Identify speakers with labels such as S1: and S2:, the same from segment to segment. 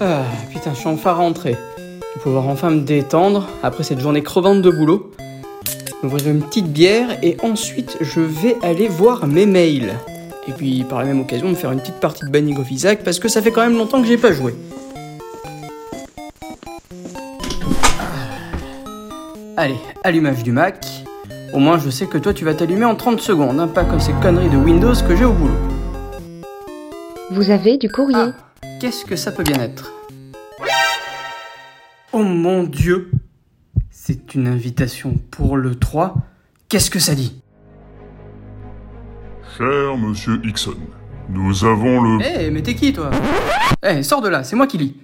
S1: Ah, putain, je suis enfin rentré. Je vais pouvoir enfin me détendre après cette journée crevante de boulot. J'ouvrirai une petite bière et ensuite je vais aller voir mes mails. Et puis par la même occasion me faire une petite partie de Banning of Isaac parce que ça fait quand même longtemps que j'ai pas joué. Ah. Allez, allumage du Mac. Au moins je sais que toi tu vas t'allumer en 30 secondes, hein, pas comme ces conneries de Windows que j'ai au boulot.
S2: Vous avez du courrier.
S1: Ah, qu'est-ce que ça peut bien être Oh mon dieu C'est une invitation pour le 3. Qu'est-ce que ça dit
S3: Cher monsieur Hickson, nous avons le.
S1: Eh, mais t'es qui toi Eh, sors de là, c'est moi qui lis.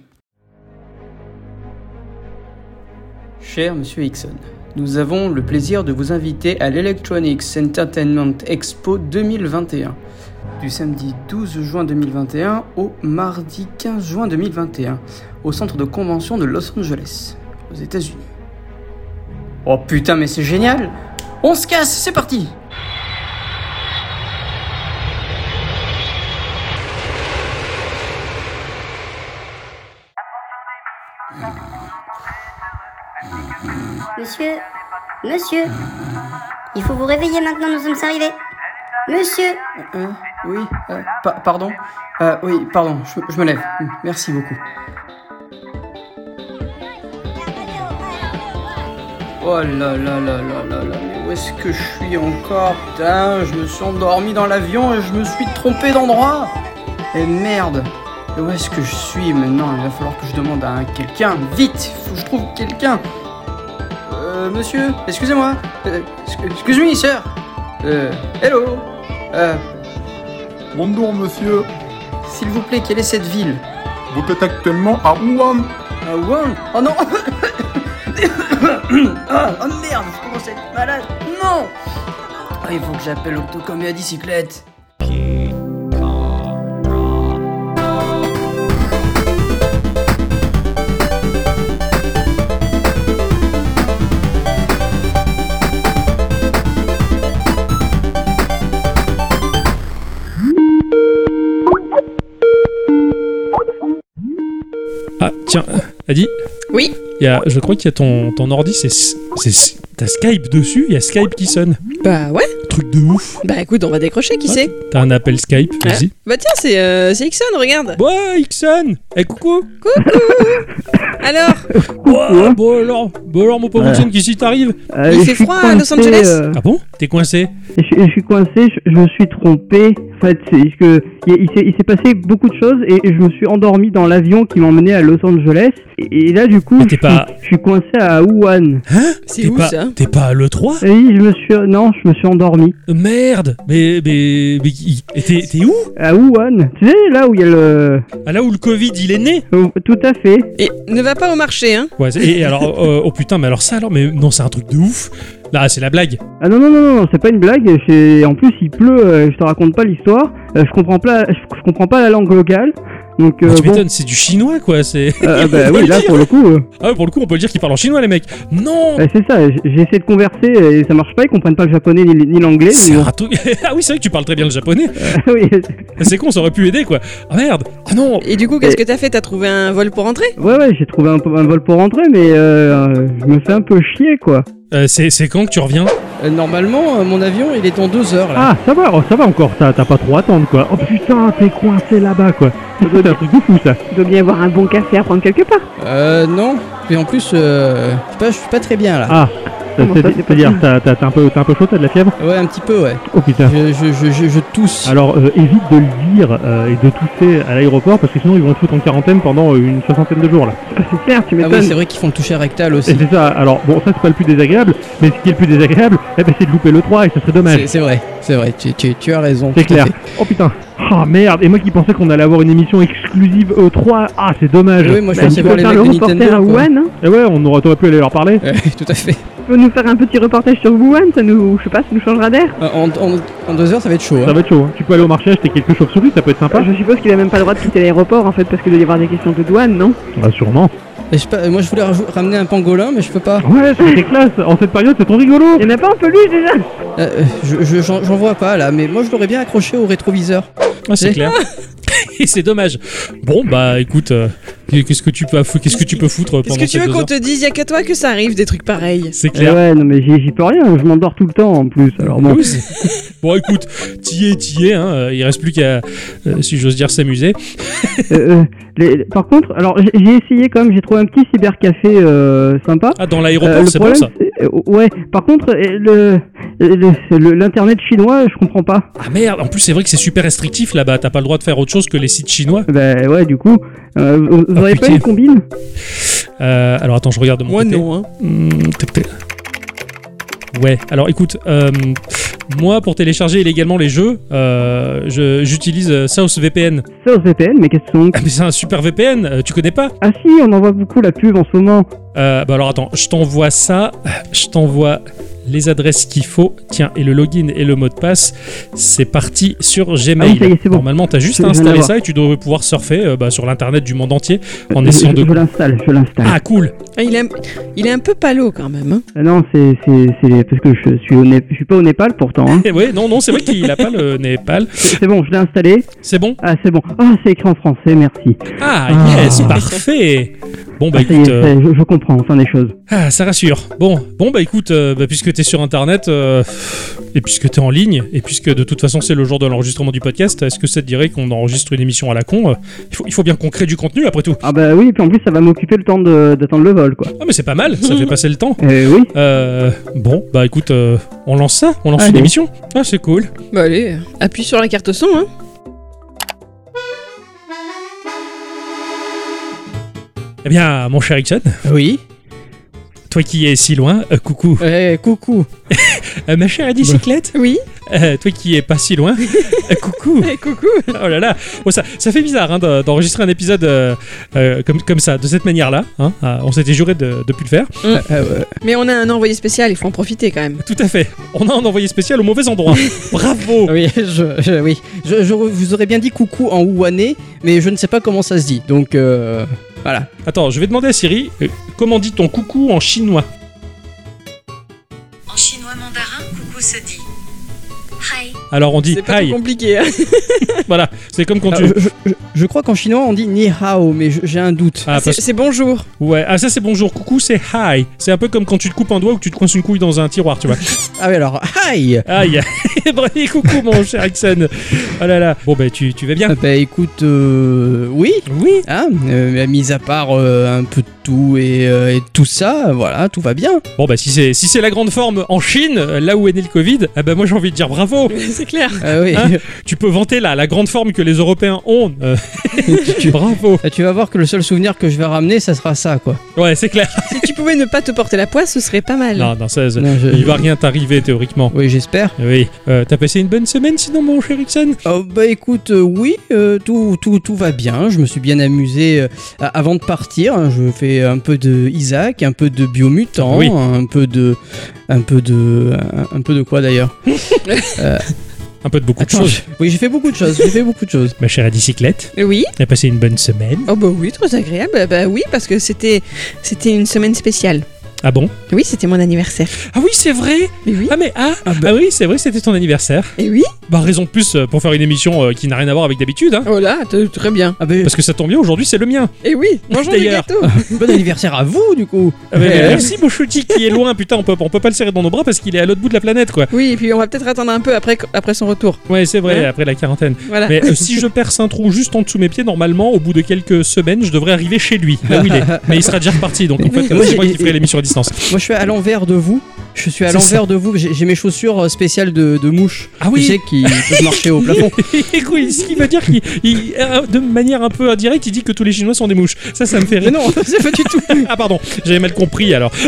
S1: Cher monsieur Hickson, nous avons le plaisir de vous inviter à l'Electronics Entertainment Expo 2021 du samedi 12 juin 2021 au mardi 15 juin 2021 au centre de convention de Los Angeles, aux États-Unis. Oh putain, mais c'est génial On se casse, c'est parti
S4: Monsieur, monsieur, il faut vous réveiller maintenant, nous sommes arrivés. Monsieur,
S1: Euh, oui, euh, pa- pardon Euh, Oui, pardon, je, je me lève. Merci beaucoup. Oh là là là là là là, mais où est-ce que je suis encore Putain, je me suis endormi dans l'avion et je me suis trompé d'endroit Et merde Et Où est-ce que je suis maintenant Il va falloir que je demande à quelqu'un, vite Faut que je trouve quelqu'un Euh, monsieur, excusez-moi Euh, excu- Excuse-moi, sir Euh, hello euh,
S3: Bonjour monsieur,
S1: S'il vous plaît, quelle est cette ville
S3: vous êtes actuellement à Wuhan
S1: Ah, Wuhan Oh non Ah, Oh merde, je commence à être malade Non Ah, Il faut que j'appelle Octocom et la bicyclette
S5: Ah, tiens, Adi
S6: Oui.
S5: il y a- je crois qu'il y a ton, ton ordi, c'est. c'est- T'as Skype dessus, il y a Skype qui sonne.
S6: Bah ouais.
S5: Truc de ouf.
S6: Bah écoute, on va décrocher, qui
S5: Ouais.
S6: sait hein.
S5: T'as un appel Skype, vas-y.
S6: Bah tiens, c'est euh, c'est Ixon, regarde.
S5: Ouais, Ixon Eh, coucou
S6: Alors,
S5: Ouais, bon alors, bon alors, mon pauvre Ixon, qu'est-ce qui t'arrive
S7: Euh,
S6: Il
S7: je
S6: fait
S7: suis
S6: froid hein, à Los Angeles
S7: euh,
S5: Ah bon T'es coincé
S7: je, je suis coincé, je, je me suis trompé. En fait, c'est que il, il s'est- il s'est passé beaucoup de choses et, et je me suis endormi dans l'avion qui m'emmenait à Los Angeles. Et, et là, du coup,
S5: Mais t'es
S7: je,
S5: pas-
S7: suis- je suis coincé à Wuhan.
S6: c'est
S5: T'es
S6: où
S5: pas-
S6: ça
S5: T'es pas à l'E3
S7: Oui, je me suis, non, je me suis endormi
S5: Merde Mais. Mais. mais qui- et t'es t'es où
S7: à Wuhan. Tu sais là où il y a le,
S5: Ah, Là où le Covid, il est né
S7: oh, tout à fait.
S6: Et ne va pas au marché, hein
S5: Ouais, c'est- et alors, euh, oh putain, mais alors ça alors, mais non, c'est un truc de ouf Là, c'est la blague
S7: Ah non non non non, non, c'est pas une blague. c'est- En plus, il pleut. euh, je te raconte pas l'histoire. euh, je comprends pas, je, je comprends pas la langue locale. Donc euh,
S5: Ah, Tu
S7: bon,
S5: m'étonnes, c'est du chinois quoi, c'est.
S7: euh, bah
S5: faut
S7: oui,
S5: le
S7: là
S5: dire.
S7: pour le coup. euh,
S5: Ah ouais, pour le coup, on peut le dire qu'ils parlent en chinois les mecs Non
S7: Bah, c'est ça, j- j'ai essayé de converser et ça marche pas, ils comprennent pas le japonais ni, ni l'anglais.
S5: C'est
S7: mais
S8: hein.
S7: bon.
S5: un truc- ah oui, c'est vrai que tu parles très bien le japonais.
S8: euh,
S7: Oui,
S5: C'est con, ça aurait pu aider quoi. Ah merde. Ah non.
S6: Et du coup, qu'est-ce que t'as fait T'as trouvé un vol pour rentrer
S7: ouais, ouais, j'ai trouvé un, po- un vol pour rentrer, mais euh, je me fais un peu chier quoi.
S5: Euh, c'est c'est quand que tu reviens
S1: Normalement, euh, mon avion, il est en deux heures là.
S8: Ah, ça va, oh, ça va encore, t'as t'as pas trop à attendre quoi. Oh putain, t'es coincé là-bas quoi. C'est un truc de fou ça.
S9: Il doit bien y avoir un bon café à prendre quelque part.
S1: Euh, non. Et en plus, euh, je, sais pas, je suis pas très bien là.
S8: Ah, ça,
S9: Comment ça,
S8: c'est-
S9: c'est
S8: c'est-à-dire, t'as t'as- t'as un, peu- t'as un peu chaud, t'as de la fièvre
S5: Ah.
S1: Ouais, un petit peu, ouais.
S8: Oh putain.
S1: Je, je, je, je, je tousse.
S8: Alors euh, évite de le dire euh, et de tousser à l'aéroport parce que sinon ils vont te foutre en quarantaine pendant euh, une soixantaine de jours là.
S9: C'est clair, tu
S1: ah oui,
S9: m'étonnes.
S1: c'est vrai qu'ils font le toucher rectal
S8: Et
S1: aussi.
S8: c'est ça, alors bon ça c'est pas le plus désagréable, mais ce qui est le plus désagréable, eh ben, c'est de louper le 3 et ça serait
S1: C'est
S8: dommage.
S1: c'est vrai, c'est vrai, tu, tu, tu as raison.
S8: C'est
S1: tout à
S8: clair. Oh putain. Ah merde, et moi qui pensais qu'on allait avoir une émission exclusive E3, ah c'est dommage.
S1: fait. Oui, moi je
S9: Bah,
S1: pensais
S9: tu
S1: voir
S9: peux
S1: les
S9: faire
S1: mecs
S9: le
S1: de
S9: reporter à
S1: Nintendo. quoi.
S9: Wuhan. hein.
S8: Et ouais, on aurait t'aurais pu aller leur parler.
S1: Ouais, tout à fait.
S9: Tu
S8: Euh,
S9: peux nous faire un petit reportage sur Wuhan, ça nous, je sais pas, ça nous changera d'air.
S1: Euh, En, en- en deux heures, ça va être chaud. hein.
S8: Ça va être chaud, hein. tu peux aller au marché acheter quelques chauves-souris, ça peut être sympa.
S9: Ah, Je suppose qu'il a même pas le droit de quitter l'aéroport en fait, parce qu'il doit y avoir des questions de douane, non
S8: Bah sûrement.
S1: Et je sais pas, moi je voulais rajou- ramener un pangolin, mais je peux pas.
S8: Ouais, ça, c'est classe, en cette période c'est trop rigolo.
S9: Il y en a pas en peluche déjà
S1: Euh, euh, je- je- J'en j'en vois pas là, mais moi je l'aurais bien accroché au rétroviseur.
S5: Ah, c'est
S1: Oui.
S5: clair. Et c'est dommage. Bon, bah écoute, euh, qu'est-ce que tu peux, qu'est-ce que tu peux foutre pendant
S10: Qu'est-ce que tu
S5: ces
S10: veux
S5: deux
S10: qu'on
S5: heures
S10: te dise Y a qu'à toi que ça arrive, des trucs pareils.
S5: C'est
S8: Eh
S5: clair.
S8: ouais, non mais j'y j'y peux rien, je m'endors tout le temps en plus. Alors bon,
S5: Oui, c'est- bon, écoute, t'y es, t'y es, hein, euh, il reste plus qu'à, euh, si j'ose dire, s'amuser.
S8: euh, euh, les- par contre, alors j'ai- j'ai essayé quand même, j'ai trouvé un petit cybercafé euh, sympa.
S5: Ah, dans
S8: Euh,
S5: l'aéroport,
S8: le
S5: c'est bon ça
S8: problème, c'est- euh, ouais. Par contre, euh, le- le- le- l'internet chinois, je comprends pas.
S5: Ah merde, en plus c'est vrai que c'est super restrictif là-bas, t'as pas le droit de faire autre chose que les sites chinois.
S8: Bah ouais, du coup, euh, vous vous
S5: Ah,
S8: auriez pas
S5: putain.
S8: une combine
S5: Euh, alors attends, je regarde de mon
S10: Moi
S5: côté.
S10: non, hein.
S5: Hmm, tac, tac. Ouais, alors écoute, euh, moi pour télécharger illégalement les jeux, euh, je- j'utilise euh, SouthVPN.
S8: Ça VPN, mais qu'est-ce que c'est donc
S5: Ah mais c'est un super VPN, euh, tu connais pas
S8: Ah si, on en voit beaucoup la pub en ce moment.
S5: Euh, bah alors attends, je t'envoie ça, je t'envoie les adresses qu'il faut, tiens, et le login et le mot de passe, c'est parti sur Gmail.
S8: Ah oui, ça y est, c'est bon.
S5: Normalement, t'as juste à
S8: Je- je viens de
S5: installer
S8: l'avoir.
S5: ça et tu devrais pouvoir surfer euh, bah, sur l'internet du monde entier en
S8: Je-
S5: essayant
S8: je,
S5: de...
S8: je l'installe, je l'installe.
S5: Ah cool
S10: Ah, il, est un... il est un peu palo quand même. hein.
S8: Ah Non, c'est c'est- c'est parce que je suis au Nép- je suis pas au Népal pourtant. hein.
S5: Eh ouais, non, non, c'est vrai qu'il a pas le Népal.
S8: C'est c'est bon, je l'ai installé.
S5: C'est bon
S8: Ah c'est bon. Ah c'est écrit en français, merci.
S5: Ah,
S8: Ah.
S5: yes, parfait Bon, bah
S8: Ah, ça y est,
S5: écoute,
S8: ça
S5: euh,
S8: y est, je, je comprends enfin des choses.
S5: ah, ça rassure. Bon, bon bah écoute, euh, bah, puisque t'es sur Internet, euh, et puisque t'es en ligne, et puisque de toute façon c'est le jour de l'enregistrement du podcast, est-ce que ça te dirait qu'on enregistre une émission à la con euh, il, faut, il faut bien qu'on crée du contenu après tout.
S8: Ah bah oui, et puis en plus ça va m'occuper le temps de- d'attendre le vol quoi.
S5: Ah, mais c'est pas mal, ça fait passer le temps.
S8: Euh, oui.
S5: Euh, bon, bah écoute, euh, on lance ça On lance une
S8: Allez.
S5: émission Ah, c'est cool.
S10: Bah allez, appuie sur la carte son, hein.
S5: Eh bien, mon cher Ixon,
S10: Oui.
S5: toi qui es si loin, euh, coucou.
S11: Eh,
S10: Ouais, coucou.
S5: Euh, ma chère à bicyclette,
S10: Oui.
S5: euh, toi qui es pas si loin, euh, coucou.
S10: Eh, coucou.
S5: Oh là là, Oh, ça, ça fait bizarre hein, d'en- d'enregistrer un épisode euh, euh, comme, comme ça, de cette manière-là. hein. Ah, on s'était juré de ne plus le faire.
S11: Euh,
S10: Mm. Mais on a un envoyé spécial, il faut en profiter quand même.
S5: Tout à fait. On a un envoyé spécial au mauvais endroit. Bravo.
S10: Euh.
S11: Oui, je, je- oui. Je, je vous aurais bien dit coucou en ouané, mais je ne sais pas comment ça se dit. Donc euh, voilà.
S5: Attends, je vais demander à Siri euh, comment dit ton coucou en chinois.
S12: En chinois mandarin, coucou se dit.
S13: Hi.
S5: Alors on dit
S10: C'est pas trop
S5: hi.
S10: compliqué. hein.
S5: Voilà, c'est comme quand
S11: Ah,
S5: tu.
S10: euh.
S11: je, je- je crois qu'en chinois on dit ni hao, mais je- j'ai un doute.
S5: Ah,
S10: C'est
S5: parce-
S10: c'est bonjour.
S5: ouais. ah ça c'est bonjour, coucou c'est hi. C'est un peu comme quand tu te coupes un doigt ou que tu te coinces une couille dans un tiroir, tu vois.
S11: Ah oui, alors, hi
S5: Aïe. Bravo, coucou mon cher Ixon. Oh là là. Bon ben tu, tu vas bien.
S11: Ah Bah écoute, euh, oui,
S5: Oui.
S11: hein, euh, mis à part euh, un peu de tout et, euh, et tout ça, voilà, tout va bien.
S5: Bon bah si c'est si c'est la grande forme en Chine, euh, là où est né le Covid, ah bah moi j'ai envie de dire bravo.
S10: C'est clair.
S11: Ah oui,
S5: Hein Tu peux vanter là la grande forme que les Européens ont. euh,
S11: tu,
S5: bravo.
S11: Bah, tu vas voir que le seul souvenir que je vais ramener, ça sera ça, quoi.
S5: Ouais c'est clair.
S10: Si tu pouvais ne pas te porter la poisse, ce serait pas mal.
S5: Non non ça, ça-
S11: Non, je-
S5: il va rien t'arriver théoriquement.
S11: Oui, j'espère.
S5: Oui. Euh, T'as passé une bonne semaine sinon mon cher Ixon
S11: Oh, bah écoute, euh, oui, euh, tout, tout, tout va bien. Je me suis bien amusé euh, à- avant de partir. hein, je fais un peu de Isaac, un peu de biomutant, hein,
S5: Oui.
S11: un peu de, un peu de, un, un peu de quoi d'ailleurs.
S5: Un peu de beaucoup
S11: Attends,
S5: de choses.
S11: je- oui, j'ai fait beaucoup de choses. J'ai fait beaucoup de choses.
S5: Ma chère à bicyclette,
S10: Oui.
S5: t'as passé une bonne semaine.
S10: Oh bah oui, très agréable. Bah oui, parce que c'était c'était une semaine spéciale.
S5: Ah bon
S10: Oui, c'était mon anniversaire.
S5: Ah oui c'est vrai.
S10: Mais oui.
S5: Ah mais ah ah, oui c'est vrai c'était ton anniversaire.
S11: Eh
S10: Et oui.
S5: Bah raison de plus euh, pour faire une émission euh, qui n'a rien à voir avec d'habitude. Hein,
S10: Oh là, t- très bien.
S11: Ah bah,
S5: parce que ça tombe bien aujourd'hui c'est le mien.
S10: Et oui. Mangeons du
S5: D'ailleurs.
S10: gâteau.
S11: bon anniversaire à vous du coup.
S5: Ah, mais-
S11: Eh,
S5: mais merci mon chouti qui est loin putain on peut on peut pas le serrer dans nos bras parce qu'il est à l'autre bout de la planète quoi.
S10: Oui, et puis on va peut-être attendre un peu après après son retour.
S5: Ouais, c'est vrai,
S10: Ouais.
S5: après la quarantaine.
S10: Voilà.
S5: Mais euh, si je perce un trou juste en dessous de mes pieds, normalement, au bout de quelques semaines, je devrais arriver chez lui, là où il est. Mais il sera déjà reparti, donc en fait, euh,
S11: Oui.
S5: c'est moi qui ferai l'émission à distance.
S11: Moi, je suis à l'envers de vous. Je suis à
S5: C'est
S11: l'envers de vous. J'ai j'ai mes chaussures euh, spéciales de, de mouche.
S5: Ah
S11: Tu
S5: oui,
S11: sais, qui peuvent marcher au plafond.
S5: oui, ce qui veut dire qu'il, il- euh, de manière un peu indirecte, il dit que tous les Chinois sont des mouches. Ça, ça me fait
S11: Mais
S5: rire.
S11: non, c'est pas du tout.
S5: Ah pardon, j'avais mal compris alors.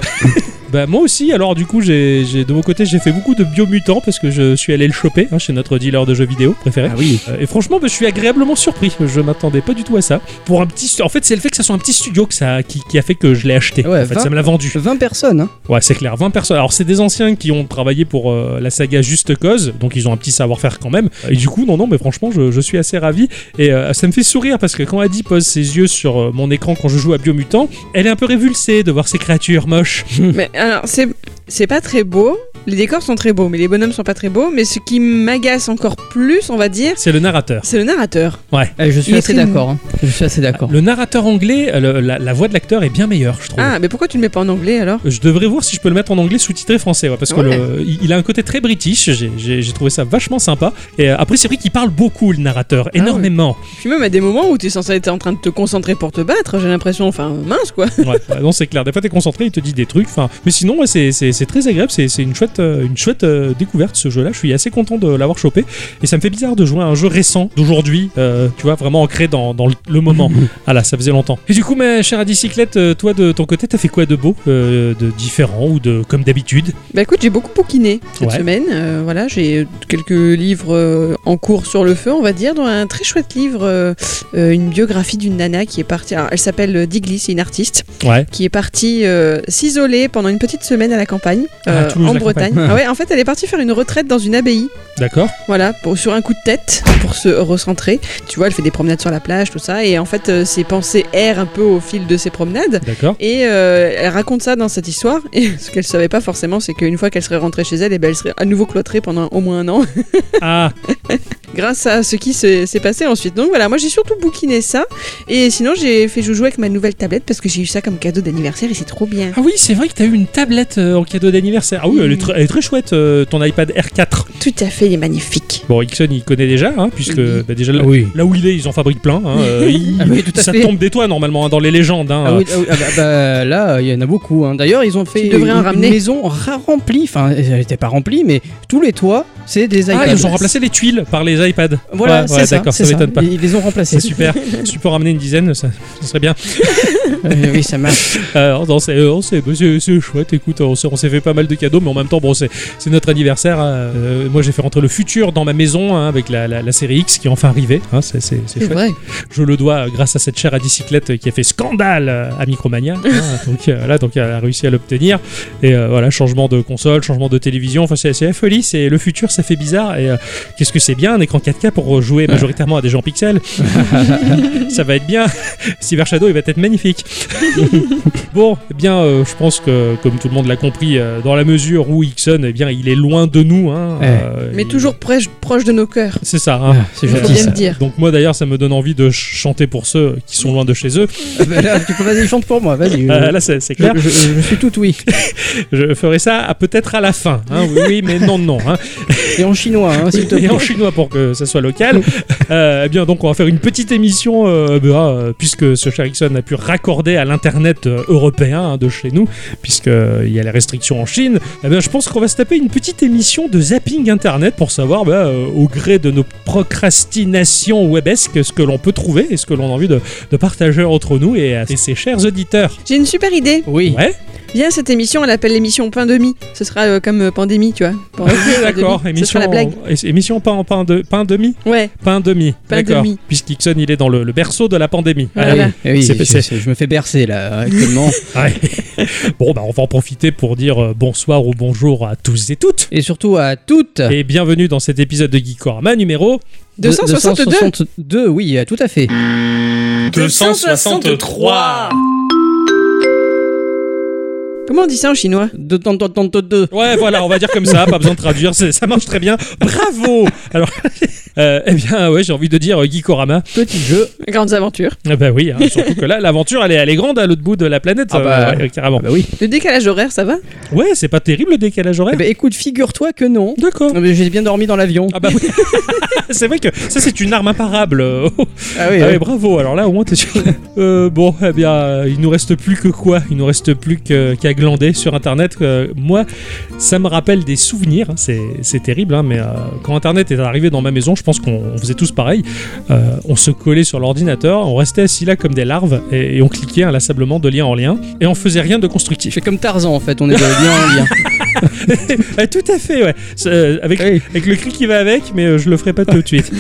S5: Bah moi aussi, alors du coup, j'ai, j'ai- de mon côté, j'ai fait beaucoup de biomutants parce que je suis allé le choper hein, chez notre dealer de jeux vidéo préféré.
S11: Ah oui.
S5: Euh, Et franchement, bah, je suis agréablement surpris. Je m'attendais pas du tout à ça. Pour un petit, stu- en fait, c'est le fait que ça soit un petit studio que ça, qui, qui a fait que je l'ai acheté.
S11: Ah Ouais,
S5: en fait,
S11: 20
S5: ça me l'a vendu.
S11: 20 personnes. hein.
S5: Ouais, c'est clair. 20 personnes. Alors, c'est des anciens qui ont travaillé pour euh, la saga Juste Cause, donc ils ont un petit savoir-faire quand même. Et du coup, non, non, mais franchement, je, je suis assez ravi. Et euh, ça me fait sourire parce que quand Adi pose ses yeux sur euh, mon écran quand je joue à
S11: Hmm.
S5: Biomutant, elle est un peu révulsée de voir ces créatures moches.
S10: Mais alors, c'est c'est pas très beau,
S6: Les décors sont très beaux, mais les bonhommes sont pas très beaux. Mais ce qui m'agace encore plus, on va dire,
S5: C'est le narrateur.
S6: c'est le narrateur.
S11: Eh, je
S6: Il
S11: suis
S6: est
S11: assez
S6: très
S11: d'accord. hein. Je suis assez d'accord.
S5: Le narrateur anglais, euh, le- la, la voix de l'acteur est bien meilleure, je trouve.
S6: Ah, mais pourquoi tu le mets pas en anglais alors
S5: Je devrais voir si je peux le mettre en anglais sous-titré français, ouais, parce que
S6: Ouais.
S5: le- il il a un côté très british. J'ai- J'ai j'ai trouvé ça vachement sympa. Et euh, après, c'est vrai qu'il parle beaucoup le narrateur,
S6: Ah oui.
S5: énormément.
S6: Puis même à des moments où tu es censé être en train de te concentrer pour te battre, j'ai l'impression, enfin mince quoi.
S5: Ouais, ouais, non, c'est clair. Des fois, t'es concentré, il te dit des trucs. Enfin, mais sinon, ouais, c'est- c'est c'est très agréable. C'est c'est une chouette, euh, une chouette euh, découverte ce jeu-là. Je suis assez content de l'avoir chopé. Et ça me fait bizarre de jouer à un jeu récent d'aujourd'hui. euh, tu vois, vraiment ancré dans, dans le, le moment. ah là, ça faisait longtemps. Et du coup, ma chère Adicyclette, euh, toi de ton côté, t'as fait quoi de beau, euh, de différent ou de comme d'habitude
S6: Bah écoute, j'ai beaucoup bouquiné cette
S5: Ouais.
S6: semaine. euh, voilà, j'ai quelques livres euh, en cours sur le feu, on va dire, dont un très chouette livre, euh, euh, une biographie d'une nana qui est partie. alors, elle s'appelle Digli, c'est une artiste
S5: Ouais.
S6: qui est partie euh, s'isoler pendant une petite semaine à la campagne
S5: Ah, à
S6: euh,
S5: Toulouse,
S6: en
S5: la
S6: Bretagne.
S11: campagne.
S6: Ah ouais, en fait, elle est partie faire une retraite dans une abbaye.
S5: D'accord.
S6: Voilà, pour- sur un coup de tête pour se recentrer. Tu vois, elle fait des promenades sur la plage, tout ça, et en fait, euh, ses pensées errent un peu au fil de ses promenades.
S5: D'accord.
S6: Et euh, elle raconte ça dans cette histoire. Et ce qu'elle savait pas forcément, c'est qu'une fois qu'elle serait rentrée chez elle, et ben elle serait à nouveau cloîtrée pendant au moins un an,
S5: Ah,
S6: grâce à ce qui se- s'est passé ensuite. Donc voilà, moi j'ai surtout bouquiné ça. Et sinon, j'ai fait joujou avec ma nouvelle tablette parce que j'ai eu ça comme cadeau d'anniversaire et c'est trop bien.
S5: ah oui, c'est vrai que t'as eu une tablette euh, en cadeau d'anniversaire. Ah oui, elle est, tr- elle est très chouette, euh, ton iPad R4.
S6: Tout à fait, il est magnifique.
S5: Bon, Ixon, il connaît déjà, hein, puisque
S6: Oui.
S5: bah, déjà là,
S11: Ah Oui.
S5: là où il est, ils en fabriquent plein. hein, euh, il-
S11: Ah oui, tout à
S5: ça
S11: fait.
S5: tombe des toits normalement hein, dans les légendes. hein.
S11: Ah oui, ah oui, ah bah, bah, là, il y en a beaucoup. hein. D'ailleurs, ils ont fait
S6: devrais en
S11: une, une
S6: ramener.
S11: maison ra- remplie. Enfin, elle n'était pas remplie, mais tous les toits, c'est des iPads.
S5: Ah, ils ont remplacé les tuiles par les iPads.
S11: Voilà,
S5: Ouais,
S11: c'est
S5: ouais,
S11: ça.
S5: d'accord,
S11: c'est
S5: ça m'étonne pas.
S11: Ils ils les ont remplacés.
S5: C'est super. Si tu peux en ramener une dizaine, ça, ça serait bien.
S11: oui, oui, ça marche.
S5: Euh, non, c'est euh, c'est- c'est- c'est chouette. Écoute, on s'est on s'est fait pas mal de cadeaux, mais en même temps, bon, c'est c'est notre anniversaire. hein. Euh, moi, j'ai fait rentrer le futur dans ma maison hein, avec la, la- la série X qui est enfin arrivée. hein, c'est- c'est c'est chouette.
S6: vrai.
S5: Je le dois euh, grâce à cette chère à bicyclette euh, qui a fait scandale euh, à Micromania. hein. donc euh, là, donc elle a réussi à l'obtenir. Et euh, voilà, changement de console, changement de télévision. Enfin, c'est c'est la folie. C'est le futur, ça fait bizarre. Et euh, qu'est-ce que c'est bien un écran 4K pour jouer majoritairement à des gens en pixels. ça va être bien. Cybershadow, il va être magnifique. bon, eh bien, euh, je pense que comme tout le monde l'a compris, euh, dans la mesure où Ixon, eh bien, il est loin de nous. hein,
S11: Eh.
S5: euh,
S6: Mais
S5: il-
S6: toujours proche, proche de nos cœurs.
S5: C'est ça. hein.
S11: Ah, c'est
S6: Faut
S11: gentil
S6: bien
S11: ça.
S6: le dire.
S5: Donc moi d'ailleurs ça me donne envie de ch- chanter pour ceux qui sont loin de chez eux.
S11: Ah bah là, tu peux vas-y, chante pour moi, vas-y.
S5: Euh,
S11: je-
S5: là c'est c'est clair.
S11: Je, je- je suis tout oui.
S5: Je ferai ça à- peut-être à la fin. hein. Oui, oui, mais non, non. hein.
S11: Et en chinois, hein, s'il te
S5: Et en
S11: plaît.
S5: chinois pour que ça soit local. Euh, eh bien, donc, on va faire une petite émission, euh, bah, euh, puisque ce cher Ixon a pu raccorder à l'internet euh, européen hein, de chez nous, puisque euh, il y a les restrictions en Chine. Eh bien, je pense qu'on va se taper une petite émission de zapping internet pour savoir, bah, euh, au gré de nos procrastinations webesques, ce que l'on peut trouver et ce que l'on a envie de, de partager entre nous et, à- et ses chers auditeurs.
S6: J'ai une super idée.
S11: Oui.
S5: Ouais,
S6: Viens, cette émission, elle appelle l'émission Pain Demi. Ce sera euh, comme euh, Pandémie, tu vois. Pandémie, Pain
S5: d'accord.
S6: Demi. Ce
S5: Émission,
S6: sera la blague.
S5: é- émission pain, pain, de, pain demi.
S6: Ouais.
S5: Pain demi.
S6: Pain
S5: D'accord.
S6: demi.
S5: Puisqu'Ixon, il est dans le, le berceau de la pandémie.
S11: Ah
S6: Voilà.
S11: oui, eh oui,
S5: C'est-
S11: je,
S5: c'est-
S11: je- je me fais bercer là actuellement.
S5: Ouais. bon, bah, on va en profiter pour dire euh, bonsoir ou bonjour à tous et toutes.
S11: Et surtout à toutes.
S5: Et bienvenue dans cet épisode de Geekorama numéro
S11: De-
S6: 262.
S11: 262, oui, tout à fait.
S5: 263.
S6: Comment on dit ça en chinois
S11: 262.
S5: Ouais, voilà, on va dire comme ça, pas besoin de traduire, c'est- ça marche très bien. Bravo Alors, euh, eh bien, ouais, j'ai envie de dire euh, Geekorama.
S11: Petit jeu.
S6: Grandes aventures.
S5: Ah bah oui, hein, surtout que là, l'aventure, elle est, elle est grande à l'autre bout de la planète, euh,
S11: Ah bah-
S5: ouais, carrément.
S11: bah oui.
S6: Le décalage horaire, ça va
S5: Ouais, c'est pas terrible le décalage
S11: Eh
S5: horaire.
S11: ben, écoute, figure-toi que non.
S5: D'accord.
S11: Non, mais J'ai bien dormi dans l'avion.
S5: Ah bah oui. c'est vrai que ça c'est une arme imparable. euh,
S11: Ah oui,
S5: Ah
S11: oui.
S5: ouais, bravo, alors là au moins t'es sûr. Euh, bon, eh bien, euh, il nous reste plus que quoi Il nous reste plus que- qu'à glander sur internet. Euh, moi, ça me rappelle des souvenirs, hein, c'est c'est terrible, hein, mais euh, quand internet est arrivé dans ma maison, je pense qu'on on faisait tous pareil. Euh, on se collait sur l'ordinateur, on restait assis là comme des larves et, et on cliquait inlassablement de lien en lien et on faisait rien de
S11: Je
S5: constructif.
S11: fais comme Tarzan en fait, on est de lien en lien.
S5: Ouais, tout à fait, ouais. C'est, euh, avec
S11: Oui.
S5: avec le cri qui va avec, mais euh, je le ferai pas tout de suite.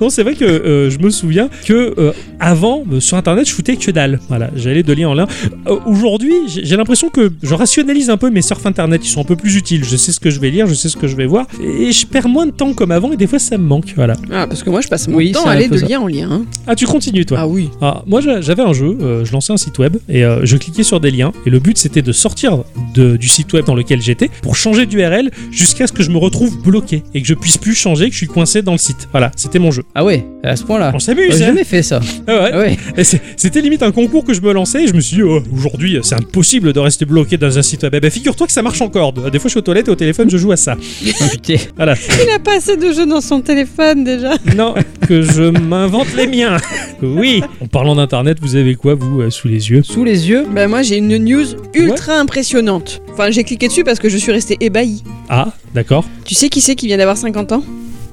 S5: non, c'est vrai que euh, je me souviens que euh, avant euh, sur internet, je foutais que dalle. Voilà, j'allais de lien en lien. Euh, Aujourd'hui, j'ai j'ai l'impression que je rationalise un peu mes surfs internet, ils sont un peu plus utiles. Je sais ce que je vais lire, je sais ce que je vais voir, et je perds moins de temps comme avant. Et des fois, ça me me manque. Voilà.
S6: Ah, parce que moi, je passe mon
S11: Oui,
S6: temps
S11: ça
S6: à aller
S11: fait
S6: de
S11: ça.
S6: lien en lien. hein.
S5: Ah, tu continues toi
S6: Ah oui.
S5: Ah, moi j'a- j'avais un jeu, euh, je lançais un site web et euh, je cliquais sur des liens et le but c'était de sortir de- du site web dans lequel j'étais pour changer d'URL jusqu'à ce que je me retrouve bloqué et que je puisse plus changer, que je suis coincé dans le site. Voilà, c'était mon jeu.
S11: Ah ouais, à ce point-là.
S5: On
S11: J'ai
S5: s'amuse. hein
S11: jamais fait ça.
S5: Ah ouais.
S11: Ah ouais.
S5: Et c'est- C'était limite un concours que je me lançais et je me suis dit, oh, aujourd'hui, c'est impossible de rester bloqué dans un site web. Eh ben, figure-toi que ça marche encore. Des fois, je suis aux toilettes et au téléphone, je joue à ça.
S11: Ah, putain.
S5: Voilà.
S6: Oh, Il a pas assez de jeux dans son téléphone déjà.
S5: non, que je m'invente les miens. Oui. En parlant d'Internet, vous avez quoi, vous, euh, sous les yeux
S11: Sous les yeux.
S6: Bah moi j'ai une news ultra impressionnante. Enfin j'ai cliqué dessus parce que je suis restée ébahie.
S5: Ah, d'accord.
S6: Tu sais qui c'est qui vient d'avoir 50 ans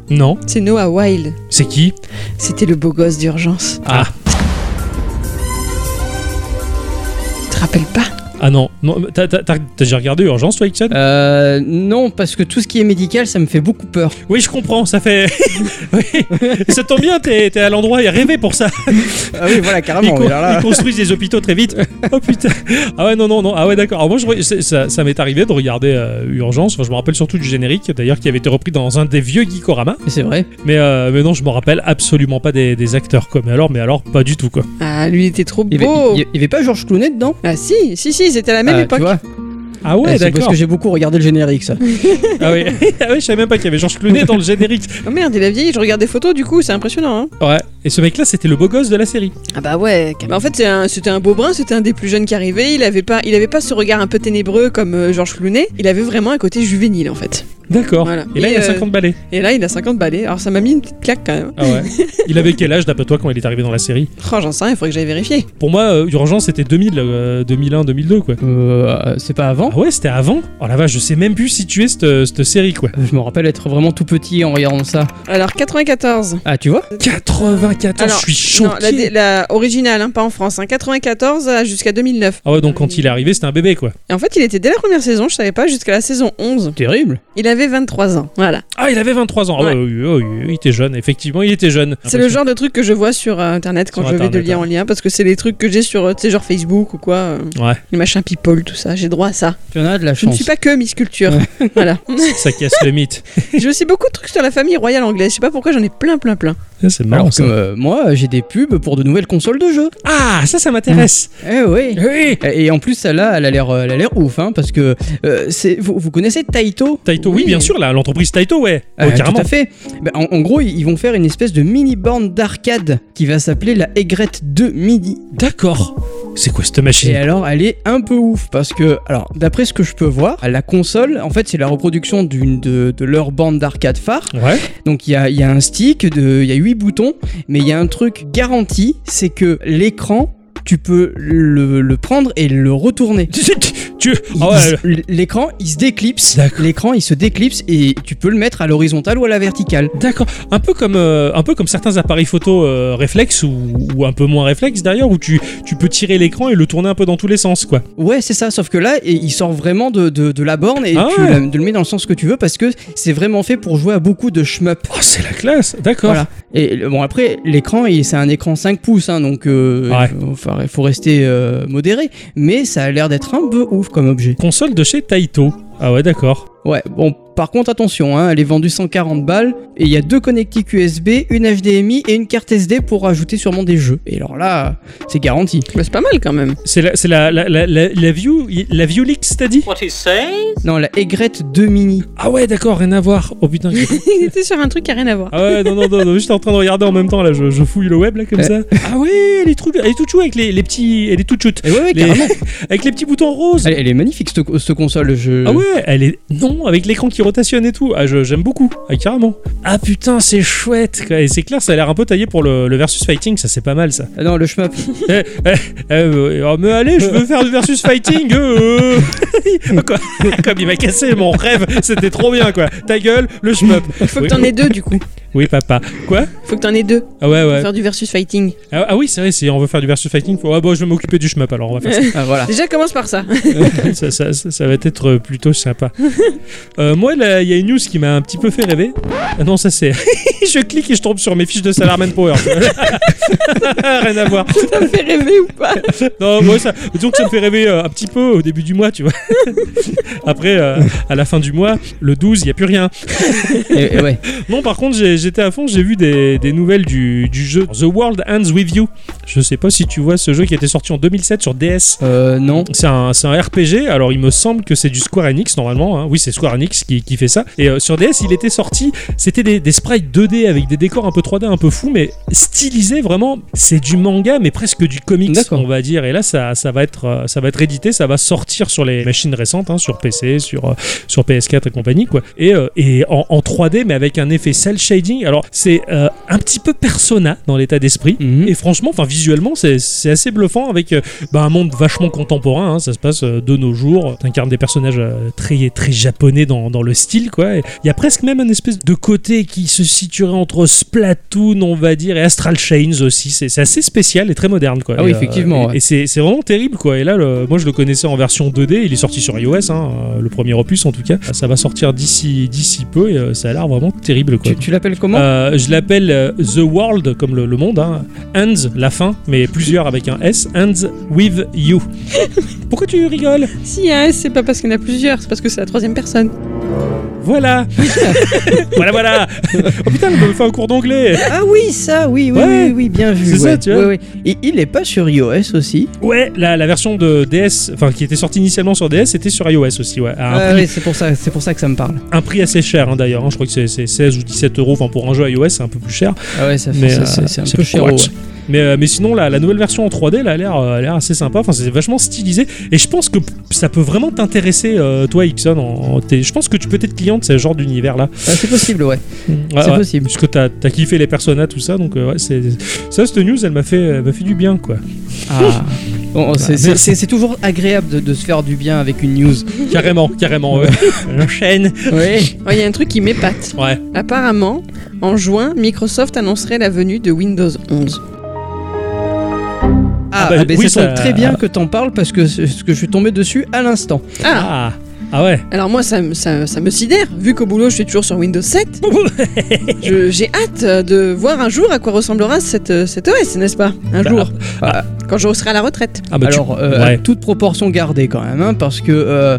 S5: Non.
S6: C'est Noah Wild.
S5: C'est qui
S6: C'était le beau gosse d'urgence.
S5: Ah.
S6: Tu te rappelles pas
S5: Ah non. non mais t'as- t'as- t'as- t'as déjà regardé Urgence, toi, Ixon
S11: Euh, non, parce que tout ce qui est médical, ça me fait beaucoup peur.
S5: Oui, je comprends. Ça fait. oui. Ça tombe bien, t'es t'es à l'endroit et rêvé pour ça.
S11: Ah oui, voilà,
S5: ils, con- ils construisent des hôpitaux très vite. Oh putain. Ah ouais, non, non, non. Ah ouais, d'accord. Alors moi, je re- c'est- ça, ça m'est arrivé de regarder euh, Urgence. Enfin, je me rappelle surtout du générique, d'ailleurs, qui avait été repris dans un des vieux Geekorama.
S11: C'est vrai.
S5: Mais, euh, mais non, je me rappelle absolument pas des, des acteurs, quoi. Mais alors, mais alors, pas du tout, quoi.
S6: Ah lui il était trop
S11: Il y, avait,
S6: beau.
S11: il y- il y avait pas Georges Clooney dedans
S6: Ah si, si, si, c'était à la même
S11: Ah,
S6: époque.
S11: Tu vois
S5: Ah ouais,
S11: Ah, c'est parce
S5: d'accord.
S11: que j'ai beaucoup regardé le générique, ça.
S5: Ah ouais. ah ouais, je savais même pas qu'il y avait Georges Clooney dans le générique.
S6: Oh merde, il a vieilli, je regarde des photos du coup, c'est impressionnant. hein.
S5: Ouais. Et ce mec-là, c'était le beau gosse de la série.
S6: Ah bah ouais. en fait c'est un- c'était un, beau brun, c'était un des plus jeunes qui arrivait, il avait pas, il avait pas ce regard un peu ténébreux comme euh, Georges Clooney, il avait vraiment un côté juvénile en fait.
S5: D'accord.
S6: Voilà.
S5: Et là,
S6: Et,
S5: il a
S6: euh,
S5: 50 balais.
S6: Et là il a 50 balais, alors ça m'a mis une petite claque quand même.
S5: Ah ouais. il avait quel âge, d'après toi, quand il est arrivé dans la série
S6: Oh, j'en sais rien, il faudrait que j'aille vérifier.
S5: Pour moi, euh, Urgence, c'était 2000, euh, 2001, 2002, quoi.
S11: Euh, c'est pas avant.
S5: Ah ouais, c'était avant Oh la vache, je sais même plus situer cette, euh, cette série quoi.
S11: Je me rappelle être vraiment tout petit en regardant ça.
S6: Alors, 94.
S11: Ah, tu vois
S5: 94,
S6: Alors,
S5: je suis
S6: Non, la,
S5: choqué.
S6: dé- la originale, hein, pas en France. hein, 94 à- jusqu'à 2009.
S5: Ah ouais, donc quand il est arrivé, c'était un bébé quoi.
S6: Et en fait, il était dès la première saison, je savais pas, jusqu'à la saison 11.
S11: Terrible.
S6: Il avait 23 ans. Voilà.
S5: Ah, il avait 23 ans. Ah ouais, oui, oui, oui, il était jeune, effectivement, il était jeune.
S6: C'est le genre de truc que je vois sur euh, internet quand
S5: Sur
S6: je vais
S5: Internet,
S6: de lien
S5: hein.
S6: en lien, parce que c'est les trucs que j'ai sur, euh, tu sais, genre Facebook ou quoi, euh,
S5: Ouais,
S6: les machins people, tout ça. J'ai droit à ça.
S11: Tu en as de la
S6: Je ne
S11: chance.
S6: suis pas que Miss Culture. voilà.
S5: ça casse le mythe.
S6: j'ai aussi beaucoup de trucs sur la famille royale anglaise. Je sais pas pourquoi, j'en ai plein, plein, plein.
S5: Ça, C'est marrant
S11: Alors que
S5: ça.
S11: euh, moi, j'ai des pubs pour de nouvelles consoles de jeux.
S5: Ah, ça, ça m'intéresse.
S11: Eh oui.
S5: Oui.
S11: Et et en plus, celle-là, elle a l'air, elle a l'air ouf, hein, parce que euh, c'est, vous, vous connaissez Taito
S5: Taito, oui, bien sûr, là, l'entreprise Taito, ouais.
S11: Euh,
S5: Oh, carrément.
S11: Tout à fait. Bah, en, en gros, ils ils vont faire une espèce de mini borne d'arcade qui va s'appeler la Aigrette 2 Mini.
S5: D'accord. C'est quoi cette
S11: Et
S5: machine
S11: alors, elle est un peu ouf parce que, alors, d'après ce que je peux voir, la console, en fait, c'est la reproduction d'une de, de leur borne d'arcade phare.
S5: Ouais.
S11: Donc, il y a, il y a un stick, de- il y a 8 boutons, mais il y a un truc garanti, c'est que l'écran, tu peux le, le prendre et le retourner.
S5: tu...
S11: Il-
S5: Ah ouais.
S11: il- L'écran, il se déclipse.
S5: D'accord.
S11: L'écran, il se déclipse et tu peux le mettre à l'horizontale ou à la verticale.
S5: D'accord, un peu comme euh, un peu comme certains appareils photo euh, réflexes ou, ou un peu moins réflexes d'ailleurs, où tu, tu peux tirer l'écran et le tourner un peu dans tous les sens quoi.
S11: Ouais, c'est ça, sauf que là, et- il sort vraiment de, de- de la borne et
S5: Ah
S11: tu
S5: ouais.
S11: la- tu le mets dans le sens que tu veux parce que c'est vraiment fait pour jouer à beaucoup de shmup.
S5: Oh, c'est la classe, d'accord.
S11: Voilà. Et le- bon, après, l'écran, il- c'est un écran 5 pouces, hein, donc euh,
S5: Ouais.
S11: faut, faut- faut rester euh, modéré, mais ça a l'air d'être un peu ouf comme objet.
S5: Console de chez Taito. Ah ouais, d'accord.
S11: Ouais, bon, par contre, attention, hein, elle est vendue 140 balles et il y a deux connectiques USB, une HDMI et une carte SD pour ajouter sûrement des jeux. Et alors là, c'est garanti.
S6: Bah, c'est pas mal quand même.
S5: C'est la, c'est la, la, la, la, la View, la View Leaks, t'as dit
S11: Non, la Aigrette 2 Mini.
S5: Ah ouais, d'accord, rien à voir. Oh putain. j'ai-
S6: il était sur un truc qui a rien à voir.
S5: Ah ouais, non, non, non, non, j'étais en train de regarder en même temps là, je, je fouille le web là comme ça. Ah ouais, elle est trop bien, elle est toute chou avec les, les petits, elle est toute choute.
S11: Et ouais, ouais,
S5: Les-
S11: carrément.
S5: avec les petits boutons roses.
S11: Elle, elle est magnifique, cette, cette console. Je...
S5: Ah ouais, elle est non avec l'écran qui rotationne et tout. Ah je- j'aime beaucoup, ah, carrément. Ah putain, c'est chouette. quoi. Et c'est clair, ça a l'air un peu taillé pour le, le versus fighting, ça c'est pas mal ça.
S11: Ah Non, le shmup.
S5: Eh, eh, eh, oh, mais allez, je veux faire du versus fighting. euh, euh. Quoi Comme il m'a cassé mon rêve, c'était trop bien quoi. Ta gueule, le shmup.
S6: Il faut que
S5: oui,
S6: t'en aies deux du coup.
S5: oui, papa. Quoi
S6: Il faut que t'en aies deux
S5: Ah ouais
S6: pour
S5: ouais.
S6: faire du versus fighting.
S5: Ah, ah oui, c'est vrai, si on veut faire du versus fighting, faut... ah bon, je vais m'occuper du shmup alors, on va faire ça.
S11: Ah, voilà.
S6: Déjà commence par ça.
S5: ça, ça- ça- ça va être plutôt sympa. Euh, moi, là, il y a une news qui m'a un petit peu fait rêver. Ah non, ça c'est. je clique et je tombe sur mes fiches de Salaryman Power. Rien à voir.
S6: Ça me fait rêver ou pas
S5: Non, moi, ça, disons que ça me fait rêver euh, un petit peu au début du mois, tu vois. Après, euh, à la fin du mois, le 12, il n'y a plus rien.
S11: Et- et ouais.
S5: Non, par contre, j'ai- j'étais à fond, j'ai vu des, des nouvelles du, du jeu The World Ends With You. Je sais pas si tu vois ce jeu qui était sorti en 2007 sur DS.
S11: Euh, non.
S5: C'est un, c'est un RPG, alors il me semble que c'est du Square Enix normalement. hein. Oui, c'est Square Enix qui, qui fait ça. Et euh, sur DS, il était sorti, c'était des, des sprites 2D avec des décors un peu 3D, un peu fous, mais stylisés vraiment. C'est du manga, mais presque du comics,
S11: D'accord.
S5: on va dire. Et là, ça, ça, va être, euh, ça va être édité, ça va sortir sur les machines récentes, hein, sur PC, sur, euh, sur PS4 et compagnie. Quoi. Et, euh, et en, en 3D, mais avec un effet cel shading. Alors, c'est euh, un petit peu Persona dans l'état d'esprit.
S11: Mhm.
S5: Et franchement, enfin visuellement, c'est c'est assez bluffant avec euh, bah, un monde vachement contemporain. hein. ça se passe euh, de nos jours. T'incarnes des personnages euh, très très japonais dans, dans le style, quoi. Et Il y a presque même un espèce de côté qui se situerait entre Splatoon, on va dire, et Astral Chains aussi. C'est c'est assez spécial et très moderne, quoi.
S11: Ah oui,
S5: Et, euh,
S11: effectivement,
S5: et-
S11: ouais.
S5: Et, c'est c'est vraiment terrible, quoi. Et là, le- moi, je le connaissais en version 2D. Il est sorti sur iOS, hein, euh, le premier opus en tout cas. Ça va sortir d'ici d'ici peu et euh, ça a l'air vraiment terrible, quoi.
S11: Tu, tu l'appelles comment
S5: Euh, je l'appelle euh, The World, comme le, le monde, hein. Ends, la fin, mais plusieurs avec un S, Ends with you. Pourquoi tu rigoles
S6: Si, un S, c'est pas parce qu'il y en a plusieurs, c'est parce que c'est la troisième personne.
S5: Voilà Voilà, voilà Oh putain, elle me fait un cours d'anglais
S11: Ah oui, ça, oui, oui,
S5: Ouais.
S11: oui, oui, bien vu.
S5: C'est ça,
S11: ouais.
S5: tu vois.
S11: Ouais, ouais. Et il est pas sur iOS aussi.
S5: Ouais, la, la version de DS, enfin qui était sortie initialement sur DS, était sur iOS aussi, ouais. À un,
S11: Ah
S5: prix,
S11: oui, c'est pour ça, c'est pour ça que ça me parle.
S5: un prix assez cher hein, d'ailleurs, hein. je crois que c'est c'est 16 ou 17 euros, enfin pour un jeu iOS c'est un peu plus cher.
S11: Ah ouais, ça fait,
S5: Mais,
S11: ça,
S5: euh,
S11: c'est, c'est un
S5: c'est
S11: peu cher.
S5: correct. Mais, euh, mais sinon, la, la nouvelle version en 3D, là, elle a l'air, euh, elle a l'air assez sympa. Enfin, c'est vachement stylisé. Et je pense que p- ça peut vraiment t'intéresser, euh, toi, Ixon. en- en- t'es- je pense que tu peux être client de ce genre d'univers-là.
S11: Ah, c'est possible, ouais.
S5: Ouais,
S11: c'est
S5: ouais.
S11: possible.
S5: Parce que t'as t'as kiffé les personnages, tout ça. Donc, euh, ouais, c'est ça, cette news, elle m'a fait, elle m'a fait du bien, quoi.
S11: Ah. Bon, c'est, c'est-
S5: Bah, merci.
S11: c'est- c'est toujours agréable de, de se faire du bien avec une news.
S5: Carrément, carrément. ouais. J'enchaîne.
S11: Oui.
S6: Il y a un truc qui m'épate.
S5: Ouais.
S6: Apparemment, en juin, Microsoft annoncerait la venue de Windows 11.
S11: Ah,
S5: Ah bah,
S11: ah bah,
S5: oui,
S11: ça
S5: ça-
S11: tombe très bien que t'en parles parce que, c'est- parce que je suis tombé dessus à l'instant.
S6: Ah,
S5: Ah. Ah ouais.
S6: alors moi, ça, me- ça, ça me sidère, vu qu'au boulot, je suis toujours sur Windows 7. Je- J'ai hâte euh, de voir un jour à quoi ressemblera cette, euh, cette OS, n'est-ce pas Un
S5: Bah,
S6: jour, quand je serai à la retraite.
S5: Ah bah tu-
S11: Alors, euh, à
S5: ouais.
S11: toute proportion gardée quand même, hein, parce que euh,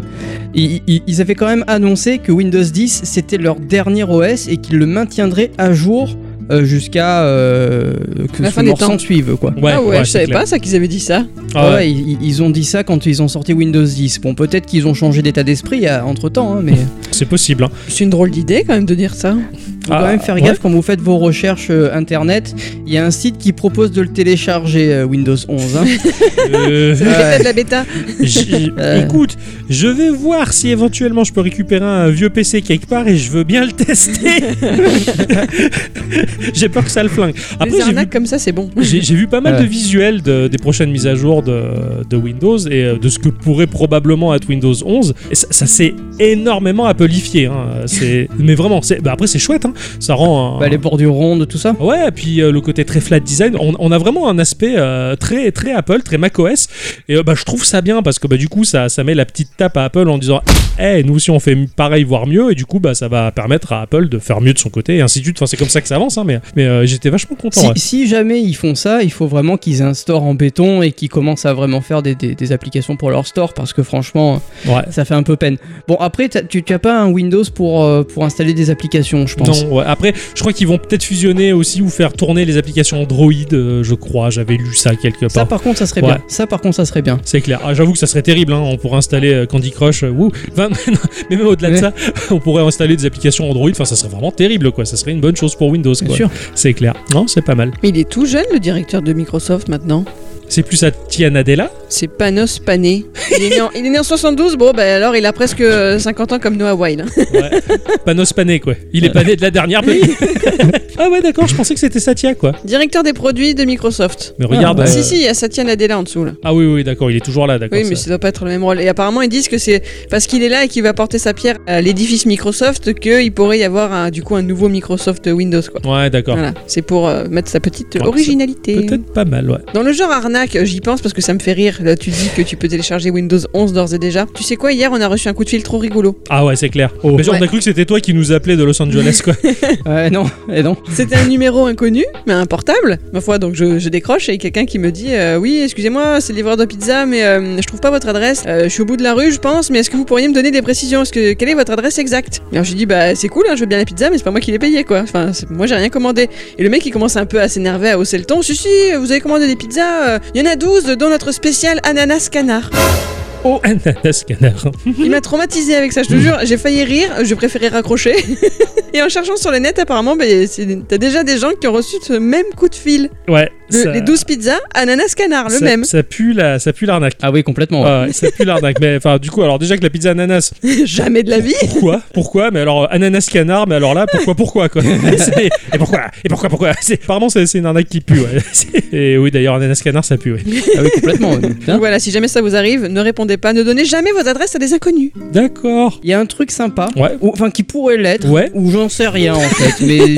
S11: ils, ils- ils avaient quand même annoncé que Windows 10 c'était leur dernier OS et qu'ils le maintiendraient à jour euh, jusqu'à euh, que
S6: La
S11: ce
S6: fin des
S11: mort s'en
S6: temps.
S11: suive, quoi.
S6: ah ouais, je
S5: c'est
S6: savais
S5: clair.
S6: pas ça qu'ils avaient dit ça.
S5: Ah ouais.
S11: ouais, ils, ils ont dit ça quand ils ont sorti Windows 10. Bon, peut-être qu'ils ont changé d'état d'esprit entre temps, mais
S5: C'est possible. hein.
S6: C'est une drôle d'idée quand même de dire ça.
S11: faut quand
S5: Ah,
S11: même faire
S5: ouais.
S11: gaffe quand vous faites vos recherches euh, internet. Il y a un site qui propose de le télécharger euh, Windows 11. hein.
S5: Euh,
S6: C'est la bêta de la bêta.
S5: J-
S11: Euh.
S5: Écoute, je vais voir si éventuellement je peux récupérer un vieux PC quelque part et je veux bien le tester. j'ai peur que ça le flingue. Après,
S6: Les
S5: j'ai vu,
S6: arnaques comme ça, c'est bon.
S5: j'ai- j'ai vu pas mal
S11: Ouais.
S5: de visuels de- des prochaines mises à jour de, de Windows et euh, de ce que pourrait probablement être Windows 11. Et ça ça s'est énormément appelifié. hein. C'est- Mais vraiment, c'est- bah après, c'est chouette. hein. Ça rend. un-
S11: Bah, les bordures rondes, tout ça.
S5: Ouais, et puis euh, le côté très flat design, on, on a vraiment un aspect euh, très très Apple, très macOS, et euh, bah je trouve ça bien parce que bah du coup ça ça met la petite tape à Apple en disant eh nous aussi on fait pareil voire mieux et du coup bah ça va permettre à Apple de faire mieux de son côté et ainsi de suite. Enfin c'est comme ça que ça avance hein, mais mais euh, j'étais vachement content.
S11: Si,
S5: ouais.
S11: si jamais ils font ça, il faut vraiment qu'ils instaurent en béton et qu'ils commencent à vraiment faire des, des- des applications pour leur store parce que franchement, euh,
S5: Ouais.
S11: ça fait un peu peine. Bon, après, t'as- tu n'as pas un Windows pour, euh, pour installer des applications, je pense.
S5: Non, ouais. après, je crois qu'ils vont peut-être fusionner aussi ou faire tourner les applications Android, euh, je crois. J'avais lu ça quelque
S11: Ça
S5: part.
S11: par contre, ça serait
S5: Ouais.
S11: bien. Ça par contre, ça serait bien.
S5: C'est clair. Ah, J'avoue que ça serait terrible. hein. On pourrait installer euh, Candy Crush. euh, wouh. Enfin, non, mais même au-delà de
S11: Ouais.
S5: ça, on pourrait installer des applications Android. Enfin, ça serait vraiment terrible, quoi. Ça serait une bonne chose pour Windows,
S11: Bien
S5: quoi.
S11: sûr.
S5: C'est clair. Non, c'est pas mal.
S6: Mais il est tout jeune, le directeur de Microsoft maintenant.
S5: C'est plus à Tianadella.
S6: C'est Panos Pané. Il est né en, il est né en 72, bon, ben alors il a presque euh, 50 ans comme Noah Weil. hein.
S5: Panos Pané, quoi. Il est pané de la dernière pluie. ah ouais, d'accord. Je pensais que c'était Satya, quoi.
S6: Directeur des produits de Microsoft.
S5: Mais regarde. euh,
S6: Si, si, il y a Satya Nadella en dessous là.
S5: Ah oui, oui, d'accord. Il est toujours là, d'accord.
S6: Oui, mais
S5: ça.
S6: ça doit pas être le même rôle. Et apparemment, ils disent que c'est parce qu'il est là et qu'il va porter sa pierre à l'édifice Microsoft qu'il pourrait y avoir un- du coup un nouveau Microsoft Windows quoi.
S5: Ouais, d'accord.
S6: Voilà, c'est pour euh, mettre sa petite
S5: Ouais,
S6: originalité.
S5: Peut-être pas mal, ouais.
S6: Dans le genre arnaque, arnaque, j'y pense parce que ça me fait rire. Là, tu dis que tu peux télécharger Windows 11 d'ores et déjà. Tu sais quoi, hier, on a reçu un coup de fil trop rigolo.
S5: Ah ouais, c'est clair. Mais genre, on a
S6: Ouais.
S5: cru que c'était toi qui nous appelais de Los Angeles, quoi.
S11: Ouais, Euh, non, et non.
S6: C'était un numéro inconnu, mais un portable. Ma foi, donc je, je décroche et quelqu'un qui me dit euh, Oui, excusez-moi, c'est le livreur de pizza, mais euh, je trouve pas votre adresse. Euh, je suis au bout de la rue, je pense, mais est-ce que vous pourriez me donner des précisions Est-ce que, Quelle est votre adresse exacte Et Alors je lui dis Bah, c'est cool, hein, je veux bien la pizza, mais c'est pas moi qui l'ai payée, quoi. Enfin, c'est- moi j'ai rien commandé. Et le mec, il commence un peu à s'énerver, à hausser le ton Si, si, vous avez commandé des pizzas, euh, il y en a 12, dont notre spécial ananas canard.
S5: Oh, ananas canard.
S6: Il m'a traumatisé avec ça, je te jure. J'ai failli rire, je préférais raccrocher. Et en cherchant sur le net, apparemment, ben, c'est- t'as déjà des gens qui ont reçu ce même coup de fil.
S5: Ouais.
S6: Le-
S5: ça-
S6: Les 12 pizzas, ananas canard, le
S5: ça-
S6: même.
S5: Ça pue la, ça pue l'arnaque.
S11: Ah oui, complètement. ouais.
S5: Ouais, ça pue l'arnaque. Mais enfin, du coup, alors déjà que la pizza ananas,
S6: Jamais de la vie.
S5: pourquoi Pourquoi Mais alors, euh, ananas canard, mais alors là, pourquoi Pourquoi quoi C'est- Et pourquoi Et pourquoi Pourquoi C'est- Apparemment, c'est c'est une arnaque qui pue. ouais. C'est- Et oui, d'ailleurs, ananas canard, ça pue. ouais.
S11: Ah oui, complètement. ouais. Putain.
S6: Donc voilà, si jamais ça vous arrive, ne répondez pas, ne donnez jamais vos adresses à des inconnus.
S5: D'accord.
S11: Il y a un truc sympa,
S5: Ouais.
S11: ou- enfin qui pourrait l'être,
S5: Ouais.
S11: ou j'en sais rien en fait, mais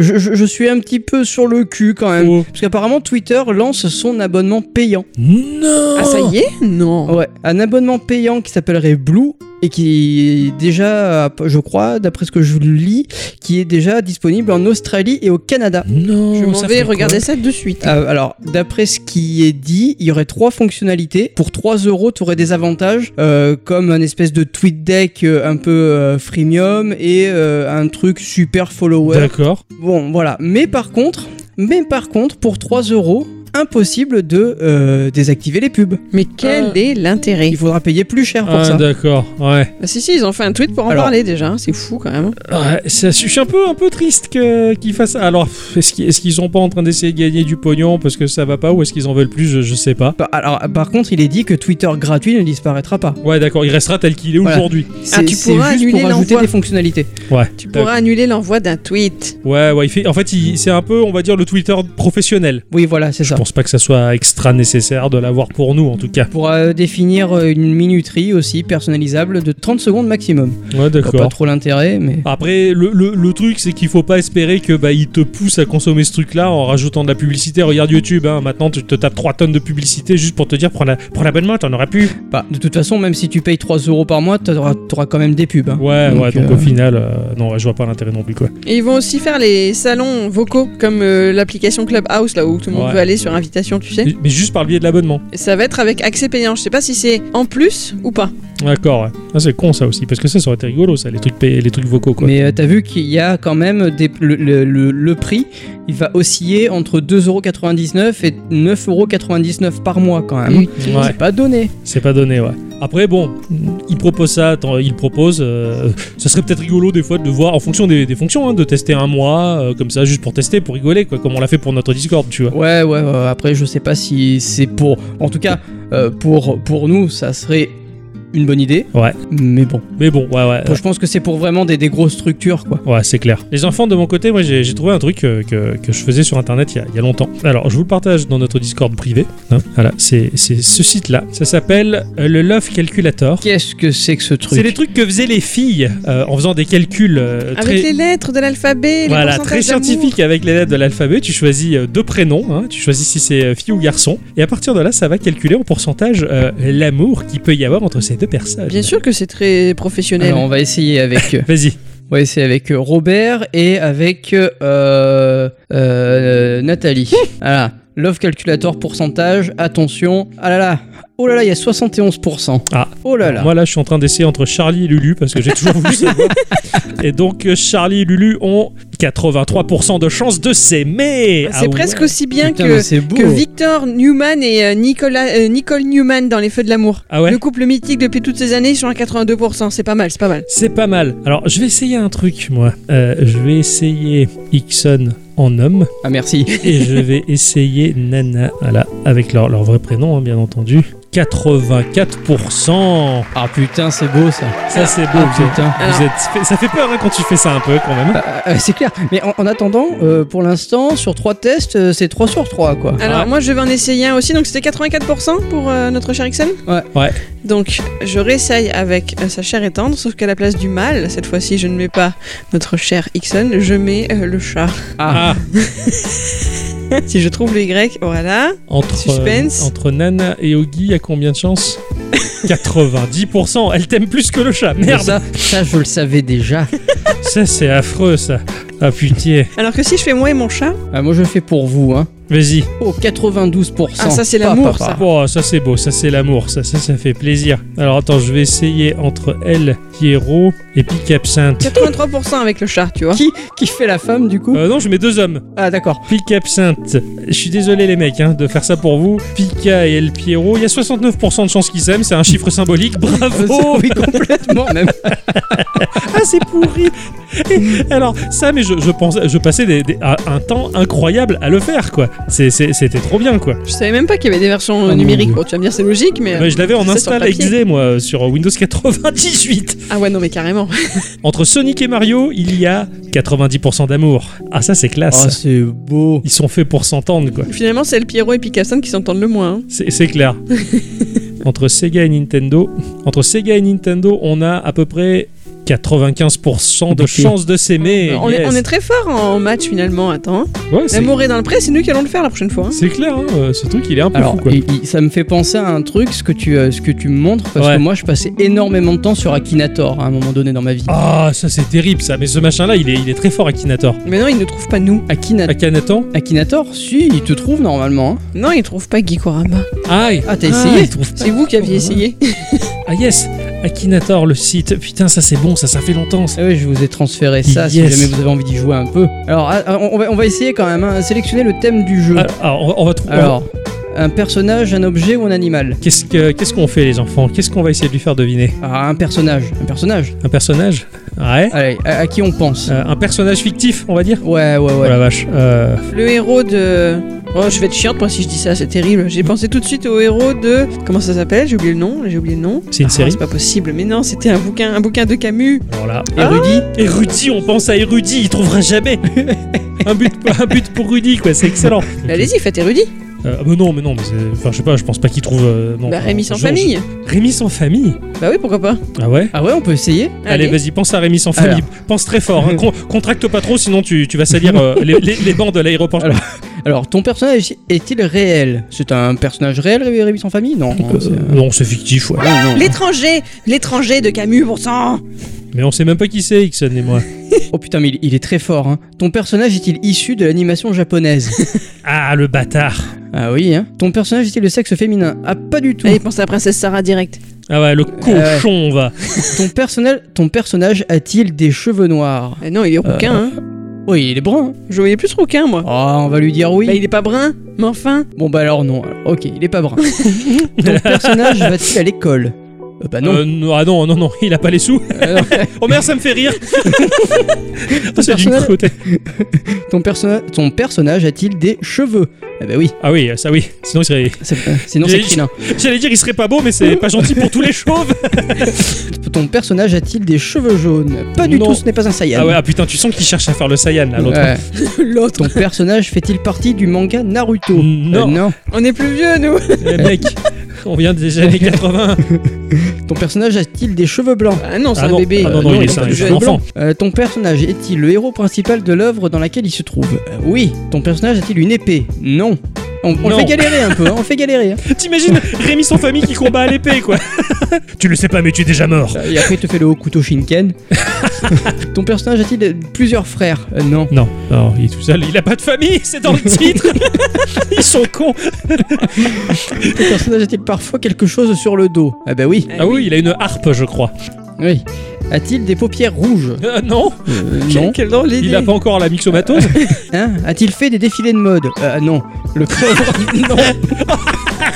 S11: je, je- je suis un petit peu sur le cul quand
S6: Euh.
S11: même.
S5: Oh.
S11: Parce qu'apparemment Twitter lance son abonnement payant.
S5: Non.
S6: Ah, ça y est Non.
S11: Ouais, un abonnement payant qui s'appellerait Blue et qui est déjà, euh, je crois, d'après ce que je lis, qui est déjà disponible en Australie et au Canada.
S5: Non.
S6: Je m'en
S5: ça
S6: vais
S5: fait quoi
S6: regarder ça de suite.
S11: Euh, alors, d'après ce qui est dit, il y aurait trois fonctionnalités. Pour 3 euros, tu aurais des avantages, euh, comme un espèce de tweet deck euh, un peu euh, freemium et euh, un truc super follower.
S5: D'accord.
S11: Bon, voilà. Mais par contre, mais par contre, pour 3 euros, impossible de euh, désactiver les pubs.
S6: Mais quel
S5: Euh.
S6: est l'intérêt
S11: Il faudra payer plus cher pour
S5: Ah,
S11: ça.
S5: d'accord. Ouais.
S6: Bah, Si, si, ils ont fait un tweet pour en
S11: Alors.
S6: parler déjà, hein, c'est fou quand même.
S5: Ouais, ça- je suis un peu, un peu triste que- qu'ils fassent. Alors, pff, est-ce qu'ils, est-ce qu'ils sont pas en train d'essayer de gagner du pognon parce que ça va pas ou est-ce qu'ils en veulent plus je, je sais pas.
S11: Par- Bah, Alors, par contre, il est dit que Twitter gratuit ne disparaîtra pas.
S5: Ouais, d'accord. Il restera tel qu'il est
S11: Voilà.
S5: aujourd'hui.
S11: C'est
S6: Ah, tu
S11: c'est
S6: pourras
S11: juste
S6: annuler
S11: pour rajouter
S6: l'envoi.
S11: des fonctionnalités.
S5: Ouais.
S6: Tu pourras annuler l'envoi d'un tweet.
S5: Ouais, ouais. Il fait. En fait, il- c'est un peu, on va dire, le Twitter professionnel.
S11: Oui, voilà, c'est ça.
S5: Je pense pas que ça soit extra nécessaire de l'avoir pour nous en tout cas.
S11: On pourra définir euh, une minuterie aussi personnalisable de 30 secondes maximum.
S5: Ouais,
S11: Je vois Pas
S5: d'accord.
S11: trop l'intérêt, mais.
S5: Après, le, le- le truc, c'est qu'il faut pas espérer que bah, il te pousse à consommer ce truc-là en rajoutant de la publicité. Regarde YouTube, hein, maintenant tu te tapes 3 tonnes de publicité juste pour te dire prends la- prends l'abonnement, t'en aurais pu.
S11: Bah, de toute façon, même si tu payes 3 euros par mois, t'auras auras quand même des pubs. hein.
S5: Ouais,
S11: Donc,
S5: ouais, donc
S11: euh,
S5: au final, euh, non, ouais, je vois pas l'intérêt non plus quoi.
S6: Et ils vont aussi faire les salons vocaux, comme euh, l'application Clubhouse, là où tout le monde
S5: Ouais.
S6: veut aller sur invitation, tu sais.
S5: Mais- Mais juste par le biais de l'abonnement.
S6: Et Ça va être avec accès payant. Je sais pas si c'est en plus ou pas.
S5: D'accord, ouais. Ah, c'est con ça aussi, parce que ça, ça aurait été rigolo ça, les trucs, pay- les trucs vocaux quoi.
S11: Mais euh, t'as vu qu'il y a quand même des- le, le- le- le prix, il va osciller entre 2,99€ et 9,99€ par mois quand même. hein.
S5: Ouais,
S11: C'est pas donné.
S5: c'est pas donné, ouais. Après, bon, il propose ça, attends, il propose. euh, ça serait peut-être rigolo des fois de voir, en fonction des, des fonctions, hein, de tester un mois, euh, comme ça, juste pour tester, pour rigoler, quoi, comme on l'a fait pour notre Discord, tu vois.
S11: Ouais, ouais, ouais, après je sais pas si c'est pour... En tout cas, euh, pour, pour nous, ça serait une bonne idée.
S5: Ouais.
S11: Mais bon,
S5: Mais bon, ouais, ouais.
S11: je pense que c'est pour vraiment des, des grosses structures, quoi.
S5: Ouais, c'est clair. Les enfants, de mon côté, moi, j'ai j'ai trouvé un truc euh, que, que je faisais sur internet il y, a, il y a longtemps. Alors, je vous le partage dans notre Discord privé. hein. Voilà, c'est c'est ce site-là. Ça s'appelle euh, le Love Calculator.
S11: Qu'est-ce que c'est que ce truc
S5: C'est les trucs que faisaient les filles euh, en faisant des calculs euh, très.
S6: Avec les lettres de l'alphabet,
S5: Voilà,
S6: les pourcentages
S5: très
S6: d'amour.
S5: scientifique avec les lettres de l'alphabet. Tu choisis euh, deux prénoms, hein. tu choisis si c'est euh, fille ou garçon, et à partir de là, ça va calculer en pourcentage euh, l'amour qu'il peut y avoir entre ces deux personnes.
S6: Bien sûr que c'est très professionnel.
S11: Alors, on va essayer avec... euh,
S5: Vas-y.
S11: on va essayer avec euh, Robert et avec euh, euh, euh, Nathalie. voilà. Love Calculator pourcentage, attention. Ah là là, oh là là, il y a 71%.
S5: Ah.
S11: Oh là là.
S5: Moi là, je suis en train d'essayer entre Charlie et Lulu parce que j'ai toujours voulu savoir. Et donc euh, Charlie et Lulu ont 83% de chances de s'aimer.
S6: Ah,
S5: Ah
S6: C'est presque aussi bien
S11: Putain,
S6: que,
S11: mais c'est beau.
S6: que Victor Newman et euh, Nicolas, euh, Nicole Newman dans Les Feux de l'amour.
S5: Ah ouais.
S6: Le couple mythique depuis toutes ces années, ils sont à 82%. C'est pas mal, c'est pas mal.
S5: C'est pas mal. Alors je vais essayer un truc moi. Euh, je vais essayer Ixon en homme
S11: Ah merci.
S5: et je vais essayer Nana voilà, avec leur, leur vrai prénom hein, bien entendu. 84%.
S11: Ah putain, c'est beau ça.
S5: Ça c'est beau.
S11: Ah
S5: vous êtes-
S11: putain.
S5: vous êtes- ça fait peur hein, quand tu fais ça un peu quand même.
S11: Ah, ah, c'est clair. Mais en, en attendant, euh, pour l'instant, sur 3 tests, euh, c'est 3 sur 3 quoi.
S6: Alors
S5: Ouais.
S6: moi je vais en essayer un aussi, donc c'était 84% pour euh, notre cher Ixon
S11: Ouais.
S5: Ouais.
S6: Donc je réessaye avec euh, sa chair étendre, sauf qu'à la place du mâle, cette fois-ci je ne
S11: Ah,
S6: mets pas notre cher Ixon, je mets euh, le chat.
S5: Ah.
S6: si je trouve le Y, voilà.
S5: Entre,
S6: Suspense.
S5: euh, entre Nana et Ogi, il y a combien de chances 90%. Elle t'aime plus que le chat. Merde.
S11: Ça, ça, je le savais déjà.
S5: Ça, c'est affreux, ça. Ah, putain.
S6: Alors que si je fais moi et mon chat,
S11: Ah, moi, je fais pour vous, hein.
S5: Vas-y.
S11: Oh, 92%.
S6: Ah, ça, c'est
S11: Pa,
S6: l'amour,
S11: pa, pa.
S6: ça.
S5: Oh, ça c'est beau, ça c'est l'amour, ça, ça ça fait plaisir. Alors attends, je vais essayer entre elle, Pierrot et Pic Absinthe.
S6: 83% avec le chat, tu vois.
S11: Qui, qui fait la femme, du coup
S5: Euh, non, je mets deux hommes.
S11: Ah, d'accord.
S5: Pic Absinthe. Je suis désolé les mecs hein, de faire ça pour vous. Pika et El Pierrot, il y a 69% de chances qu'ils s'aiment, c'est un chiffre symbolique. Bravo
S11: Oh, oui, complètement, même.
S5: Ah, c'est pourri Et Alors, ça, mais je, je, pensais- je passais des- des- un- un temps incroyable à le faire, quoi. C'est- c'est- C'était trop bien, quoi.
S6: Je savais même pas qu'il y avait des versions euh,
S11: mon
S6: numériques.
S11: Dieu.
S6: Bon, tu vas me dire, c'est logique, mais.
S5: Ah, Ouais, je l'avais en
S6: Euh, c'est sur
S5: install
S6: papier.
S5: XD, moi, sur Windows 98.
S6: Ah ouais, non, mais carrément.
S5: Entre Sonic et Mario, il y a 90% d'amour. Ah, ça, c'est classe.
S11: Oh, c'est beau.
S5: Ils sont faits pour s'entendre, quoi.
S6: Finalement, c'est le Pierrot et Picasso qui s'entendent le moins. hein.
S5: C'est c'est clair. entre Sega et Nintendo, entre Sega et Nintendo, on a à peu près 95% de
S11: Ok.
S5: chances de s'aimer.
S6: on, est,
S5: Yes.
S6: on est très fort en match finalement, attends.
S5: Ouais, c'est-
S6: L'amour est dans le pré, c'est nous qui allons le faire la prochaine fois. hein.
S5: c'est clair, hein, euh, ce truc il est un peu
S11: Alors,
S5: fou quoi.
S11: il- il- ça me fait penser à un truc, ce que tu, euh, ce que tu me montres, parce
S5: Ouais.
S11: que moi, je passais énormément de temps sur Akinator hein, à un moment donné dans ma vie.
S5: Ah, ça c'est terrible ça, mais ce machin là il est, il est très fort à Kinator.
S6: Mais non, ils ne trouvent pas nous.
S11: Akina-
S5: À Kanatan
S11: Akinator, si, il te trouve normalement. hein.
S6: Non, ils trouvent pas Guy Korama.
S5: Aïe
S11: Ah, t'as
S5: Ah,
S11: essayé
S5: il trouve pas.
S6: C'est vous qui aviez essayé.
S5: Ah yes Akinator, le site. Putain, ça c'est bon, ça, ça fait longtemps. ça.
S11: Ah oui, je vous ai transféré ça si
S5: Yes.
S11: jamais vous avez envie d'y jouer un peu. Alors, ah, ah, on va, on va essayer quand même, hein, sélectionner le thème du jeu.
S5: Ah, Alors, on va- on va trouver.
S11: Alors, un personnage, un objet ou un animal
S5: Qu'est-ce que- qu'est-ce qu'on fait, les enfants Qu'est-ce qu'on va essayer de lui faire deviner
S11: ah, Un personnage, un personnage.
S5: Un personnage Ouais.
S11: Allez, à, à qui on pense
S5: Euh, un personnage fictif, on va dire
S11: Ouais, ouais,
S5: Oh
S11: ouais.
S5: la vache. Euh,
S6: Le héros de. Oh, je vais être chiante moi si je dis ça, c'est terrible. J'ai pensé tout de suite au héros de. Comment ça s'appelle J'ai oublié le nom, j'ai oublié le nom.
S5: c'est une
S6: Ah,
S5: série
S6: C'est pas possible, mais non, c'était un bouquin, un bouquin de Camus.
S5: Alors là.
S11: Érudit
S5: Ah, Érudit, on pense à Érudit, il trouvera jamais un, but, un but pour Rudy, quoi, c'est excellent.
S6: Bah, Allez-y, faites érudit.
S5: Euh, mais non, mais non, mais c'est- enfin, je sais pas, je pense pas qu'il trouve. euh, non,
S6: bah,
S5: enfin,
S6: Rémi sans
S5: je- je-
S6: famille.
S5: Rémi sans famille
S6: Bah oui, pourquoi pas.
S5: Ah ouais
S11: Ah ouais, on peut essayer
S5: Allez, vas-y, pense à Rémi sans famille. Pense très fort. hein. Con- contracte pas trop, sinon tu, tu vas salir euh, les, les, les bancs de l'aéroport.
S11: Alors, Alors, ton personnage est-il réel C'est un personnage réel, Ré- Rémi sans famille Non.
S5: Euh,
S11: hein, c'est-
S5: non, c'est fictif, ouais.
S11: Non, non.
S6: L'étranger L'étranger de Camus, bon sang
S5: Mais on sait même pas qui c'est, Ixon et moi.
S11: Oh putain, mais il, il est très fort. Hein. Ton personnage est-il issu de l'animation japonaise
S5: Ah, le bâtard.
S11: Ah oui, hein. Ton personnage est-il de sexe féminin Ah, pas du tout.
S6: Allez, pensez à Princesse Sarah direct.
S5: Ah ouais, le cochon, on va.
S11: Ton, personnel, ton personnage a-t-il des cheveux noirs
S6: Ah non, il est
S5: Euh.
S6: rouquin, hein.
S11: Oui, il est brun.
S6: Je voyais plus rouquin, moi.
S11: Ah, on va lui dire oui.
S6: Bah, il est pas brun, mais enfin.
S11: Bon bah alors non, Alors, ok, il est pas brun. Ton personnage va-t-il à l'école Euh, Bah non.
S5: Euh, ah non, non, non, il a pas les sous.
S11: Euh, non.
S5: Oh merde, ça me fait rire. Ah, c'est d'une
S11: personnel-
S5: croûte.
S11: Ton, perso- ton personnage a-t-il des cheveux Eh bah oui,
S5: Ah oui, ça oui. Sinon, il serait...
S11: c'est- euh, sinon c'est
S5: J'ai-
S11: crinin.
S5: j'allais dire, il serait pas beau, mais c'est pas gentil pour tous les chauves.
S11: Ton personnage a-t-il des cheveux jaunes Pas du
S5: Non.
S11: tout, ce n'est pas un Saiyan.
S5: Ah ouais, ah putain, tu sens qu'il cherche à faire le Saiyan, là, l'autre.
S11: Ouais.
S6: L'autre.
S11: Ton personnage fait-il partie du manga Naruto Euh,
S5: Non,
S11: non.
S6: On est plus vieux, nous.
S5: eh, mec, on vient des années 80.
S11: Ton personnage a-t-il des cheveux blancs
S6: Ah non, c'est
S5: Ah
S6: un
S5: non,
S6: bébé.
S5: ah non,
S6: Euh,
S5: non, il est
S6: pas
S5: ça,
S6: plus
S5: il est
S6: jeune.
S5: un enfant.
S11: Euh, Ton personnage est-il le héros principal de l'œuvre dans laquelle il se trouve Euh, Oui. Ton personnage a-t-il une épée Non. On, on le
S5: Non.
S11: fait galérer un peu, hein, on le fait galérer. hein.
S5: T'imagines Rémi sans famille qui combat à l'épée, quoi. tu le sais pas, mais tu es déjà mort.
S11: Et après, il te fait le haut couteau Shinken. Ton personnage a-t-il plusieurs frères Euh, Non.
S5: Non, non, il est tout seul. Il a pas de famille, c'est dans le titre. Ils sont cons.
S11: Ton personnage a-t-il parfois quelque chose sur le dos Ah bah oui.
S5: Ah oui, il a une harpe, je crois.
S11: Oui. A-t-il des paupières rouges
S5: Euh, non,
S11: Euh,
S6: Quel-
S11: Non.
S6: Quelle drôle
S5: il a
S6: d'idée.
S5: pas encore la mixomatose.
S11: Hein A-t-il fait des défilés de mode Euh, non. Le pauvre. non.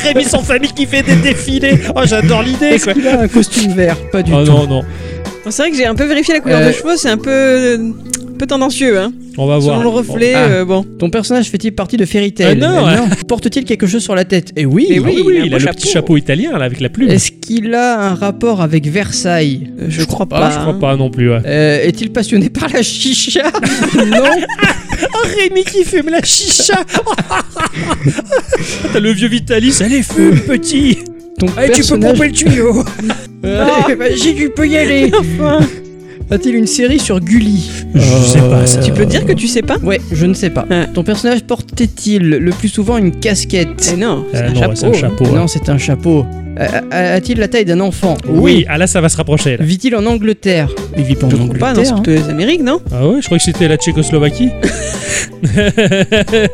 S5: Rémi sans famille qui fait des défilés. Oh, j'adore l'idée,
S11: Est-ce
S5: quoi.
S11: qu'il a un costume vert Pas du
S5: Oh
S11: tout.
S5: non, non,
S6: C'est vrai que j'ai un peu vérifié la couleur
S11: Euh.
S6: de cheveux, c'est un peu. euh, peu tendancieux, hein.
S5: on va voir.
S6: Selon le reflet,
S11: Ah.
S6: euh, bon.
S11: Ton personnage fait-il partie de Fairy Tail
S5: Euh, non.
S11: Porte-t-il quelque chose sur la tête Eh oui.
S6: Mais
S5: Ah oui,
S6: Oui, il a un
S5: il
S6: beau
S5: a le
S6: chapeau.
S5: petit chapeau italien là avec la plume.
S11: Est-ce qu'il a un rapport avec Versailles
S6: Euh, Je, crois
S5: Ah, je
S6: pas.
S5: crois pas non plus. Ouais.
S11: Euh, Est-il passionné par la chicha Non.
S5: Rémi qui fume la chicha. T'as le vieux Vitalis. Allez, fume, petit.
S11: Ton
S5: Allez, Ah, tu peux
S11: personnage-
S5: pomper le tuyau.
S11: Allez, vas-y, tu peux y aller. A-t-il une série sur Gulli
S5: Je sais pas, ça-
S6: Tu peux dire que tu sais pas
S11: Ouais, je ne sais pas.
S6: Ouais.
S11: Ton personnage portait-il le plus souvent une casquette
S6: Eh non, c'est
S5: Euh,
S6: un
S5: non, ouais, c'est un
S11: hein.
S6: chapeau.
S5: chapeau. ouais.
S11: Non, c'est un chapeau. A- a- A-t-il la taille d'un enfant
S5: Oui, ah là ça va se rapprocher. Là.
S11: Vit-il en Angleterre Il vit pas en
S6: Je comprends pas, non, c'est
S11: hein.
S6: plutôt les Amériques, non
S5: Ah ouais, je croyais que c'était la Tchécoslovaquie.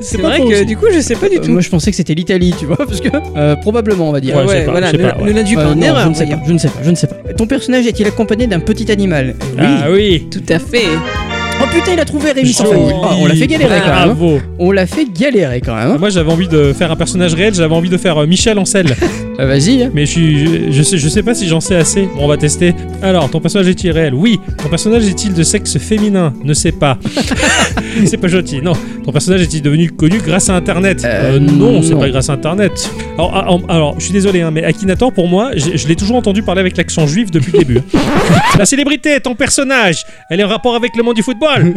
S6: C'est
S5: pas
S6: vrai
S5: faux,
S6: que
S5: aussi.
S6: du coup, je sais pas du
S11: Euh,
S6: tout.
S11: moi, je pensais que c'était l'Italie, tu vois, parce que euh, probablement, on va dire.
S5: Ouais, je sais pas,
S6: voilà,
S5: je sais
S6: ne,
S5: pas, ouais.
S6: ne l'induis
S11: Euh,
S6: pas en
S11: non,
S6: erreur,
S11: je ne sais
S6: voyons.
S11: pas, je ne sais pas, je ne sais pas. Ton personnage est-il accompagné d'un petit animal
S5: Ah oui.
S6: Tout à fait.
S11: Oh putain, il a trouvé Rémi sans
S5: Joli.
S11: famille. Ah, on l'a fait galérer quand même. hein.
S5: Bravo.
S11: On l'a fait galérer quand même. hein.
S5: Moi j'avais envie de faire un personnage réel, j'avais envie de faire euh, Michel Ancel.
S6: Ah,
S11: Euh, Vas-y. hein.
S5: Mais je, suis, je, je sais, je sais pas si j'en sais assez. Bon, on va tester. Alors, ton personnage est-il réel Oui. Ton personnage est-il de sexe féminin Ne sais pas. c'est pas gentil, non. Ton personnage est-il devenu connu grâce à Internet
S11: Euh,
S5: Non, c'est
S11: non.
S5: pas grâce à Internet. Alors, ah, ah, alors, je suis désolé, hein, mais Akinator, pour moi, j'ai- je l'ai toujours entendu parler avec l'accent juif depuis le début. La célébrité, ton personnage, elle est en rapport avec le monde du football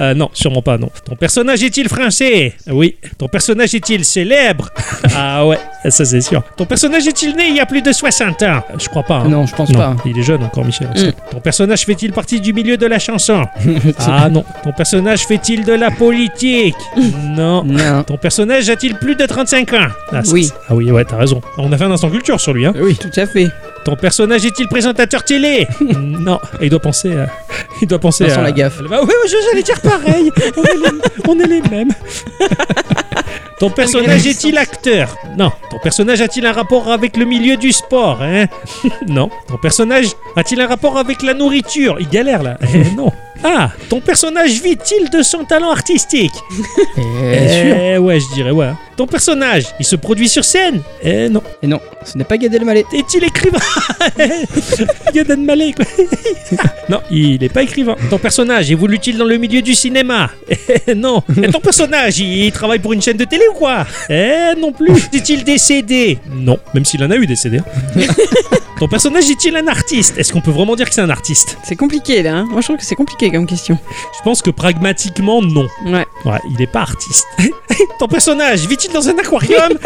S5: Euh, Non, sûrement pas, non. Ton personnage est-il français Oui. Ton personnage est-il célèbre Ah ouais, ça c'est sûr. Ton personnage est-il né il y a plus de 60 ans Euh, Je crois pas. hein.
S11: Non, je pense
S5: Non,
S11: pas. Mm.
S5: il est jeune encore, Michel. Ton personnage fait-il partie du milieu de la chanson Ah non. Ton personnage fait-il de la politique Non.
S11: Non.
S5: Ton personnage a-t-il plus de 35 ans ah, c'est-
S6: Oui.
S5: Ah oui, ouais, t'as raison. On a fait un instant culture sur lui, hein.
S11: Oui.
S6: Tout à fait.
S5: Ton personnage est-il présentateur télé Non, il doit penser à. Il doit penser
S11: Vincent
S5: à.
S11: Lagaffe.
S5: Bah ouais, ouais, j'allais dire pareil. on, est les... on est les mêmes. Ton personnage est-il acteur Non. Ton personnage a-t-il un rapport avec le milieu du sport hein Non. Ton personnage a-t-il un rapport avec la nourriture Il galère là. Eh, non. Ah, ton personnage vit-il de son talent artistique
S11: Bien sûr.
S5: Eh ouais, je dirais ouais. Ton personnage, il se produit sur scène Eh non.
S11: Et non, ce n'est pas Gad Elmaleh.
S5: Est-il écrivain Gad Elmaleh, quoi. non, il n'est pas écrivain. Ton personnage évolue-t-il dans le milieu du cinéma Eh Non. Et ton personnage, il travaille pour une chaîne de télé ou quoi Eh non plus. Est-il décédé Non, même s'il en a eu décédé. hein. ton personnage est-il un artiste Est-ce qu'on peut vraiment dire que c'est un artiste
S6: C'est compliqué là. hein. Moi, je trouve que c'est compliqué comme question.
S5: Je pense que pragmatiquement, non.
S6: Ouais.
S5: Ouais, il n'est pas artiste. ton personnage vit-il dans un aquarium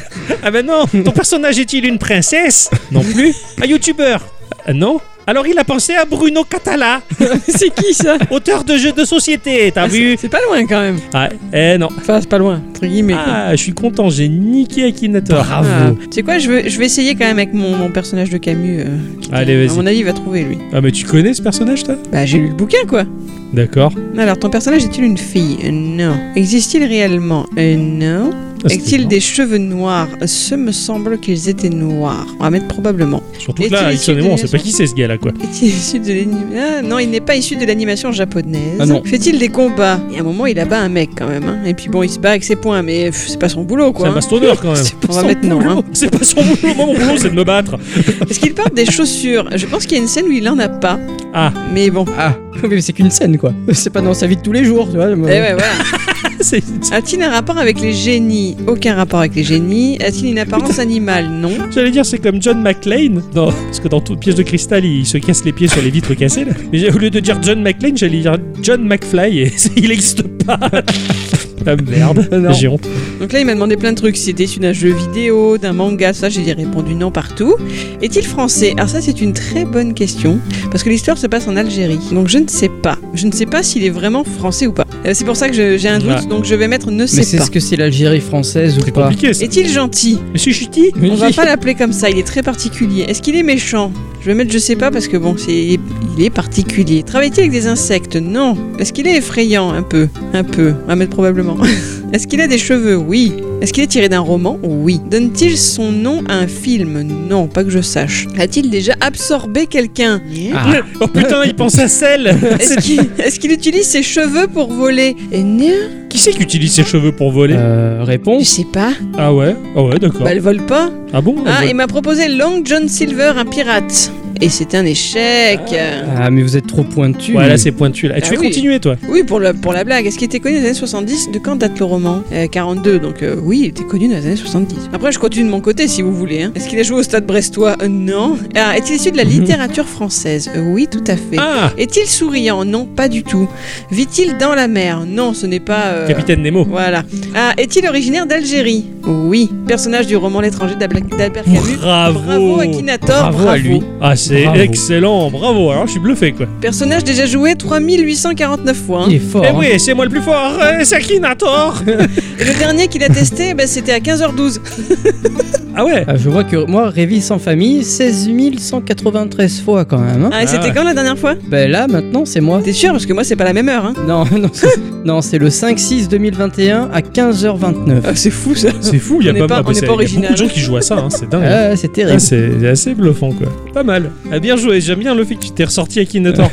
S5: Ah ben non. Ton personnage est-il une princesse Non plus. Un youtubeur Euh, Non. Alors il a pensé à Bruno Catala,
S6: c'est qui ça
S5: auteur de jeux de société, t'as
S6: Ah, c'est-
S5: vu
S6: C'est pas loin quand même.
S5: Ah, eh non.
S6: Enfin, c'est pas loin, entre guillemets. quoi.
S5: Ah, je suis content, j'ai niqué Akinator.
S6: Ah. Tu sais quoi, je, veux- je vais essayer quand même avec mon, mon personnage de Camus. euh, qui-
S5: Ah, Allez,
S6: À
S5: vas-y.
S6: mon avis, il va trouver lui.
S5: Ah mais tu connais ce personnage toi
S6: Bah, j'ai lu le bouquin quoi.
S5: D'accord.
S6: Alors, ton personnage est-il une fille Euh, Non. Existe-t-il réellement Euh, Non.
S5: Ah, c'était
S6: Est-il
S5: bon.
S6: des cheveux noirs Euh, Ce me semble qu'ils étaient noirs. On va mettre probablement.
S5: Surtout que là,
S6: Est-il
S5: Ixon et
S6: issu
S5: moi, on
S6: des-
S5: sait pas qui c'est ce gars là quoi.
S6: Est-il issu de l'anime Ah, Non, il n'est pas issu de l'animation japonaise.
S11: Ah non.
S6: Fait-il des combats Et à un moment, il abat un mec quand même. hein. Et puis bon, il se bat avec ses poings, mais pff, c'est pas son boulot
S5: C'est
S6: quoi.
S5: un
S6: hein.
S5: bastonneur quand même.
S6: C'est pas On va son mettre non, boulot. hein.
S5: C'est pas son boulot, moi mon boulot c'est de me battre.
S6: Est-ce qu'il porte des chaussures Je pense qu'il y a une scène où il en a pas.
S5: Ah.
S6: Mais bon.
S11: Ah, oui, mais c'est qu'une scène quoi. C'est pas dans sa vie de tous les jours, tu vois.
S6: Eh ouais, voilà.
S5: C'est-
S6: A-t-il un rapport avec les génies Aucun rapport avec les génies. A-t-il une apparence animale Non.
S5: J'allais dire, c'est comme John McClane. Non, parce que dans toute pièce de cristal, il se casse les pieds sur les vitres cassées. Là. Mais j'ai- au lieu de dire John McClane, j'allais dire John McFly et il n'existe pas. Ah merde,
S11: Non.
S5: j'ai honte.
S6: Donc là, il m'a demandé plein de trucs. Si C'était issu d'un jeu vidéo, d'un manga, ça, j'ai répondu non partout. Est-il français Alors ça, c'est une très bonne question, parce que l'histoire se passe en Algérie. Donc je ne sais pas. Je ne sais pas s'il est vraiment français ou pas. Euh, c'est pour ça que je- j'ai un doute,
S5: Ouais.
S6: donc je vais mettre ne
S11: Mais
S6: sais
S11: c'est
S6: pas.
S11: ce que c'est l'Algérie française ou
S5: C'est
S11: pas
S5: Ah, compliqué ça.
S6: Est-il gentil
S5: Monsieur Chuty
S11: Mais
S6: On va
S11: oui.
S6: pas l'appeler comme ça, il est très particulier. Est-ce qu'il est méchant Je vais mettre je sais pas parce que bon, c'est il est particulier. Travaille-t-il avec des insectes Non. Est-ce qu'il est effrayant un peu Un peu. On va mettre probablement. Est-ce qu'il a des cheveux Oui. Est-ce qu'il est tiré d'un roman Oui. Donne-t-il son nom à un film Non, pas que je sache. A-t-il déjà absorbé quelqu'un
S11: Ah.
S5: Oh putain, il pense à celle
S6: Est-ce qu'il est-ce qu'il utilise ses cheveux pour voler Et non,
S5: Qui c'est qui utilise ses cheveux pour voler
S11: Euh,
S6: je
S11: réponse
S6: sais pas.
S5: Ah ouais Ah ouais, d'accord.
S6: Bah, elle vole pas.
S5: ah bon
S6: Ah,
S5: Ouais.
S6: il m'a proposé Long John Silver, un pirate. Et c'est un échec.
S11: Ah, mais vous êtes trop pointu.
S5: Ouais, là c'est pointu. Là. Et tu
S6: Ah
S5: fais
S6: oui.
S5: continuer toi
S6: Oui, pour la, pour la blague. Est-ce qu'il était connu dans les années 70 De quand date le roman Euh, 42, donc euh, oui, il était connu dans les années 70. Après, je continue de mon côté si vous voulez. hein. Est-ce qu'il a joué au stade brestois Euh, Non. Ah, est-il issu de la littérature française Euh, Oui, tout à fait.
S5: Ah
S6: Est-il souriant Non, pas du tout. Vit-il dans la mer Non, ce n'est pas. euh,
S5: Capitaine Nemo.
S6: Voilà. Ah, est-il originaire d'Algérie Oui, personnage du roman L'étranger d'Abla- d'Albert Camus.
S5: Bravo
S6: Bravo Akinator,
S5: Bravo, à
S6: bravo.
S5: lui Ah, c'est
S11: Bravo.
S5: excellent Bravo Alors, je suis bluffé, quoi
S6: Personnage déjà joué 3849 fois. hein.
S11: Il est fort.
S5: Eh
S11: hein.
S5: oui, c'est moi le plus fort euh, C'est Akinator
S6: Et le dernier qu'il a testé, bah, c'était à 15h12.
S5: Ah ouais
S11: Ah, je vois que moi, Révi sans famille, 16 193 fois quand même. hein.
S6: Ah, et
S5: Ah
S6: c'était
S5: ouais.
S6: quand la dernière fois
S11: Ben là, maintenant, c'est moi.
S6: T'es sûr Parce que moi, c'est pas la même heure. Hein.
S11: Non, non, c'est- non, c'est le 5-6-2021 à 15h29.
S6: Ah, c'est fou ça.
S5: C'est fou, il y a
S6: On est
S5: pas,
S6: pas-
S5: ah,
S6: on est
S5: c'est-
S6: pas
S5: y a beaucoup
S6: original.
S5: de gens qui jouent à ça, hein, c'est dingue.
S11: Ah, c'est terrible.
S5: Ah, c'est assez bluffant quoi. Pas mal. Ah, bien joué, j'aime bien le fait que tu t'es ressorti Akinator.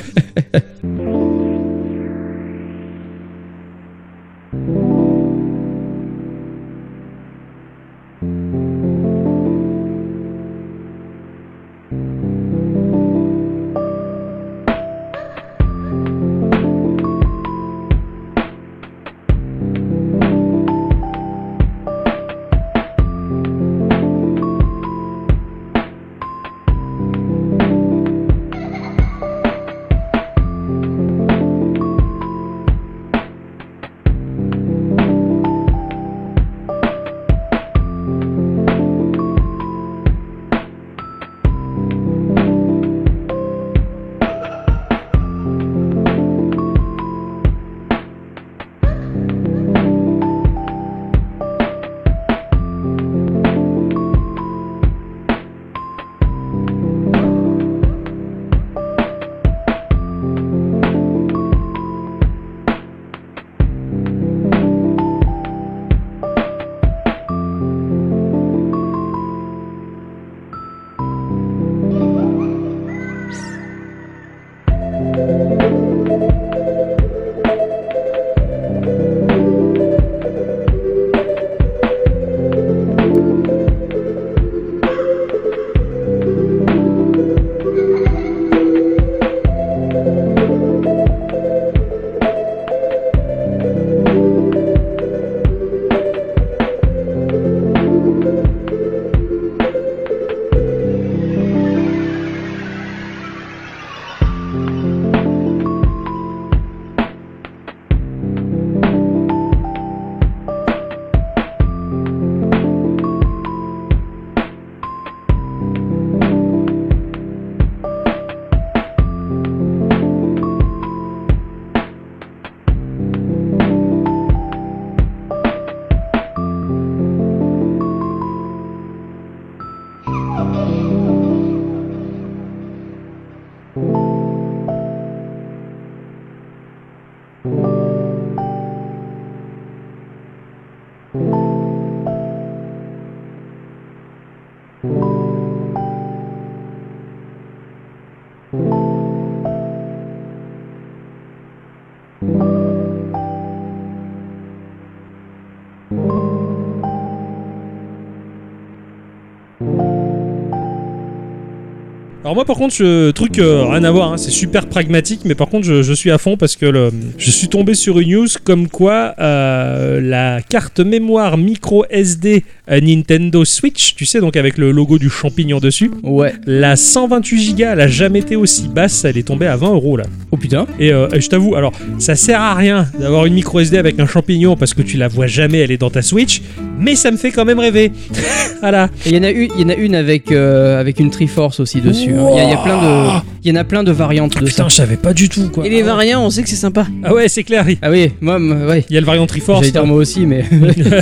S5: Alors moi par contre, je, truc euh, rien à voir, hein, c'est super pragmatique, mais par contre je, je suis à fond parce que le- je suis tombé sur une news comme quoi euh, la carte mémoire micro SD à Nintendo Switch, tu sais donc avec le logo du champignon dessus,
S11: Ouais.
S5: la 128 Go, elle a jamais été aussi basse, elle est tombée à 20 euros là.
S11: Oh putain.
S5: Et, euh, et je t'avoue, alors ça sert à rien d'avoir une micro SD avec un champignon parce que tu la vois jamais, elle est dans ta Switch, mais ça me fait quand même rêver. voilà.
S11: Et Il y en a une, il y en a une avec euh, avec une Triforce aussi dessus. hein. Il y, a- il y a plein de, il y en a plein de variantes de ça.
S5: je savais pas du tout quoi.
S6: Et les variants, on sait que c'est sympa.
S5: Ah ouais, c'est clair. Il
S11: Ah oui, moi, m- ouais.
S5: il y a le variant Triforce.
S11: J'allais dire moi aussi, mais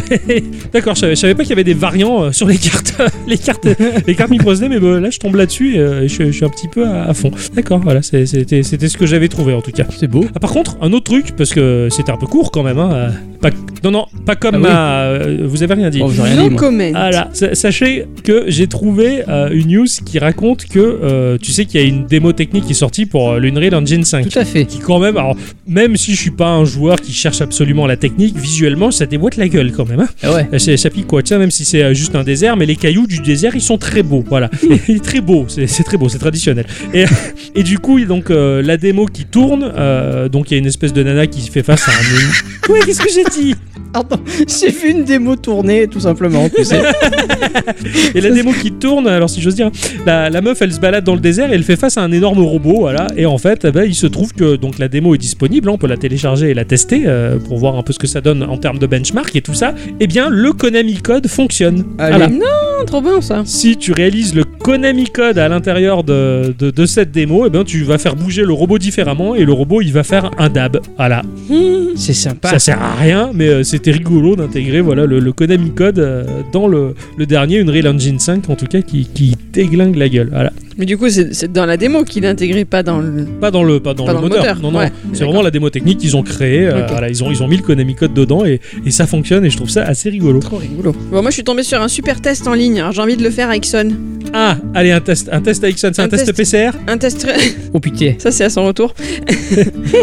S5: D'accord, je savais, je savais pas qu'il y avait des variants euh, sur les cartes, les cartes, les cartes micro SD, mais bah, là je tombe là-dessus et euh, je, je suis un petit peu à, à fond. D'accord, voilà, c'est- c'était c'était ce que j'avais trouvé en tout cas.
S11: c'est beau.
S5: Ah, par contre, un autre truc, parce que c'était un peu court quand même, hein, euh, pas, non, non, pas comme
S11: Ah oui.
S5: ma- euh, vous avez rien dit.
S11: Oh, j'ai rien dit,
S6: No
S11: moi.
S6: comment.
S5: Voilà, Sa- sachez que j'ai trouvé euh, une news qui raconte que euh, tu sais qu'il y a une démo technique qui est sortie pour euh, l'Unreal Engine 5.
S11: Tout à fait.
S5: Qui quand même, alors même si je suis pas un joueur qui cherche absolument la technique, visuellement ça déboîte la gueule quand même. hein.
S11: Ah ouais.
S5: Euh, c'est- Ça pique quoi, tiens, même si c'est euh, juste un désert, mais les cailloux du désert ils sont très beaux, voilà. Il est très beau, c'est c'est très beau, c'est traditionnel. Et, et du coup, il- donc euh, la démo qui tourne, euh, donc il y a une espèce de nana qui fait face à un. ouais, qu'est-ce que j'ai dit
S11: Pardon, j'ai vu une démo tourner, tout simplement. tu sais.
S5: Et la démo qui tourne, alors si j'ose dire, la, la meuf elle se balade dans le désert et elle fait face à un énorme robot, voilà. Et en fait, eh ben, il se trouve que donc la démo est disponible, hein, on peut la télécharger et la tester euh, pour voir un peu ce que ça donne en termes de benchmark et tout ça. Eh bien, le Konami Code fonctionne.
S11: Allez.
S5: Voilà.
S6: Ah, trop bien ça.
S5: Si tu réalises le Konami Code à l'intérieur de, de- de cette démo, eh ben, tu vas faire bouger le robot différemment et le robot il va faire un dab. Voilà.
S11: C'est sympa.
S5: Ça sert à rien, mais euh, c'était rigolo d'intégrer voilà, le, le Konami Code euh, dans le, le dernier Unreal Engine 5, en tout cas, qui, qui déglingue la gueule. Voilà.
S6: Mais du coup, c'est c'est dans la démo qu'il l'intégrait pas dans le.
S5: Pas dans le, pas dans
S6: Pas
S5: le,
S6: dans le
S5: moteur.
S6: moteur,
S5: Non, non,
S6: ouais.
S5: c'est
S6: D'accord.
S5: vraiment la démo technique qu'ils ont créée. euh,
S6: Ok.
S5: voilà, ils, ont, ils ont mis le Konami Code dedans et, et ça fonctionne et je trouve ça assez rigolo.
S6: Trop rigolo. Bon, moi, je suis tombé sur un super test en ligne. Alors, J'ai envie de le faire à Ixon.
S5: Ah, allez, un test, un test Ixon, c'est un,
S6: Un
S5: test,
S6: test.
S5: PCR
S6: Un test.
S11: Oh putain.
S6: Ça, c'est à son retour.